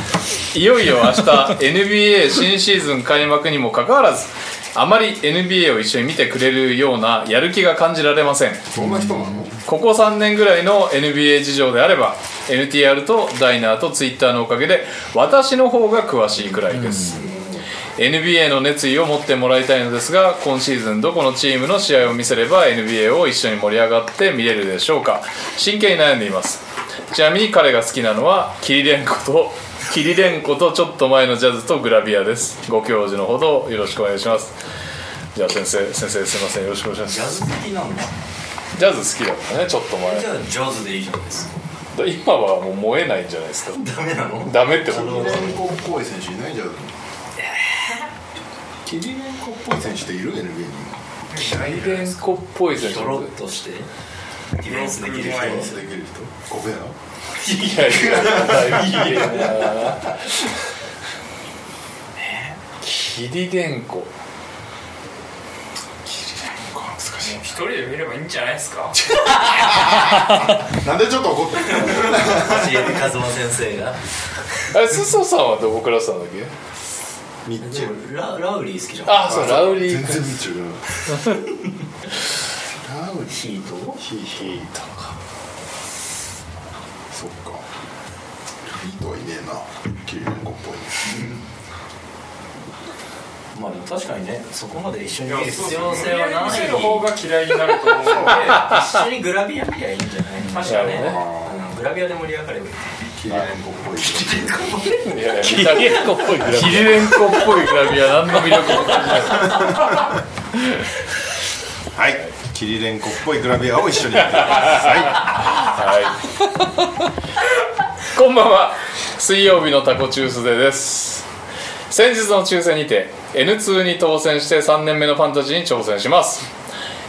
いよいよ明日 NBA 新シーズン開幕にもかかわらずあまり NBA を一緒に見てくれるようなやる気が感じられません
そんな人なの
ここ3年ぐらいの NBA 事情であれば NTR とダイナーと Twitter のおかげで私の方が詳しいくらいです、NBA の熱意を持ってもらいたいのですが今シーズンどこのチームの試合を見せれば NBA を一緒に盛り上がって見れるでしょうか真剣に悩んでいますちなみに彼が好きなのはキリレンコとキリレンコとちょっと前のジャズとグラビアですご教授のほどよろしくお願いしますじゃあ先生先生すいませんよろしくお願いします
ジャズ好きなんだ
ジャズ好きだったねちょっと
じ
前
ゃあジャズでいいじゃないですか
今はもう燃えないんじゃないですか
ダメなの
ダメってこ
キリ
と
レンコっぽい選手いない じゃんキリレンコっぽい選手っている NBA にキリ
レンコっぽい選手
ドロッとしてディフェンスできる人
前にできる人ゴベア
いやいやいやいやキリレンコ
一人で見ればいいんじゃないですか
なんでちょっと怒ってる
教えて和馬先生が
あれすそさんはどこクラスなんだっけ
ミッチェル
でもララウリー好きじゃん
あそうラウリ
全
ー
然ミッチェルだなラウリ
ヒート
ヒーヒーとかそっかヒートはいねえなキリレンコっぽい
まあでも確かにねそこまで一緒に見る必
必
要
要
性
性
は
は
ない
ないの方が嫌いになると 思うので
一緒にグラビア見りゃいいんじゃない確かにね
なる
うんグラビアで盛り上がればいい
キリレンコっぽい
いやいやキリレンコっぽいグラビアキリレンコっぽいグラビア何の魅力も感じない
はいキリレンコっぽいグラビアを一緒にやってください
はい。 こんばんは。水曜日のタコチュースデーです。先日の抽選にて N2 に当選して3年目のファンタジーに挑戦します。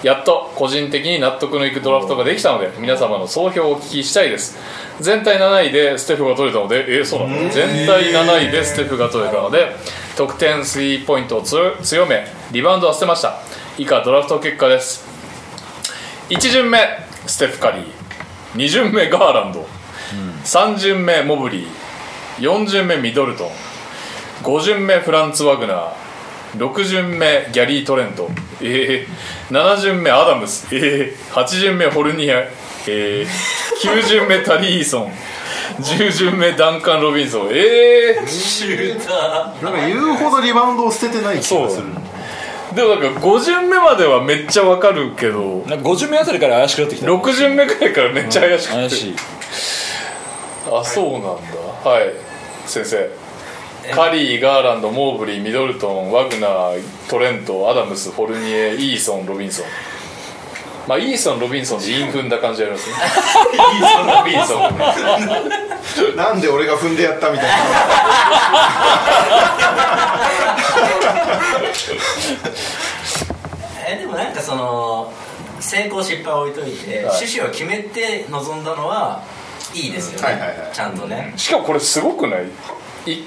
やっと個人的に納得のいくドラフトができたので皆様の総評をお聞きしたいです全体7位でステフが取れたのでえーそうなの全体7位でステフが取れたので得点スリーポイントをつ強めリバウンドは捨てました以下ドラフト結果です1巡目ステフ・カリー2巡目ガーランド、3巡目モブリー4巡目ミドルトン5巡目フランツ・ワグナー6巡目ギャリー・トレント、えー、7巡目アダムス、えー、8巡目ホルニア、えー、9巡目タリー・イーソン10巡目ダンカン・ロビンソンえー、
なんか言うほどリバウンドを捨ててない気がす
そ
る
でもなんか5巡目まではめっちゃわかるけど
なんか50名あたりから怪しくなってきた
6巡目くらいからめっちゃ怪しくて、
怪しい
あそうなんだはい先生カリー、ガーランド、モーブリー、ミドルトン、ワグナー、トレント、アダムス、フォルニエ、イーソン、ロビンソン。まあ、イーソン、ロビンソンって韻踏んだ感じありますね。イーソン、ロビンソン。
なんで俺が踏んでやったみたいな
えでもなんかその成功失敗は置いといて、趣旨を決めて臨んだのはいいですよね、
はいはいはい
ちゃんとね、
しかもこれすごくないい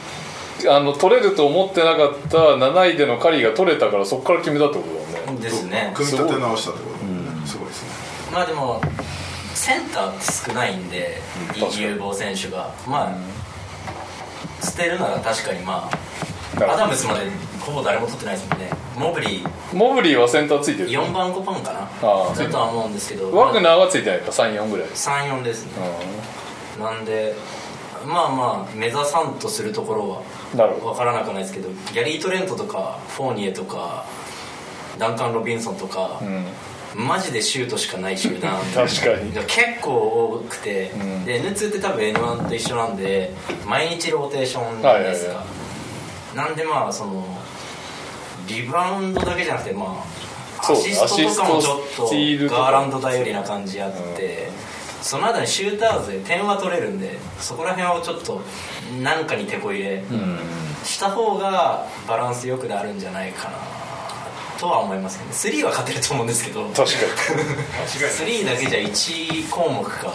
あの取れると思ってなかった7位でのカリーが取れたからそこから決めたってことだよね。
ですね
組み立て直したってことすごいですね
まあでもセンターって少ないんで、有望選手がまあ、捨てるなら確かにま
なるほど
あアダムスまでほぼ誰も取ってないですもんねモブリー
モブリーはセンターついてる。
4番5番かな
ああ
だとは思うんですけど
ワグナーはついてないか、3、4ぐらい。
34ですねなんでまあまあ目指さんとするところ
なるほ
は分からなくはないですけどギャリー・トレントとかフォーニエとかダンカン・ロビンソンとか、マジでシュートしかない集団
確かに
で結構多くて、で N2 って多分 N1 と一緒なんで毎日ローテーションじゃないです
は
か、
いは
なんでまあそのリバウンドだけじゃなくてまあ
そ
ア
う
シストとかもちょ
アシストスチール
っ
と
と
か
ガーランド頼りな感じあって、その後にシューターズで点は取れるんでそこら辺をちょっとなんかに手こ入れした方がバランスよくなるんじゃないかなとは思いますけどねスリーは勝てると思うんですけど
確
スリーだけじゃ1項目か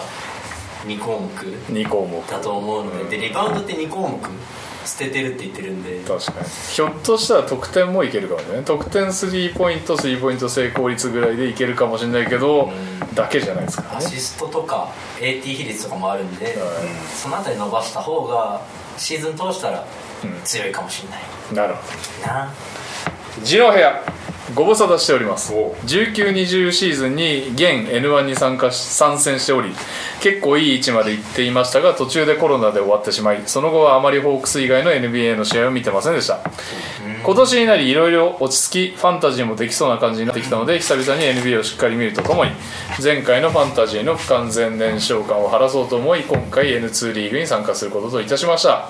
2項目
かに。2項目。
だと思うので,、でリバウンドって2項目捨ててるって言ってるんで
確かにひょっとしたら得点もいけるかもね得点スリーポイントスリーポイント成功率ぐらいでいけるかもしれないけど、だけじゃないですか
ア
ね
シストとか AT 比率とかもあるんで、そのあたり伸ばした方がシーズン通したら強いかもしれない
なるほ
な、
どジロヘアご無沙汰しております1920シーズンに現 N1 に参加し参戦しており結構いい位置まで行っていましたが途中でコロナで終わってしまいその後はあまりホークス以外の NBA の試合を見てませんでした今年になりいろいろ落ち着きファンタジーもできそうな感じになってきたので久々に NBA をしっかり見るとともに前回のファンタジーの不完全燃焼感を晴らそうと思い今回 N2 リーグに参加することといたしました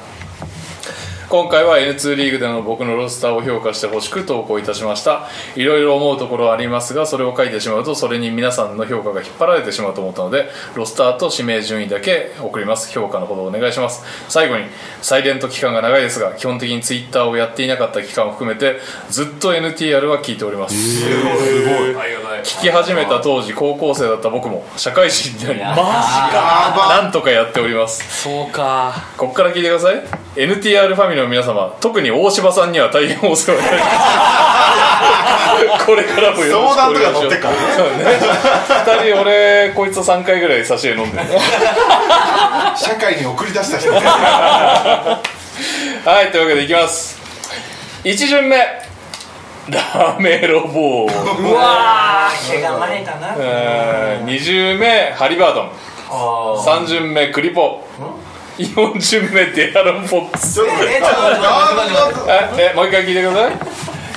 今回は N2 リーグでの僕のロスターを評価してほしく投稿いたしましたいろいろ思うところはありますがそれを書いてしまうとそれに皆さんの評価が引っ張られてしまうと思ったのでロスターと指名順位だけ送ります評価のほどお願いします最後にサイレント期間が長いですが基本的に Twitter をやっていなかった期間を含めてずっと NTR は聞いております、
ありがたい
聞き始めた当時高校生だった僕も社会人になり
や
なんとかやっております
そうか
ここから聞いてください NTR ファミリーの皆様特に大柴さんには大変お世話になります これからもよろしくお
相談とか
願い
乗ってっ
し
か
ま
らね
すそうね2人俺こいつと3回ぐらい差し入れ飲ん でる
社会に送り出した人
はいというわけでいきます1巡目ラメロ ボー
怪我前かな、
2巡目ハリバードン
あー
3巡目クリポ4巡目デアロン・フォックス
ちょっと待って
えちょっと待って
ええもう一回聞いてくださ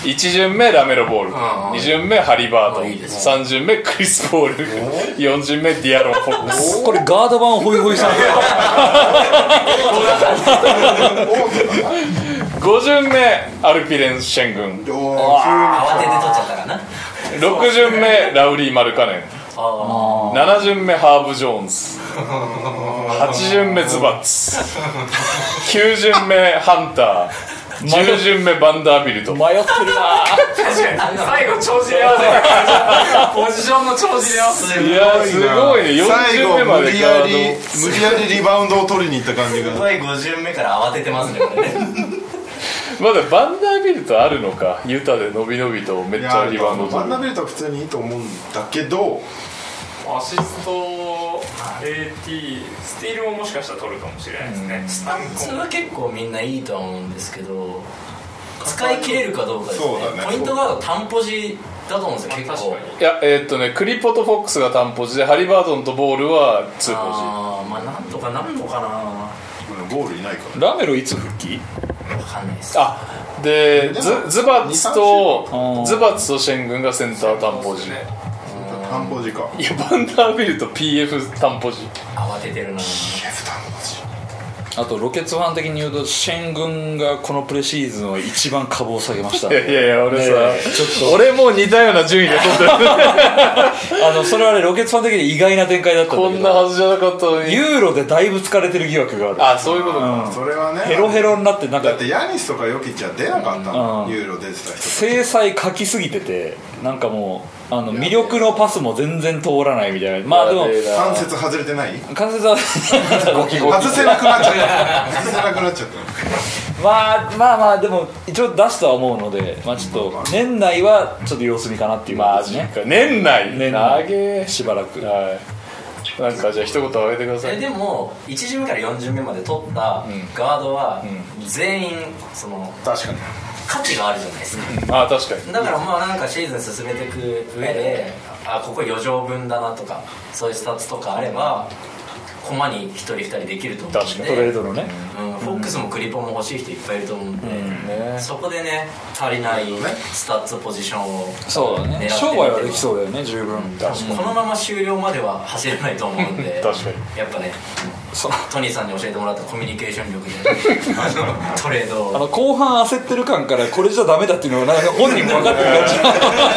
い1 巡目ラメロボール
ん
2巡目ハリバートン
あいいです
3巡目クリス・ポール4巡目ディアロン・フォックス
これガード版ホイホイさん
5巡目アルピレン・シェン軍
慌てて取っちゃったかな
6巡目ラウリー・マルカネン
あ
7巡目ハーブ・ジョーンズ8巡目ズバッツ9巡目ハンター10巡目バンダービルト
迷ってるな
最後調子で合わせポジションの調子で合わせ
いやすごいね4
最
巡目
後
ま
無
で
理
ガ
や
ード
り無理やりリバウンドを取りに行った感じが
すごい5巡目から慌ててますねこれね
まだバンダービルトあるのかユタで伸び伸びとめっ
い
ち
や
ゃリバウンド
バ
取
ン
る
ダベルトは普通にいいと思うんだけど
アシスト AT スティールももしかしたら取るかもしれないですねスタン
それは結構みんないいとは思うんですけど使い切れるかどうかですね
そうだね
ポイントガード単ポジだと思うんですよ結
確か
構
に
いやえーっとねクリポとフォックスが単ポジでハリバードンとボールはツーポジ
あーまあなんとかなんのかな
ゴールいないから
ラメロいつ復帰
わかんないです
あ
で
で
も
ズズバッツと
二三週間
ズバッツとシェン軍がセンター単ポジ、
ね
単ポジか
いやバンダービルと PF 単ポジ
慌ててるな
あとロケッツファン的に言うとシェン軍がこのプレシーズンを一番株を下げました
いやいやいや俺さ、
ねえちょっと
俺もう似たような順位で取ってる
あのそれはねロケッツファン的に意外な展開だったんだ
こ
け
ん
ど
なはずじゃなかったのに
ユーロでだいぶ疲れてる疑惑がある
あそういうことか、
それはね
ヘロヘロになってなんか
だってヤニスとかヨキッチは出なかった
う
の
ん
ユーロ出てた人
制裁書きすぎててなんかもうあの魅力のパスも全然通らないみたいなまあでも
やべえな
関節外れてない
関節はゴキゴキ
外せなくなっちゃった外せなくなっちゃった
まあまあまあでも一応出すとは思うのでまあちょっと年内はちょっと様子見かなっていう
マ
感
ジ
じですね
か年内
年
投
内
げ
しばらく
はいなんかじゃあ一言あげてくださ
え
い
でも1巡目から4巡目まで取ったガードは全員その
確かに
価値があるじゃないですか
あ確かに
だからまあなんかシーズン進めていく上であここ余剰分だなとかそういうスタッツとかあれば駒に1人2人できると思うんで
確かに
トレードのね
うん、フォックスもクリポンも欲しい人いっぱいいると思うんで、
ね
そこでね足りない
ね
スタッツポジションを
そうだ
狙って
ね
みて
商売はできそうだよね十分
確か
このまま終了までは走れないと思うんで
確かに
やっぱね
そう
トニーさんに教えてもらったコミュニケーション力であのトレード
あ
を
の後半焦ってる感からこれじゃダメだっていうのはなんか本人も分かってる感じ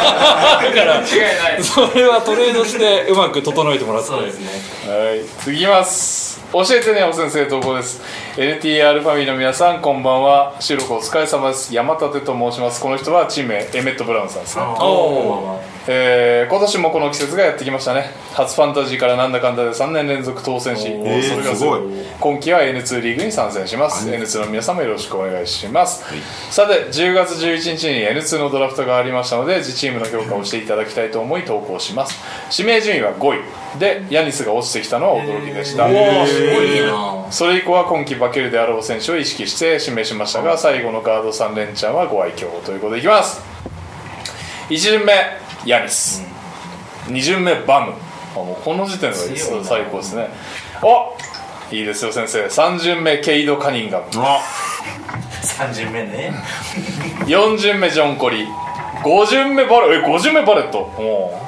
だから
違いないです
それはトレードしてうまく整えてもらって
そうですね
はい、次いきます教えてねお先生投稿です NTR ファミリーの皆さんこんばんは収録お疲れ様です山立と申しますこの人はチームエメットブラウンさんですね
おー
えー今年もこの季節がやってきましたね初ファンタジーからなんだかんだで3年連続当選し、
ー
それが
すごい
今季は N2 リーグに参戦します N2 の皆様よろしくお願いします、さて10月11日に N2 のドラフトがありましたので自チームの評価をしていただきたいと思い投稿します指名順位は5位でヤニスが落ちてきたのは驚きでした、
すごいな
それ以降は今季化けるであろう選手を意識して指名しましたが最後のガード3連チャンはご愛嬌ということでいきます1巡目ヤニス、2巡目バムあもうこの時点が
強いな
最高ですねおいいですよ先生3巡目ケイド・カニンガム
3巡目ね
4巡目ジョン・コリー5巡目バレえ5巡目バレットお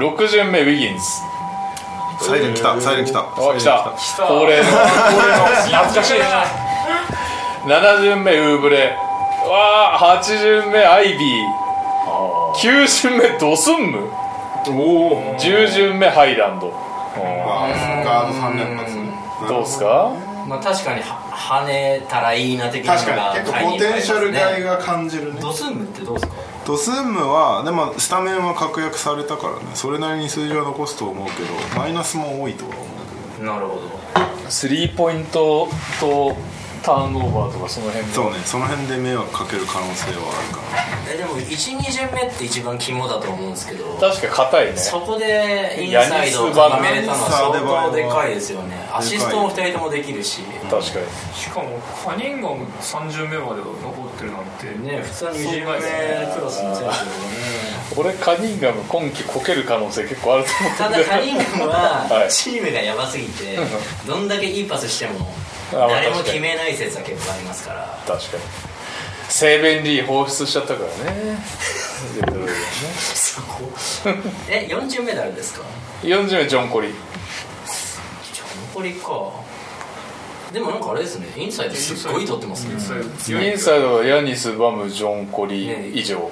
6巡目ウィギンズ
サイレン来たサイレン来た
お来た
た
恒例の
懐かしいな
7巡目ウーブレうわあ8巡目アイビー9巡目ドスンム
おお
10巡目ハイランド
ガード3連発ね
どうですか
まあ確かには跳ねたらいいな的なのが
確かに結構ポテンシャル
買い
外
に
が感じるね
ドスンムってどうですか
ドスンムはでもスタメンは確約されたからねそれなりに数字は残すと思うけどマイナスも多いとは思う
なるほど
スリーポイントとターンオーバーとかその辺
そうねその辺で迷惑かける可能性はあるから
えでも12巡目って一番肝だと思うんですけど
確か硬いね
そこでインサイドを高めれたのは相当でかいですよねアシストも2人ともできるし
確かに
しかもカニンガム30目までは残ってるなんて
ね普通に
そう
20
うまいです
名クロスの選手だけどね
俺カニンガム今季こける可能性結構あると思って
ただカニンガム
は
はいチームがやばすぎてどんだけいいパスしても
あまあ
誰も決めない説は結構ありますから
確かにセーベンリー放出しちゃったからねレトロイドね
そこえ40メダルですか
40名ジョン・コリー
じゃあ残りかでもなんかあれですねインサイドすっごい取ってますね
インサイドはヤニス、バム、ジョン・コリー以上、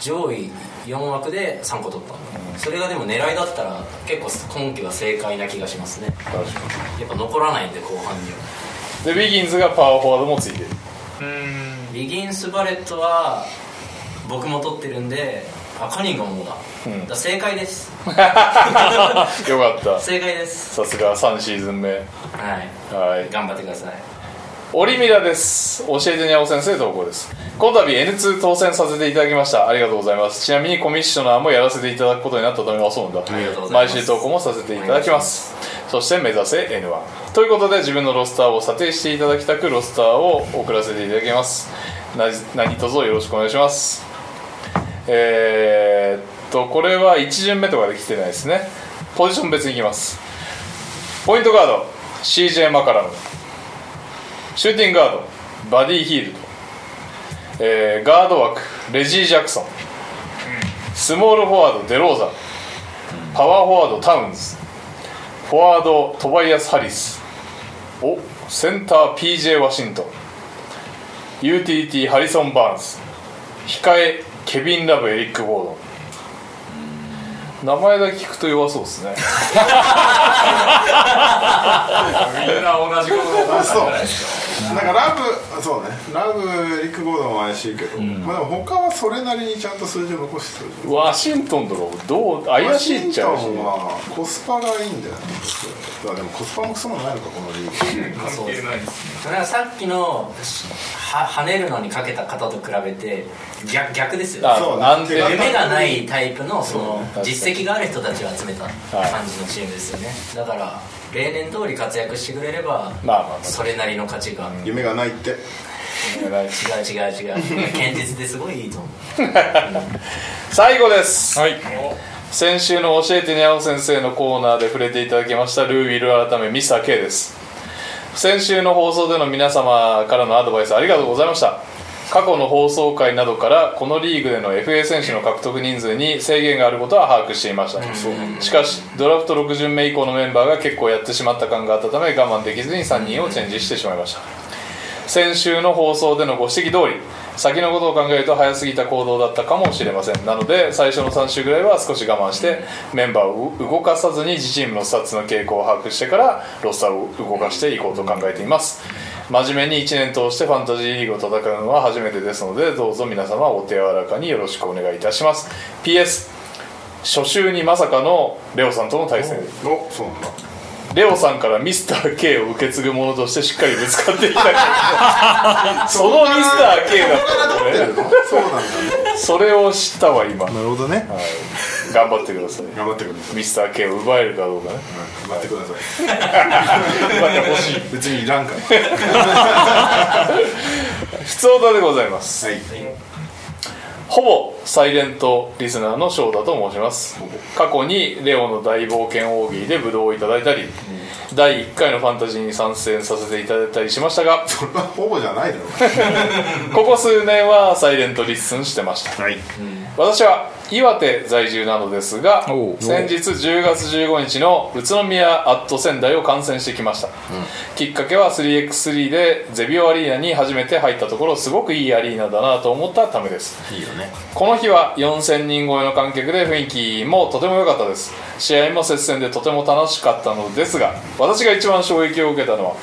上位4枠で3個取ったんだそれがでも狙いだったら結構今季は正解な気がしますね
確かに
やっぱ残らないんで後半には
で、ウィギンズがパワーフォワードもついて る
ビギンスバレットは僕も取ってるんであカニンガムもだ,、
ん
だから正解です
よかった
正解です
さすが3シーズン目
はい
はい
頑張ってください
オリミラです教えてにゃお先生投稿ですこの度 N2 当選させていただきましたありがとうございますちなみにコミッショナーもやらせていただくことになったためはそうなんだ
りがとうございます
毎週投稿もさせていただきますそして目指せ N1 ということで自分のロスターを査定していただきたくロスターを送らせていただきますな何卒よろしくお願いしますえー、っとこれは1巡目とかできてないですねポジション別にいきますポイントガード CJ マカラムシューティングガードバディヒールド、えーガード枠レジー・ジャクソンスモールフォワードデローザパワーフォワードタウンズフォワードトバイアス・ハリスおセンター PJ ワシントン UTT ハリソン・バーンズ控えケビン・ラブエリック・ゴードン名前だけ聞くと弱そうですね
みんな同じことだ
あそうなんかラブそうねラブリック・ゴードンは怪しいけど、まあでも他はそれなりにちゃんと数字を残してる
ワシントンとかどう怪しいっちゃ
ワ
怪
シ
し
ン
い
トンはコスパがいいんだよねいやでもコスパもクソもないのかこのリーグ
関係ないです
それはさっきのは跳ねるのにかけた方と比べて逆逆ですよ
あ
そう
なんで
手堅
夢がないタイプのその
そう
実績がある人たちを集めた感じのチームですよねだから例年通り活躍してくれれば
まあまあまあ
それなりの価値が
夢がないって
違う違う違う堅実ですごいいいと思う
最後です、
はい
先週の「教えてにゃお先生」のコーナーで触れていただきましたルーウィル改めミスター K です先週の放送での皆様からのアドバイスありがとうございました過去の放送回などからこのリーグでの FA 選手の獲得人数に制限があることは把握していましたしかしドラフト6巡目以降のメンバーが結構やってしまった感があったため我慢できずに3人をチェンジしてしまいました先週の放送でのご指摘通り先のことを考えると早すぎた行動だったかもしれませんなので最初の3週ぐらいは少し我慢してメンバーを動かさずに自チームのスタッツの傾向を把握してからロスターを動かしていこうと考えています真面目に1年通してファンタジーリーグを戦うのは初めてですのでどうぞ皆様お手柔らかによろしくお願いいたします PS 初週にまさかのレオさんとの対戦
おそうなんだ
レオさんからミスター K を受け継ぐものとしてしっかりぶつかっていたそのミスター K だったんだね
そうなんだ
それを知ったわ今
なるほどね
頑張ってください
頑張ってください
ミスター K を奪えるかどうかね
頑張ってください
奪ってほしい
別にいらんから
普通歌でございます
はい
ほぼサイレントリスナーの翔太と申します過去にレオの大冒険大喜利でブドウをいただいたり、第1回のファンタジーに参戦させていただいたりしましたが
それはほぼじゃないだろ
ここ数年はサイレントリッスンしてました
はい
私は岩手在住なのですが先日10月15日の宇都宮アット仙台を観戦してきました、きっかけは 3x3 でゼビオアリーナに初めて入ったところすごくいいアリーナだなと思ったためです
いいよね
この日は4000人超えの観客で雰囲気もとても良かったです試合も接戦でとても楽しかったのですが私が一番衝撃を受けたのは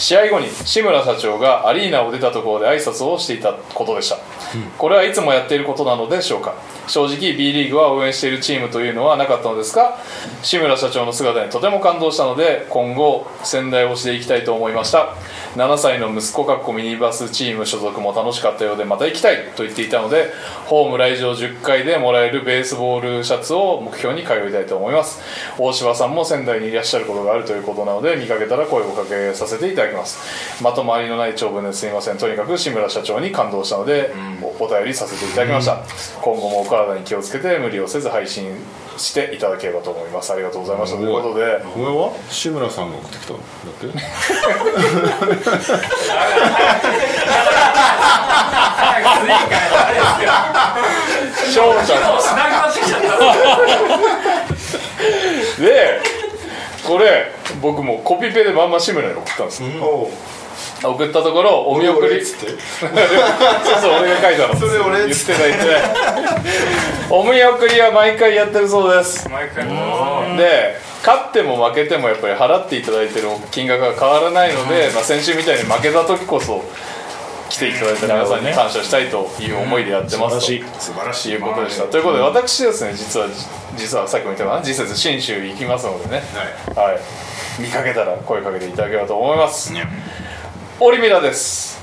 試合後に志村社長がアリーナを出たところで挨拶をしていたことでした、これはいつもやっていることなのでしょうか正直 B リーグは応援しているチームというのはなかったのですが志村社長の姿にとても感動したので今後仙台推しでいきたいと思いました7歳の息子かっこミニバスチーム所属も楽しかったようでまた行きたいと言っていたのでホーム来場10回でもらえるベースボールシャツを目標に通いたいと思います大柴さんも仙台にいらっしゃることがあるということなので見かけたら声をかけさせていただきますまとまりのない長文ですみませんとにかく志村社長に感動したので、おお便りさせていただきました、今後もお体に気をつけて無理をせず配信していただければと思いますありがとうございましたということで
これは志村さんが送ってきたんだっ
勝者の
つなぎまってきちゃった
でこれ僕もうコピペでまんま志村に送ったんですよ
けおう
送ったところお見送
俺
り
っつって
そうそう俺が書いたの
それ俺
言ってない言ってないお見送りは毎回やってるそうです
毎回もう
で勝っても負けてもやっぱり払っていただいてる金額が変わらないので、まあ、先週みたいに負けた時こそ来ていただいた皆さんに感謝したいという思いでやってますと、
素晴らしい
いうことでしたということで私ですね実は実はさっきも言ったかな次節信州行きますのでねはい、見かけたら声かけていただければと思います、オリミラです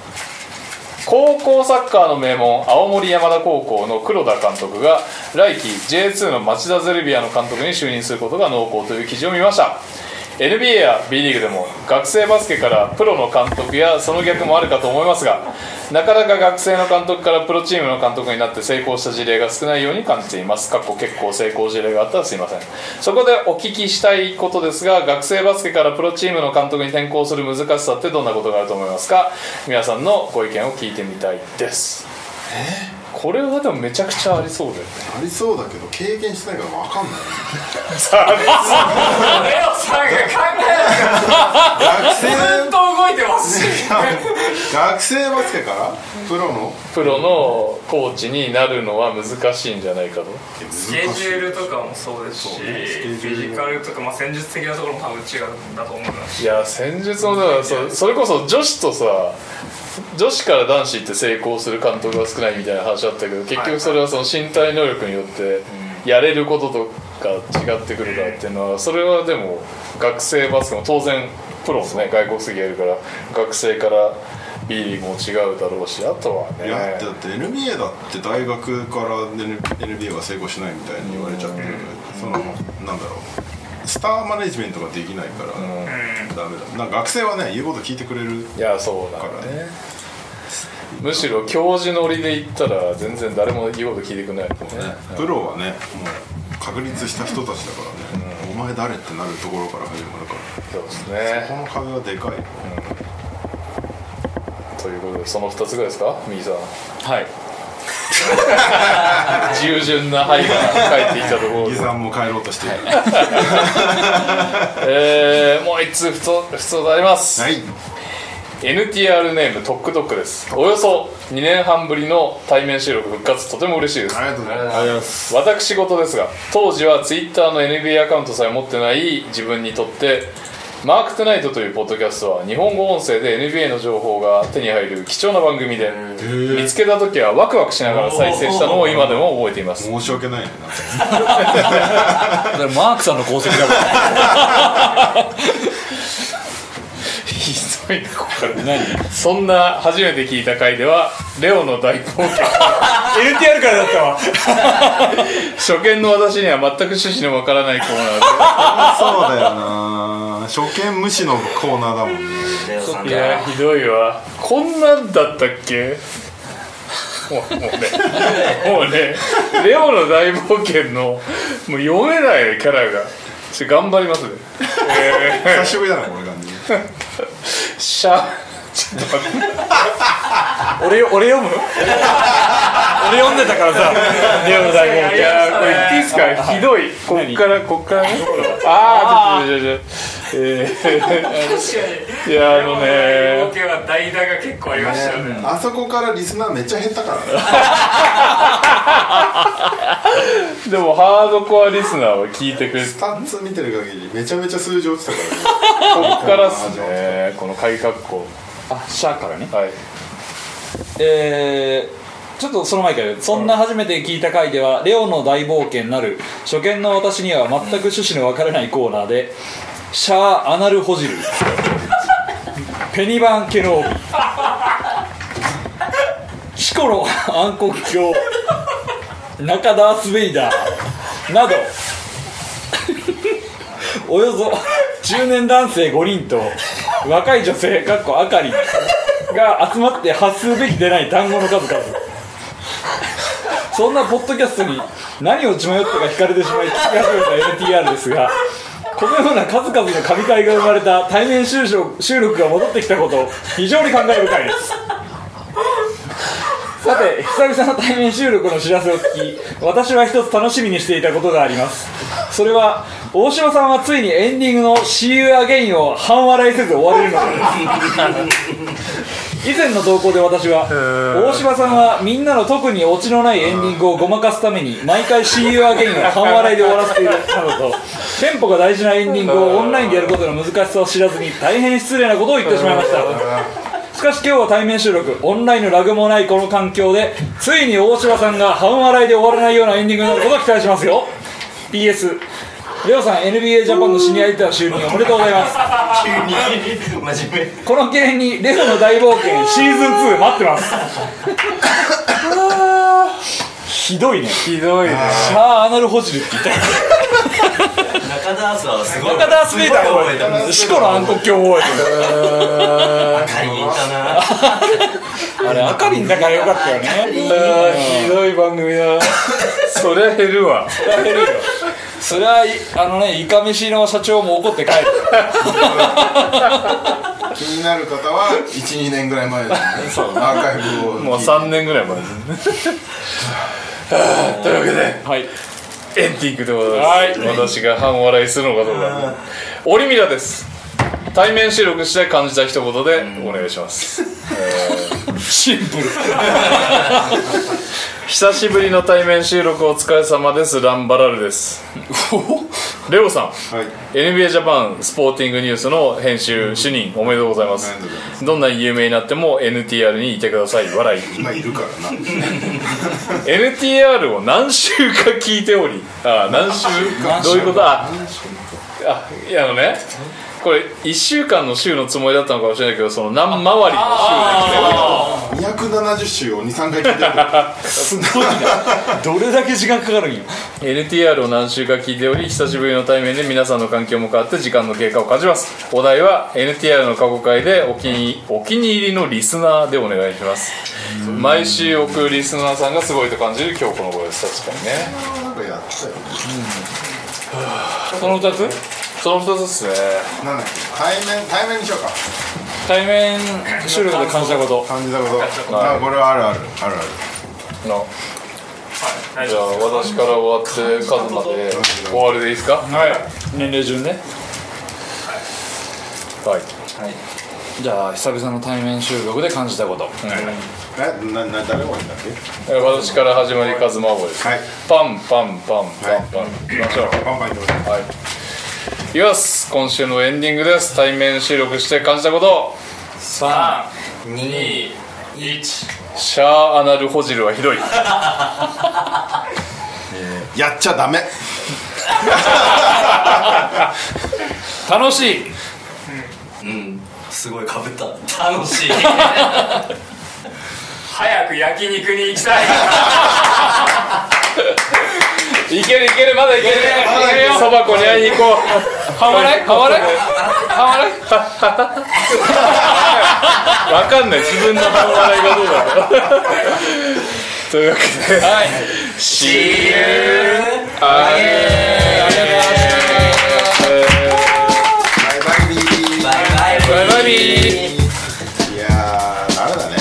高校サッカーの名門青森山田高校の黒田監督が来季 J2 の町田ゼルビアの監督に就任することが濃厚という記事を見ました NBA や B リーグでも学生バスケからプロの監督やその逆もあるかと思いますがなかなか学生の監督からプロチームの監督になって成功した事例が少ないように感じていますかっこ結構成功事例があったらすいませんそこでお聞きしたいことですが学生バスケからプロチームの監督に転向する難しさってどんなことがあると思いますか皆さんのご意見を聞いてみたいですこれはでもめちゃくちゃありそうだよね
ありそうだけど経験してないから分かんない
レオさんが考えな
学生
ずっと動いてますし
学生バスケからプロの
プロのコーチになるのは難しいんじゃないかと
スケジュールとかもそうですしフィジカルとか、まあ、戦術的なところも多分違うんだと思います
いや戦術もだからそそれこそ女子とさ女子から男子って成功する監督が少ないみたいな話あったけど結局それはその身体能力によってやれることとか違ってくるからっていうのはそれはでも学生バスケも当然プロもね外国籍やるから学生から B リーグも違うだろうしあとはい
やだ
ね
って NBA だって大学から N- NBA は成功しないみたいに言われちゃってるけど、そのなんだろうスターマネジメントができないから、ダメだなんか学生はね言うこと聞いてくれる
いやそうだねむしろ教授乗りで言ったら全然誰も言うこと聞いてくれないもんね
プロはねもう確立した人たちだからね、お前誰ってなるところから始まるから
そうですね
この壁はでかい
ということでその2つぐらいですか右さん
はい
従順な灰が帰ってきたところ
伊
で
さんも帰ろうとしている
えーもう1通不通であります、
はい
NTR ネームトックトックですおよそ2年半ぶりの対面収録復活とても嬉しいです
ありがとうございます
私事ですが当時は Twitter の NBA アカウントさえ持ってない自分にとってマーク・トゥナイトというポッドキャストは日本語音声で NBA の情報が手に入る貴重な番組で見つけた時はワクワクしながら再生したのを今でも覚えています
申し訳ないねなんか
だからマークさんの功績だもん
ひどいなここからそんな初めて聞いた回ではレオの大冒険
NTR からだったわ
初見の私には全く趣旨のわからないコーナ
そうだよな初見無視のコーナーだもんね
レオさん
ーで
か
いや
ら
ひどいわこんなんだったっけもうもうねもうねレオの大冒険のもう読めないキャラがちょ頑張りますね、え
久しぶりだなこの感じ
ー、しゃちょっと待って
俺俺読む俺読んでたからさ
レオの大冒険いやーこれ言っていいですかひどいこっからこっからねああちょっとちょっとちょっとえーいやあの
冒
ね
険は代打が結構ありましたよね
あそこからリスナーめっちゃ減ったからね
でもハードコアリスナーは聞いてくれて
スタッツ見てる限りめちゃめちゃ数字落ちたからね
こっからっすね この鍵括弧
あシャーからね
はい
えーちょっとその前からそんな初めて聞いた回では「レオの大冒険」なる初見の私には全く趣旨のわからないコーナーで「シャーアナルホジル」「ペニバンケノービ」「シコロ暗黒鏡」「中ダース・ベイダー」などおよそ中年男性5人と若い女性かっこあかりが集まって発するべきでない単語の数々そんなポッドキャストに何を血迷ったか惹かれてしまい聞き始めた NTR ですがこのような数々の神回が生まれた対面収録収録が戻ってきたこと非常に感慨深いですさて久々の対面収録の知らせを聞き私は一つ楽しみにしていたことがありますそれは大島さんはついにエンディングの「See You Again」を半笑いせず終われるのか以前の投稿で私は大島さんはみんなの特にオチのないエンディングをごまかすために毎回「See You Again」を半笑いで終わらせているなどとテンポが大事なエンディングをオンラインでやることの難しさを知らずに大変失礼なことを言ってしまいましたしかし今日は対面収録オンラインのラグもないこの環境でついに大島さんが半笑いで終わらないようなエンディングになることを期待しますよ PS レオさん NBA ジャパンのシニアリター就任おめでとうございます
急に真面目
この件にレオの大冒険シーズン2待ってます
ひどいね
ひどいね
シャアアナルホジルって言ったよ
中田アースはすごい
中ダースベイダー
覚えてる
俺シコの暗黒鏡覚え
赤いんだな
てるあれあかりんだからよかったよ
い
ね
やーひどい番組だ そりゃ減る わ
それはいあのねいかめしの社長も怒って帰る
気になる方は12年ぐらい前ですねアーカイブを
もう3年ぐらい前ですね
というわけで
はい
エンディングでございます、私が半笑いするのかどうかオリミラです対面収録して感じた一言でお願いし ます、
シンプル
久しぶりの対面収録お疲れ様ですランバラル ですレオさん
はい
NBA ジャパンスポーティングニュースの編集主任おめでとうございま
あ
す
りがとうござい
どんなに有名になっても NTR にいてください笑い
今いるからな
NTR を何週か聞いておりあ何週どういうことああいやあのねこれ1週間の週のつもりだったのかもしれないけどその何回りの週
270週を23回聞いてるから
すごいなどれだけ時間かかるんよ
NTR を何週か聞いており久しぶりの対面で皆さんの環境も変わって時間の経過を感じますお題は NTR の過去回でお気にお気に入りのリスナーでお願いします毎週送るリスナーさんがすごいと感じる今日この頃です確かにね
なんかやったよ
その2つ
その2つですね
なんだっけ対面対面にしようか
対面収録で感じたこと
感じたことあこれはあるあるあるある
の
はい
じゃあ私から終わってカズまで終わりでいいですかはい
年齢順ね
はい
じゃあ久々の対面収録で感じたこと
えなな誰もいいんだっけ
え私から始まりカズマボです
はい
パンパンパンパンパンいきましょう
パンパンいってください
はいいきます今週のエンディングです対面収録して感じたこと
さあ
2
1
シャーアナルホジルはひどい
やっちゃダメ
楽しい
うんすごいかぶった楽しい
早く焼肉に行きたい
いけるいけるまだいける
まだいける
そば粉に会いに行こう半笑い半笑い半笑いわかんない自分の半笑いがどうだろうというわけではい See you ありがとうございます
バイバイビー
バイバイ
バイバイビー
いやーあれだね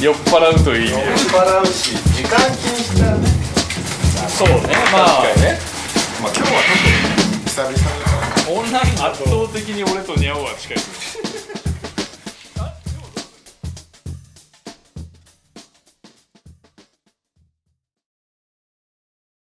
酔っ払うという意味で
笑うし時間気にしちゃうね
そうねまあ
確かにね
まあ今日は特に久々に
オンラインだと
圧倒的に俺とニャオは近い